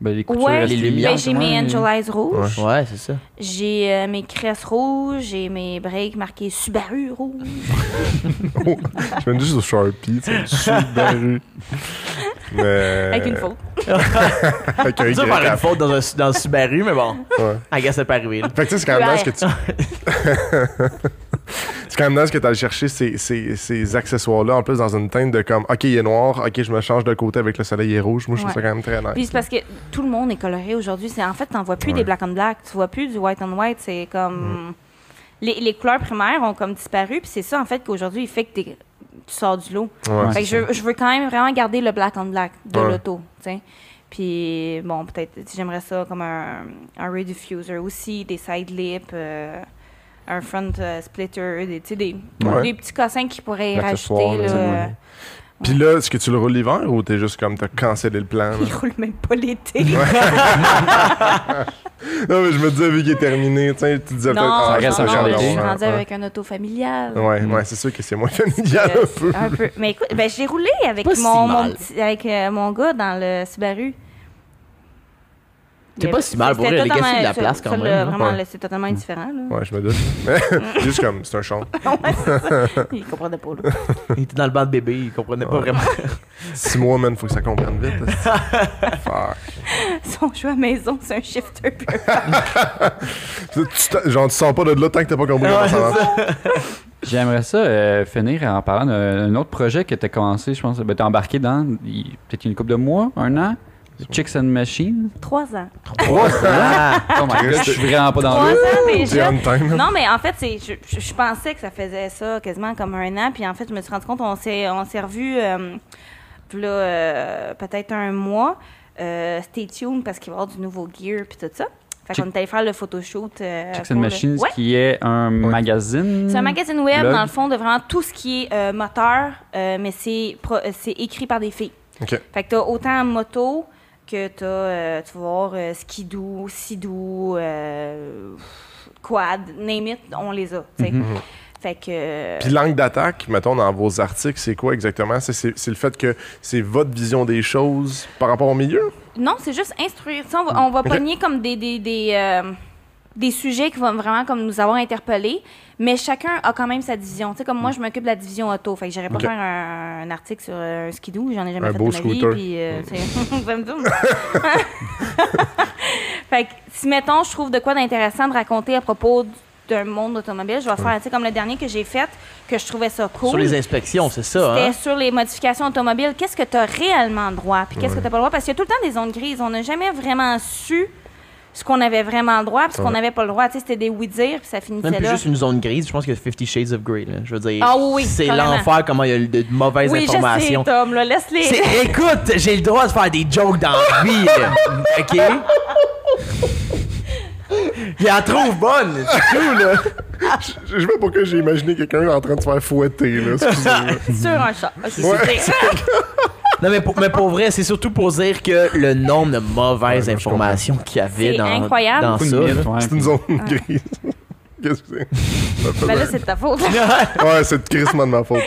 S3: Ben, les coutures,
S5: Ouais,
S3: les
S5: ben,
S3: lumières.
S5: j'ai mes
S3: ouais.
S5: Angel Eyes rouges,
S2: Ouais, c'est ça.
S5: j'ai euh, mes cresses rouges, j'ai mes breaks marqués Subaru rouge.
S4: Oh, je viens juste sur Sharpie, tu sais, Subaru. Mais...
S5: Avec une faute.
S4: Avec
S2: Tu
S4: un
S2: vas
S4: Y
S2: faire
S4: à-
S2: une faute dans un dans un Subaru, mais bon.
S4: Ouais.
S2: I guess ça peut arriver. là.
S4: Fait que tu sais, c'est quand même
S5: Ouais.
S4: nice que tu. c'est quand même nice que t'ailles chercher ces, ces, ces accessoires-là, en plus dans une teinte de comme, ok, il est noir, ok, je me change de côté avec le soleil il est rouge. Moi, je trouve
S5: Ouais.
S4: ça quand même très
S5: Puis
S4: nice.
S5: c'est parce que tout le monde est coloré aujourd'hui. C'est, en fait, t'en vois plus des black on black, tu vois plus du white on white. C'est comme. Les, les couleurs primaires ont comme disparu, puis c'est ça, en fait, qu'aujourd'hui, il fait que t'es- tu sors du lot.
S4: Ouais.
S5: Fait que je, je veux quand même vraiment garder le black on black de
S4: Ouais.
S5: l'auto, tu sais. Puis bon, peut-être j'aimerais ça comme un, un ray diffuser aussi, des side lips, euh, un front euh, splitter, des, tu sais, des,
S4: Ouais.
S5: des petits cossins qui pourraient
S3: L'accessoire,
S5: rajouter.
S3: là,
S5: Là, euh,
S4: Puis là, est-ce que tu le roules l'hiver ou t'es juste comme, t'as cancellé le plan? là?
S5: ils roulent même pas l'été.
S4: non, mais je me disais, vu qu'il est terminé, tu sais, tu disais
S5: non,
S4: peut-être, ah,
S3: reste
S5: non,
S4: ça,
S5: non,
S3: un genre
S4: j'adore,
S5: je suis
S3: d'été.
S4: hein.
S5: rendue avec un auto familial.
S4: Ouais, ouais, c'est sûr que c'est moins familial
S5: Euh,
S4: un peu.
S5: un peu. Mais écoute, ben, j'ai roulé avec,
S2: Pas si
S5: mon, mon
S2: mal.
S5: petit- avec euh, mon gars dans le Subaru.
S2: T'es
S5: Il y
S2: pas
S5: avait-
S2: si mal, pour
S5: c'était
S2: vrai, les gars,
S5: totalement-
S2: c'est de la
S5: ça-
S2: place quand
S5: ça,
S2: même,
S5: le-
S2: hein.
S5: Vraiment,
S4: Ouais.
S5: là, c'est totalement indifférent. là.
S4: Ouais, je me doute. juste comme, c'est un champ.
S5: Il comprenait pas. là.
S2: Il était dans le banc de bébé, il comprenait pas
S4: Ouais.
S2: vraiment.
S5: Ah,
S4: Six mois, man, faut que ça comprenne vite. esti. Fuck.
S5: Son jeu à maison, c'est un shifter. puis un-
S4: Tu- tu t'en- genre, tu sors pas de là tant que t'as pas compris comment
S2: Ouais,
S4: ça marche.
S3: J'aimerais ça euh, finir en parlant d'un d'un autre projet que tu as commencé, je pense, ben, tu embarqué dans il- peut-être une couple de mois, un an. Chicks and Machines.
S5: Trois ans.
S3: Trois ans! Oh my god, je suis vraiment pas dans
S5: Trois
S3: l'eau.
S5: ans
S4: T'es
S5: déjà.
S4: on time.
S5: Non, mais en fait, c'est, je, je- je pensais que ça faisait ça quasiment comme un an. Puis en fait, je me suis rendu compte, on s'est, on s'est revus, euh, v'là, euh, peut-être un mois. Euh, stay tuned parce qu'il va y avoir du nouveau gear puis tout ça. Fait
S3: Chick-
S5: qu'on est allé faire le photoshoot. euh,
S3: Chicks
S5: pour
S3: and
S5: le-
S3: Machines,
S5: Ouais.
S3: qui est un magazine.
S5: C'est un magazine web,
S3: Mm. Blog.
S5: dans le fond, de vraiment tout ce qui est euh, moteur, euh, mais c'est, pro- euh, c'est écrit par des filles.
S4: Ok.
S5: Fait que t'as autant moto que t'as, euh, tu vas voir, euh, skidoo, sidoo, euh, quad, name it, on les a, tu sais. Fait que... euh,
S4: Puis l'angle d'attaque, mettons, dans vos articles, c'est quoi exactement? C'est- C'est c'est le fait que c'est votre vision des choses par rapport au milieu?
S5: non, c'est juste instruire. Tu sais, on va, on va
S4: Ok.
S5: pogner comme des... des, des euh, des sujets qui vont vraiment comme nous avoir interpellés, mais chacun a quand même sa division. Tu sais, comme moi, je m'occupe de la division auto. Fait que j'irai pas
S1: Mm. Ok.
S5: faire un, un article sur euh, un skidoo, j'en ai jamais
S1: Un
S5: fait
S1: beau
S5: de ma vie.
S1: scooter. Mm.
S5: Puis, euh, tu sais, vous allez me dire, fait que si, mettons, je trouve de quoi d'intéressant de raconter à propos d'un monde automobile,
S1: Mm.
S5: je vais faire, tu sais, comme le dernier que j'ai fait, que je trouvais ça cool.
S2: Sur les inspections, c'est ça, hein?
S5: C'était sur les modifications automobiles. Qu'est-ce que tu as réellement le droit? Puis qu'est-ce que tu pas le droit? Parce qu'il y a tout le temps des zones grises. On n'a jamais vraiment su ce qu'on avait vraiment le droit puis ce qu'on n'avait pas le droit. Tu sais, c'était des oui-dire, puis ça finissait
S2: Même plus
S5: là.
S2: juste une zone grise, je pense que 50 Shades of Grey, là. Je veux dire,
S5: Ah oui, oui,
S2: c'est
S5: carrément.
S2: l'enfer comment il y a eu de mauvaises
S5: oui, je sais,
S2: informations.
S5: Tom, là, laisse-les.
S2: C'est- Écoute, j'ai le droit de faire des jokes dans la vie, là. OK? Il en trouve bonne, c'est cool, là.
S4: Je sais pas pourquoi j'ai imaginé quelqu'un en train de se faire fouetter, là. Excusez-moi.
S5: Ah, Sur un chat. Ok, c'est ça.
S2: Non, mais pour, mais pour vrai, c'est surtout pour dire que le nombre de mauvaises
S4: Ouais, je comprends.
S2: informations qu'il y avait
S5: C'est
S2: dans,
S5: incroyable.
S2: dans
S3: Beaucoup de
S2: ça. là.
S3: mythes, ouais,
S4: C'est
S3: puis-
S4: une zone grise. Qu'est-ce que c'est? Ça fait
S5: Ben là,
S4: mal.
S5: c'est de ta faute.
S4: Ouais, c'est crissement de ma faute.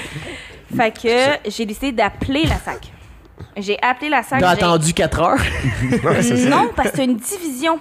S5: fait que j'ai décidé d'appeler la SAC. J'ai appelé la SAC.
S2: T'as
S5: j'ai-
S2: attendu 4 heures.
S5: Non, parce que c'est une division.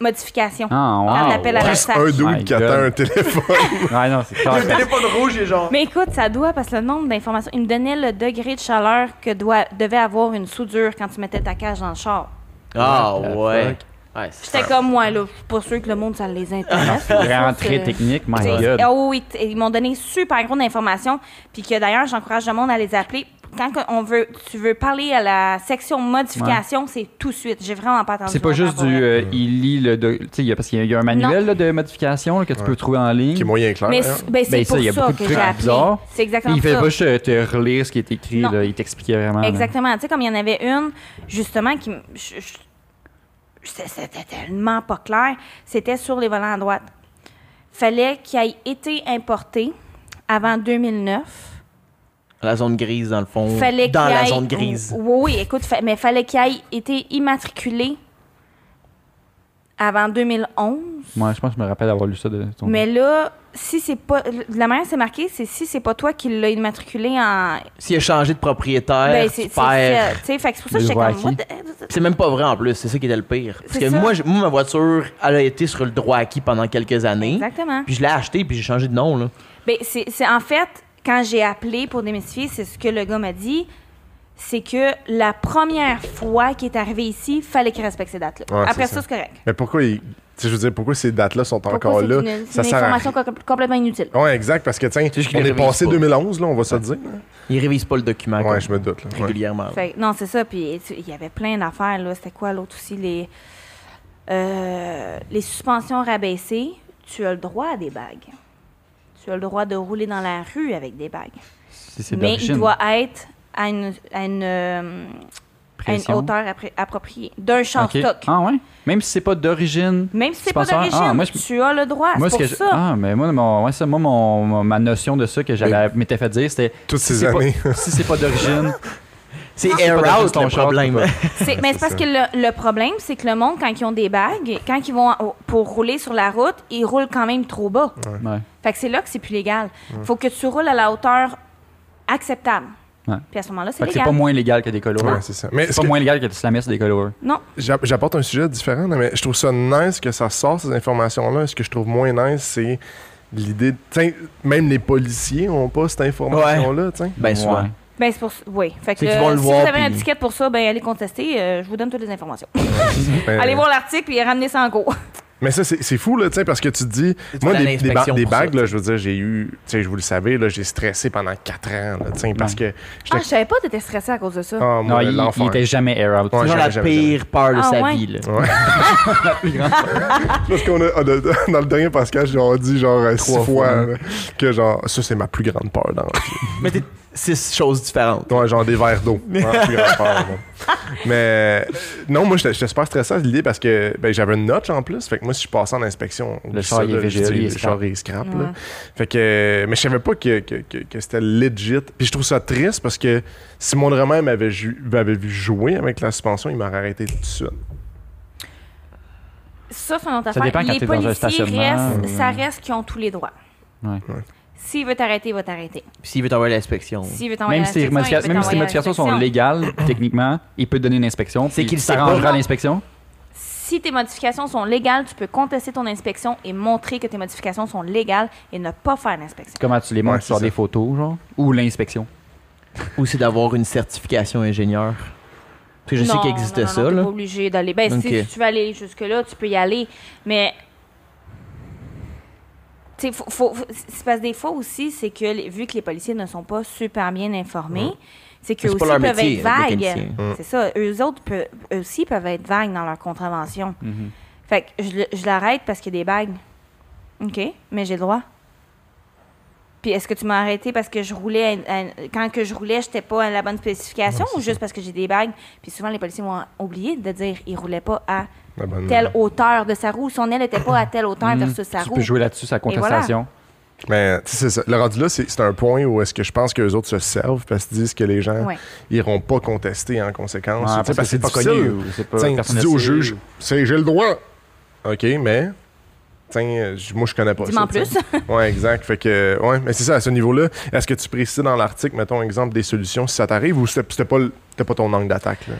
S5: Modification.
S3: Ah, wow.
S5: Quand on appelle à la
S4: Juste
S5: SAC.
S4: un
S3: My
S4: dude qui
S3: God.
S4: attend un téléphone.
S3: Ouais, non, c'est clair.
S2: téléphone rouge et genre.
S5: Mais écoute, ça doit, parce que le nombre d'informations, il me donnait le degré de chaleur que doit, devait avoir une soudure quand tu mettais ta cage dans le char.
S2: Ah
S3: What the
S2: ouais.
S3: fuck?
S2: Ouais, c'est
S5: J'étais comme moi, là, je suis pas sûre que le monde, ça les intéresse.
S3: Vraiment très technique, my God.
S5: Oh oui, t- ils m'ont donné super gros d'informations, puis que d'ailleurs, j'encourage le monde à les appeler. Quand que on veut, tu veux parler à la section modification, c'est tout de suite. J'ai vraiment pas attendu.
S3: C'est pas juste
S5: longtemps pour
S3: du.
S5: vrai.
S3: euh, il lit le. doc- Tu sais, il y a- parce qu'il y a- il y a un manuel là, de modification là, que tu peux trouver en ligne.
S4: Qui est moyen clair.
S5: Mais
S4: hein.
S5: c'est- ben, c'est
S3: Ben, ça,
S5: pour
S3: il y a
S5: ça,
S3: beaucoup de
S5: que
S3: trucs
S5: j'ai appelé.
S3: bizarres.
S5: C'est exactement
S3: il fait
S5: ça.
S3: pas juste euh, te relire ce qui est écrit,
S5: Non.
S3: là, il t'expliquait vraiment.
S2: Ah, ben.
S3: là.
S5: Exactement. Tu sais, comme il y en avait une, justement, qui. m- je- je- c'est- C'était tellement pas clair. C'était sur les volants à droite. Fallait qu'il ait été importé avant 2009.
S2: La zone grise, dans le fond.
S5: Fallait
S2: Oh. dans
S5: qu'il
S2: la
S5: ait-
S2: zone grise.
S5: Oui, oui, écoute, fa- mais fallait qu'il ait été immatriculé avant 2011.
S3: Moi, je pense que je me rappelle avoir lu ça de
S2: Oh.
S3: ton.
S5: Mais là, si c'est pas. La manière que c'est marqué, c'est si c'est pas toi qui l'as immatriculé en.
S2: S'il a changé de propriétaire,
S5: Ben,
S2: Euh, tu
S5: c'est. c'est-
S2: perds.
S5: c'est- Tu sais, fait que c'est pour ça que
S3: Le
S5: j'étais
S3: droit
S5: comme.
S3: acquis.
S5: what the-
S2: C'est même pas vrai en plus, c'est ça qui était le pire. Parce
S5: C'est
S2: que
S5: ça.
S2: moi, j'ai- moi, ma voiture, elle a été sur le droit acquis pendant quelques années.
S5: Exactement.
S2: Puis je l'ai achetée, puis j'ai changé de nom. Là.
S5: Ben, c'est, c'est- en fait, quand j'ai appelé pour démystifier, c'est ce que le gars m'a dit, c'est que la première fois qu'il est arrivé ici, fallait qu'il respecte ces dates-là.
S4: Ouais,
S5: Après
S4: Ah, c'est ça.
S5: ça, c'est correct.
S4: Mais pourquoi ils- tu sais, je veux dire, pourquoi ces dates-là sont
S5: Pourquoi
S4: encore
S5: c'est
S4: là?
S5: une, c'est
S4: ça
S5: une
S4: sert à
S5: information
S4: rien.
S5: com- complètement inutile.
S4: Ouais, exact, parce que tiens,
S2: sais, je
S4: on
S2: les
S4: est
S2: révise
S4: passé
S2: pas.
S4: 2011, là, on va se le dire. là.
S2: Il révise pas le document
S4: Ouais,
S2: comme-
S4: je me doute. là. Ouais.
S2: régulièrement. là.
S5: Fait que- non, c'est ça. Puis tu- il y avait plein d'affaires. Là. C'était quoi l'autre aussi? Les, euh, les suspensions rabaissées, tu as le droit à des bagues. Tu as le droit de rouler dans la rue avec des bagues.
S3: C'est c'est
S5: Mais il
S3: d'origine.
S5: doit être à une, à une, euh, à une
S3: Pression.
S5: hauteur appré- appropriée d'un char
S3: Ok.
S5: stock.
S3: Ah ouais? Même si c'est pas d'origine.
S5: Même si c'est pas
S3: Sponsor.
S5: d'origine,
S3: Ah, moi, je-
S5: tu as le droit.
S3: Moi,
S5: c'est
S3: ce que
S5: pour
S3: je-
S5: ça.
S3: Ah, mais moi, mon, ouais, ça, moi mon, mon- ma notion de ça que j'avais m'était fait dire, c'était.
S4: Toutes
S3: si
S4: ces
S3: c'est pas-
S4: années.
S3: si c'est pas d'origine.
S2: C'est
S4: Ah,
S3: c'est
S2: air
S3: pas d'origine,
S2: out
S3: ton
S2: le
S3: char,
S2: problème.
S3: c'est
S5: C'est- mais c'est parce
S4: ça.
S5: que le, le problème, c'est que le monde, quand ils ont des bagues, quand ils vont en- pour rouler sur la route, ils roulent quand même trop bas.
S3: Ouais.
S5: Fait que c'est là que c'est plus légal. Faut que tu roules à la hauteur acceptable.
S3: Ouais.
S5: Puis à ce moment-là, c'est
S3: Fait que c'est
S5: légal.
S3: pas moins légal que des colorés.
S4: Ouais, c'est ça. Mais
S3: C'est
S4: ce
S3: pas
S4: que-
S3: moins légal que de se la mettre sur des colorés.
S5: Non,
S4: J'app- J'apporte un sujet différent, là, mais je trouve ça nice que ça sort ces informations-là. Ce que je trouve moins nice, c'est l'idée. de- tiens, Même les policiers ont pas cette information-là. tiens.
S2: Ben, souvent.
S3: Ouais.
S5: ben c'est pour ça. Oui. Fait que euh,
S2: C'est qu'ils vont le
S5: si
S2: voir,
S5: vous avez un
S2: puis-
S5: ticket pour ça, ben allez contester. euh, je vous donne toutes les informations.
S4: Ben,
S5: allez voir l'article et ramenez ça en cours.
S4: Mais ça, c'est c'est fou, là, tu sais, parce que tu te dis.
S2: Tu
S4: Moi,
S2: vas à
S4: des, des, ba-
S2: l'inspection
S4: des
S2: pour ça,
S4: bagues,
S2: tu
S4: là,
S2: sais.
S4: je veux dire, j'ai eu. Tu sais, je vous le savez, là, j'ai stressé pendant 4 ans, là, tu sais,
S2: Mm.
S4: parce que.
S5: Ah,
S4: j'étais-
S5: je savais pas que t'étais stressé à cause de ça.
S4: Ah,
S3: Non,
S4: moi,
S3: il,
S4: l'enfer.
S3: il était jamais air out.
S4: Ouais,
S2: C'est genre
S4: jamais,
S2: la
S4: jamais,
S2: pire peur de
S5: Ah,
S2: sa
S5: ouais.
S2: vie. Là.
S4: Parce qu'on a, on a- dans le dernier Pascal, on a dit genre euh, six
S2: Trois
S4: fois,
S2: fois, hein.
S4: là, que genre, ça c'est ma plus grande peur dans la vie.
S2: Mais t'es six choses différentes.
S4: Ouais, genre des verres d'eau. Ma plus grande peur, là. Mais euh, non, moi j'étais j'étais super stressé à l'idée parce que ben, j'avais une notch en plus. Fait que moi, si je passais en inspection,
S3: Le
S4: ça,
S3: char, il est
S4: là,
S3: VGL,
S4: je dis,
S3: il est
S4: le
S3: scrap.
S4: char il scrap. là.
S5: Ouais.
S4: Fait que, euh, mais je savais pas que, que, que- que c'était legit. Puis je trouve ça triste parce que si mon drame m'avait ju- m'avait vu jouer avec la suspension, il m'aurait arrêté tout de suite.
S5: Ça, c'est une autre
S3: Ça
S5: affaire.
S3: dépend quand
S5: les
S3: t'es dans un
S5: policiers
S3: stationnement
S5: restent,
S3: ou-
S5: ça reste qu'ils ont tous les droits.
S3: Ouais.
S5: S'il veut t'arrêter, il va t'arrêter.
S2: Puis s'il veut t'envoyer à l'inspection.
S5: S'il veut t'envoyer
S3: Même
S5: à
S3: si, les
S5: l'inspection, il
S3: modifica-
S5: peut
S3: même si les
S5: t'envoyer à
S3: modifications sont
S5: l'inspection.
S3: légales, techniquement, il peut donner une inspection.
S2: C'est
S3: puis
S2: qu'il
S3: ça
S2: sait pas.
S3: arrangera à l'inspection.
S5: Si tes modifications sont légales, tu peux contester ton inspection et montrer que tes modifications sont légales et ne pas faire l'inspection.
S3: Comment tu les
S4: Ouais,
S3: montres
S4: c'est
S3: sur
S4: ça.
S3: des photos, genre Ou l'inspection
S2: Ou c'est d'avoir une certification ingénieur. Parce que je sais
S5: Non,
S2: qu'il existait
S5: non, non,
S2: ça,
S5: non, t'es
S2: là.
S5: pas obligé d'aller. Ben, si-
S2: Ok.
S5: si tu veux aller jusque-là, tu peux y aller. Mais. Tu sais, faut, faut, faut- c'est parce que des fois aussi, c'est que les- vu que les policiers ne sont pas super bien informés, c'est qu'eux
S2: C'est
S5: aussi
S2: pas leur
S5: peuvent
S2: métier,
S5: être
S2: euh, de
S5: vagues.
S2: mécanicien.
S3: Mm.
S5: C'est ça. Eux autres peu- eux aussi peuvent être vagues dans leur contravention.
S3: Mm-hmm.
S5: Fait que je, le- je l'arrête parce qu'il y a des bagues. OK, mais j'ai le droit. Puis est-ce que tu m'as arrêté parce que je roulais à une- à une- quand que je roulais, j'étais pas à la bonne spécification ou juste parce que j'ai des bagues Puis souvent les policiers vont oublier de dire il roulait pas à
S4: Ah ben,
S5: telle hauteur de sa roue, son aile était pas à telle hauteur versus sa
S3: Mm-hmm. Hmm. Tu
S5: roue.
S3: peux jouer là-dessus, sa contestation.
S4: Mais tu sais, c'est ça. le rendu là, c'est c'est un point où est-ce que je pense que les autres se servent parce qu'ils disent que les gens
S5: Ouais.
S4: iront pas contester en conséquence.
S3: Ah,
S4: Tu sais, parce que c'est difficile.
S3: ou c'est pas
S4: Tiens, tu
S3: personne
S4: dis au
S3: ne sait.
S4: juge, c'est j'ai le droit. OK, mais tiens, euh, j- moi je connais pas
S5: Dis-moi en
S4: ça,
S5: plus.
S4: t'sais. ouais, exact. Fait que ouais, mais c'est ça à ce niveau-là. Est-ce que tu précises dans l'article mettons exemple des solutions si ça t'arrive ou c'était c'était pas le- c'était pas ton angle d'attaque là?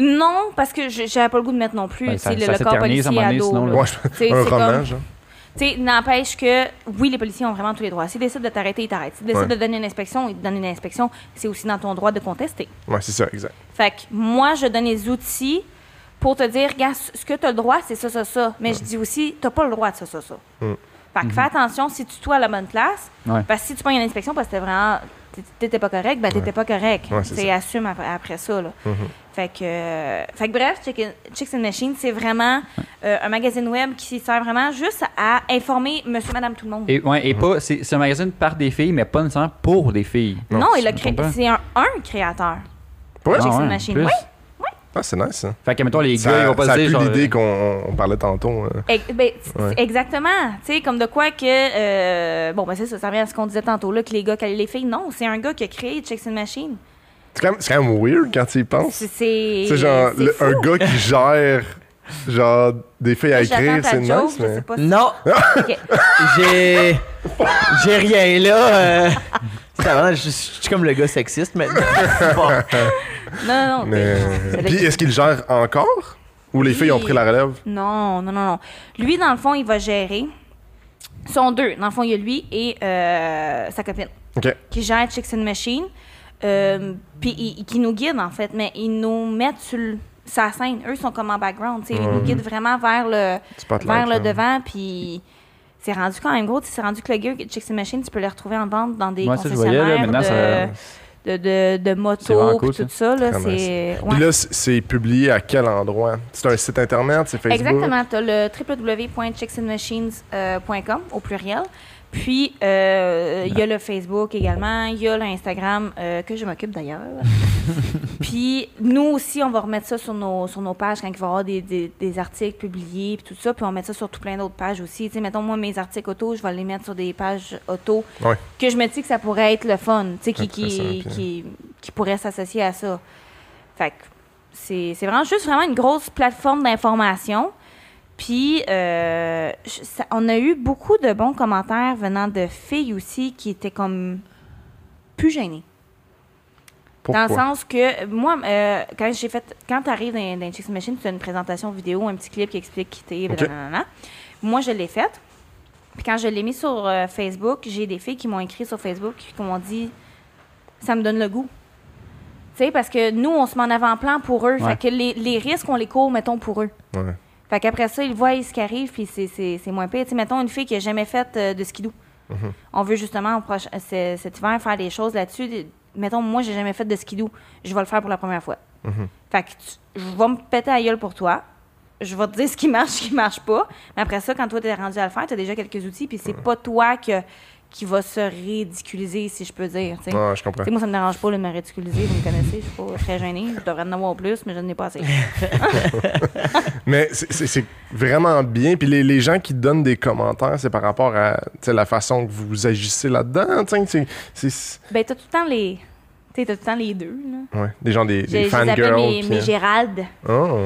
S5: Non, parce que je- j'avais pas le goût de mettre non plus
S3: Ben,
S5: tu
S3: ça-
S5: sais, le,
S3: ça
S5: le corps
S3: s'éternise à un
S5: policier
S3: moment
S5: à
S3: donné,
S5: dos.
S3: sinon,
S5: là.
S3: là.
S4: Ouais, je-
S5: Tu sais,
S4: un
S5: c'est
S4: roman
S5: comme-
S4: genre.
S5: Tu sais, n'empêche que, oui, les policiers ont vraiment tous les droits. S'ils décident de t'arrêter, ils t'arrêtent. S'ils décident
S4: Ouais.
S5: de donner une inspection, ils te donnent une inspection. C'est aussi dans ton droit de contester.
S4: Ouais, c'est ça, exact.
S5: Fait que moi, je donne les outils pour te dire, gars, ce ce que tu as le droit, c'est ça, ça, ça. Mais je dis aussi, tu pas le droit de ça, ça, ça.
S4: Mm.
S5: Fait que fais attention si tu toi à la bonne place.
S3: Mhm. Ouais.
S5: Parce que si tu pognes une inspection parce que t'es vraiment. T'étais pas correct, ben t'étais pas correct.
S4: Ouais, c'est Mm-hmm.
S5: c'est assume ap- après, ça. Là. Fait que. euh, fait que bref, Chick- Chicks and Machines, c'est vraiment euh, un magazine web qui sert vraiment juste à informer monsieur, madame, tout le monde.
S3: Et, ouais, et pas, c'est c'est un magazine par des filles, mais pas nécessairement pour des filles.
S5: non, il a
S3: je
S5: créé-
S3: comprends.
S5: c'est un, un créateur.
S4: Ouais.
S5: Chicks
S3: Ah
S5: and
S3: ouais,
S5: Machines.
S3: plus.
S5: Oui.
S4: Ah, c'est nice ça.
S3: Fait que, mettons, les
S4: Ça,
S3: gars, ils vont pas se
S4: ça a
S3: dire
S4: plus
S3: genre. euh,
S4: l'idée qu'on on- on parlait tantôt. euh.
S5: Ex- ben, c-
S4: Ouais.
S5: Exactement. Tu sais, comme de quoi que. euh, bon, ben, c'est ça, ça revient à ce qu'on disait tantôt, là, que les gars calaient les filles. Non, c'est un gars qui a créé Chicks and Machine.
S4: C'est quand, même- c'est quand même weird quand tu y penses.
S5: C'est. C'est
S4: C'est genre
S5: c'est
S4: le-
S5: fou.
S4: un gars qui gère genre des filles à
S5: J'attends
S4: écrire,
S5: ta
S4: c'est
S5: joke,
S4: nice
S5: je sais
S4: mais
S5: pas si-
S2: Non,
S5: Ok.
S2: j'ai. J'ai rien, là. euh, c'est avant, je je suis comme le gars sexiste maintenant. Bon.
S5: Non, non, non.
S4: Mais-
S5: c'est- c'est-
S4: Puis est-ce qu'il gère encore ou les
S5: Oui.
S4: filles ont pris la relève
S5: Non, non, non, non. Lui, dans le fond, il va gérer. Ils sont deux. Dans le fond, il y a lui et euh, sa copine
S4: OK.
S5: qui gère Chicks and Machine. euh, Puis ils- ils- qui nous guide, en fait. Mais ils nous mettent sur le- sa scène. Eux, ils sont comme en background. tu sais. Ils nous guident vraiment vers le, vers
S4: Spotlight, hein?
S5: le
S4: là.
S5: devant. Puis c'est rendu quand même gros. tu sais, C'est rendu que le gear Chicks and Machine, tu peux les retrouver en vente dans des
S3: Ouais, ça, je voyais,
S5: concessionnaires
S3: là, maintenant,
S5: de, de, de, de
S3: vraiment
S5: motos.
S3: cool,
S5: puis tout ça. là,
S4: Très
S5: c'est... ouais.
S4: Puis là, c- c'est publié à quel endroit? C'est un site internet, c'est Facebook?
S5: Exactement. Tu as le www.checksandmachines.com euh, au pluriel. Puis, euh, il y a le Facebook également. Il y a l'Instagram euh, que je m'occupe d'ailleurs. puis, nous aussi, on va remettre ça sur nos, sur nos pages quand il va y avoir des, des- des articles publiés puis tout ça. Puis, on va mettre ça sur tout plein d'autres pages aussi. Tu sais, mettons, moi, mes articles auto, je vais les mettre sur des pages auto
S4: Ouais.
S5: que je me dis que ça pourrait être le fun, tu sais, qui,
S4: Intéressant,
S5: qui,
S4: puis-
S5: qui, qui pourrait s'associer à ça. Fait que c'est c'est vraiment juste vraiment une grosse plateforme d'information. Puis, euh, je- ça- on a eu beaucoup de bons commentaires venant de filles aussi qui étaient comme plus gênées.
S4: Pourquoi?
S5: Dans le sens que, moi, euh, quand j'ai fait, quand t'arrives dans, dans Chicks Machine, tu as une présentation vidéo, un petit clip qui explique qui t'es, blablabla. Moi, je l'ai faite. Puis quand je l'ai mis sur euh, Facebook, j'ai des filles qui m'ont écrit sur Facebook, qui m'ont dit, ça me donne le goût. Tu sais, parce que nous, on se met en avant-plan pour eux.
S3: Ouais.
S5: Fait que les, les risques, on les court, mettons, pour eux.
S4: Ouais.
S5: Fait qu'après ça, ils voient ce qui arrive, puis c'est- c'est c'est moins pire. Tu sais, mettons une fille qui n'a jamais fait euh, de skidoo. On veut justement, en proche- euh, ce- cet hiver, faire des choses là-dessus. Des- Mettons, moi, j'ai jamais fait de skidoo. Je vais le faire pour la première fois.
S4: Mhm.
S5: Fait que tu- je vais me péter la gueule pour toi. Je vais te dire ce qui marche, ce qui marche pas. Mais après ça, quand toi, t'es rendu à le faire, t'as déjà quelques outils, puis
S4: Mhm.
S5: c'est pas toi que- qui va se ridiculiser, si je peux dire. tu sais.
S4: Ouais, Ah, je comprends.
S5: Tu sais, moi, ça me dérange pas là, de me ridiculiser. Vous me connaissez, je suis pas très gênée. Je devrais en avoir plus, mais je n'en ai pas assez.
S4: Mais c'est- c'est c'est vraiment bien. Puis les, les gens qui donnent des commentaires, c'est par rapport à tu sais, la façon que vous agissez là-dedans. tu sais, c'est- c'est- c'est-
S5: Ben, t'as tout le temps les. Tu sais, t'as tout le temps les deux, là.
S4: Ouais, des gens, des,
S5: Je, je
S4: des
S5: les appelle
S4: fangirls.
S5: mes,
S4: puis,
S5: mes
S4: euh,
S5: Gérald.
S4: Oh,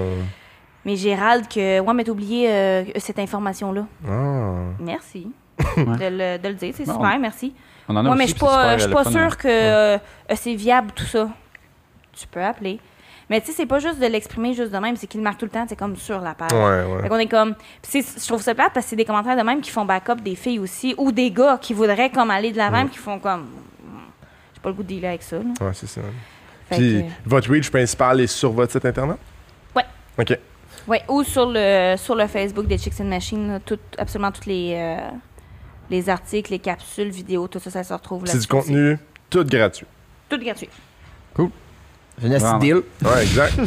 S5: Mes Gérald, que. Ouais, mais t'as oublié euh, cette information-là.
S4: oh.
S5: Merci. de, le, de le dire, c'est
S3: Bon.
S5: super, merci.
S3: On en a
S5: Moi,
S3: aussi,
S5: Ah mais je suis
S3: puis c'est
S5: pas,
S3: super
S5: je suis
S3: le
S5: pas
S3: fun, hein.
S5: sûre que euh, c'est viable, tout ça. Tu peux appeler. Mais tu sais, c'est pas juste de l'exprimer juste de même, c'est qu'il le marque tout le temps, c'est comme sur la page.
S4: Ouais, ouais.
S5: Fait qu'on est comme. Puis c'est- je trouve ça plate parce que c'est des commentaires de même qui font backup des filles aussi, ou des gars qui voudraient comme aller de l'avant, puis qui font comme. hmm, J'ai pas le goût de dealer avec ça. là.
S4: Ouais, c'est ça.
S5: Fait
S4: Puis,
S5: que-
S4: votre reach principal est sur votre site internet?
S5: Ouais.
S4: OK.
S5: Ouais, ou sur le sur le Facebook des Chicks and Machine, là, tout- absolument tous les euh, les articles, les capsules, vidéos, tout ça, ça se retrouve là.
S4: C'est du contenu tout gratuit.
S5: Tout gratuit.
S2: C'est une
S3: Vraiment.
S2: acide deal.
S4: Ouais, exact.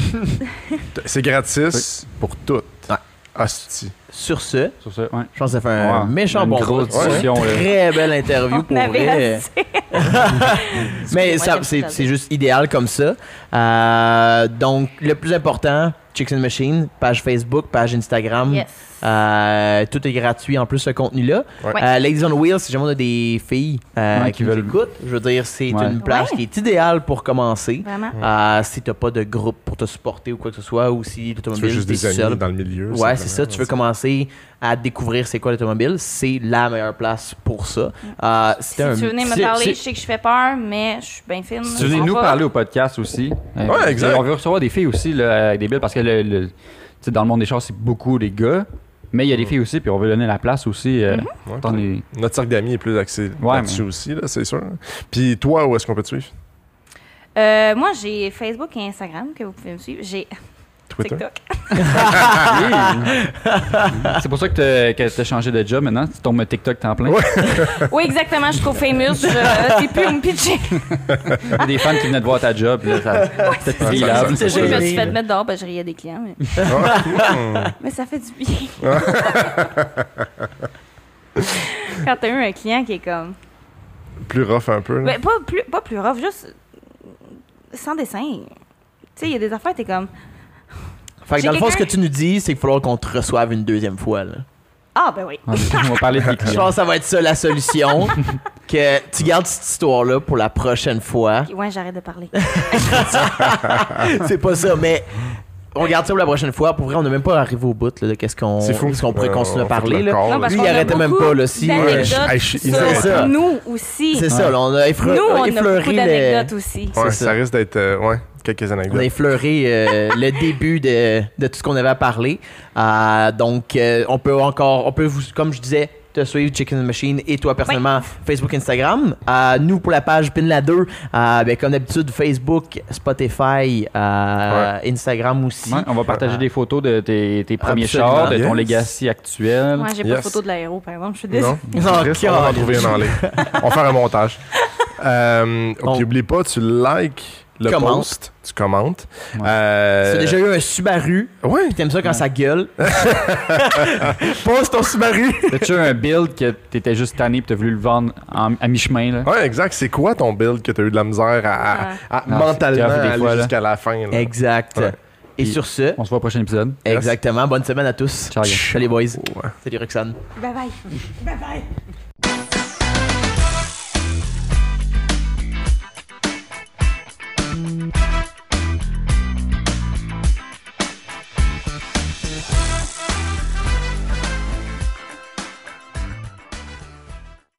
S4: c'est gratis pour toutes.
S2: Ouais.
S4: Hostie.
S2: Sur ce,
S3: Sur ce, ouais.
S2: je pense que ça fait un
S3: Ouais.
S2: méchant
S3: Une
S2: bon
S3: grosse
S2: bout.
S3: discussion, là.
S2: Très belle interview pour
S5: avait
S2: vrai.
S5: assez.
S2: Mais
S5: Excuse-moi,
S2: ça,
S5: j'aime
S2: c'est
S5: ça.
S2: c'est juste idéal comme ça. Euh, donc, le plus important, Chicks and Machine, page Facebook, page Instagram.
S5: Yes.
S2: Euh, tout est gratuit en plus ce contenu-là.
S4: Ouais.
S5: Ouais.
S2: Euh, Ladies on Wheels, si jamais on a des filles euh,
S3: Ouais,
S2: qui,
S3: qui veulent-
S2: nous écoutent, je veux dire, c'est
S3: Ouais.
S2: une place
S5: Ouais.
S2: qui est idéale pour commencer.
S5: Vraiment.
S2: Euh, si t'as pas de groupe pour te supporter ou quoi que ce soit, ou si
S4: Tu veux
S2: l'automobile
S4: juste
S2: t'es
S4: des amis
S2: seul.
S4: dans le milieu.
S2: Ouais, c'est ça.
S4: simplement.
S2: Tu veux commencer à découvrir c'est quoi l'automobile, c'est la meilleure place pour ça. Euh,
S5: Si
S2: c'était un-
S5: tu venais me
S3: c'est-
S5: parler,
S3: c'est-
S5: je sais que je fais peur, mais je suis bien fine.
S3: Si tu venez nous parler au podcast aussi. euh,
S4: Ouais, exact.
S3: On veut recevoir des filles aussi là, avec des billes parce que le, le- tu sais, dans le monde des chars, c'est beaucoup les gars. Mais il y a des filles aussi, puis on veut donner la place aussi. euh,
S4: Ouais.
S3: dans les-
S4: Notre cercle d'amis est plus axé
S3: Ouais,
S4: là-dessus aussi, là, c'est sûr. Puis toi, où est-ce qu'on peut te suivre?
S5: Euh, moi, j'ai Facebook et Instagram que vous pouvez me suivre. J'ai
S4: Twitter?
S5: TikTok.
S3: c'est pour ça que tu as, changé de job maintenant. Tu tombes TikTok temps plein.
S5: Oui, exactement. Je trouve famous. Je- euh, T'es plus où me pitcher.
S3: Il y a des fans qui venaient de voir ta job. Là, ça, ça te brille
S4: ça,
S3: là.
S4: ça,
S2: c'est
S5: Je me
S2: gêné,
S5: suis fait
S2: là.
S5: mettre dehors, ben, je riais des clients. Mais, mais ça fait du bien. Quand t'as eu un client qui est comme.
S4: Plus rough un peu. là.
S5: Ben, pas, plus, pas plus rough, juste sans dessin. Tu sais, il y a des affaires, t'es comme.
S2: Fait que dans le fond, ce que
S5: quelqu'un-
S2: tu nous dis, c'est qu'il va falloir qu'on te reçoive une deuxième fois. là.
S5: Ah, ben oui.
S3: On va parler de tes
S2: Je
S3: clients.
S2: pense que ça va être ça la solution. que tu gardes cette histoire-là pour la prochaine fois.
S5: Ouais, j'arrête de parler.
S2: Oh, c'est pas ça, mais on garde ça pour la prochaine fois. Pour vrai, on n'est même pas arrivé au bout là, de qu'est-ce qu'on
S4: C'est fou.
S2: ce qu'on pourrait
S4: Euh,
S2: continuer à
S4: on fait
S2: parler.
S4: le
S2: là.
S4: corps,
S5: Non, parce
S2: Lui,
S5: qu'on
S2: il
S5: a
S2: arrêtait même pas,
S5: beaucoup
S2: là, si-
S5: d'anecdotes
S4: Ouais, je- je suis
S5: sur
S2: ignorant.
S5: nous aussi.
S2: C'est ça, là, on a effleuré,
S5: Nous, on a
S2: effleuré
S5: beaucoup
S2: le-
S5: d'anecdotes aussi.
S4: Ouais,
S2: c'est
S4: ça.
S2: ça.
S4: risque d'être euh, ouais, quelques
S2: on a
S4: anecdotes.
S2: effleuré euh, le début de, de tout ce qu'on avait à parler. Euh, donc, euh, on peut encore, on peut vous, comme je disais, te suivre Chicken Machine et toi personnellement Facebook, Instagram. Euh, nous pour la page Pin la 2, euh, ben, comme d'habitude Facebook, Spotify, euh, Instagram aussi.
S3: Ouais, on va partager des photos de tes, tes premiers
S2: Absolument.
S3: chars, de ton
S4: Yes.
S3: legacy actuel.
S5: Moi, j'ai pas
S4: Yes.
S5: de photo de l'aéro, par exemple. Je suis désolée.
S4: Non?
S2: Oh,
S4: Chris, on va en trouver une en ligne. On va faire un montage. Euh,
S2: On-
S4: Puis oublie pas, tu likes le
S2: Commente.
S4: post, tu commentes.
S3: Ouais.
S4: Euh,
S2: T'as déjà eu un Subaru,
S4: Ouais,
S2: puis t'aimes ça quand ça gueule. Pose ton Subaru.
S3: T'as-tu un build que t'étais juste tanné et t'as voulu le vendre en- à mi-chemin? là?
S4: ouais, exact. C'est quoi ton build que t'as eu de la misère à, à- à
S3: Non,
S4: mentalement
S3: c'est tough des
S4: aller
S3: fois, là.
S4: jusqu'à la fin? là?
S2: Exact.
S4: Ouais.
S2: Et
S3: Puis-
S2: sur ce,
S3: On se voit au prochain épisode.
S4: Yes.
S2: exactement. Bonne semaine à tous.
S3: Ciao, guys.
S2: Salut les boys.
S4: Ouais.
S2: Salut Roxane.
S5: Bye bye. Bye bye.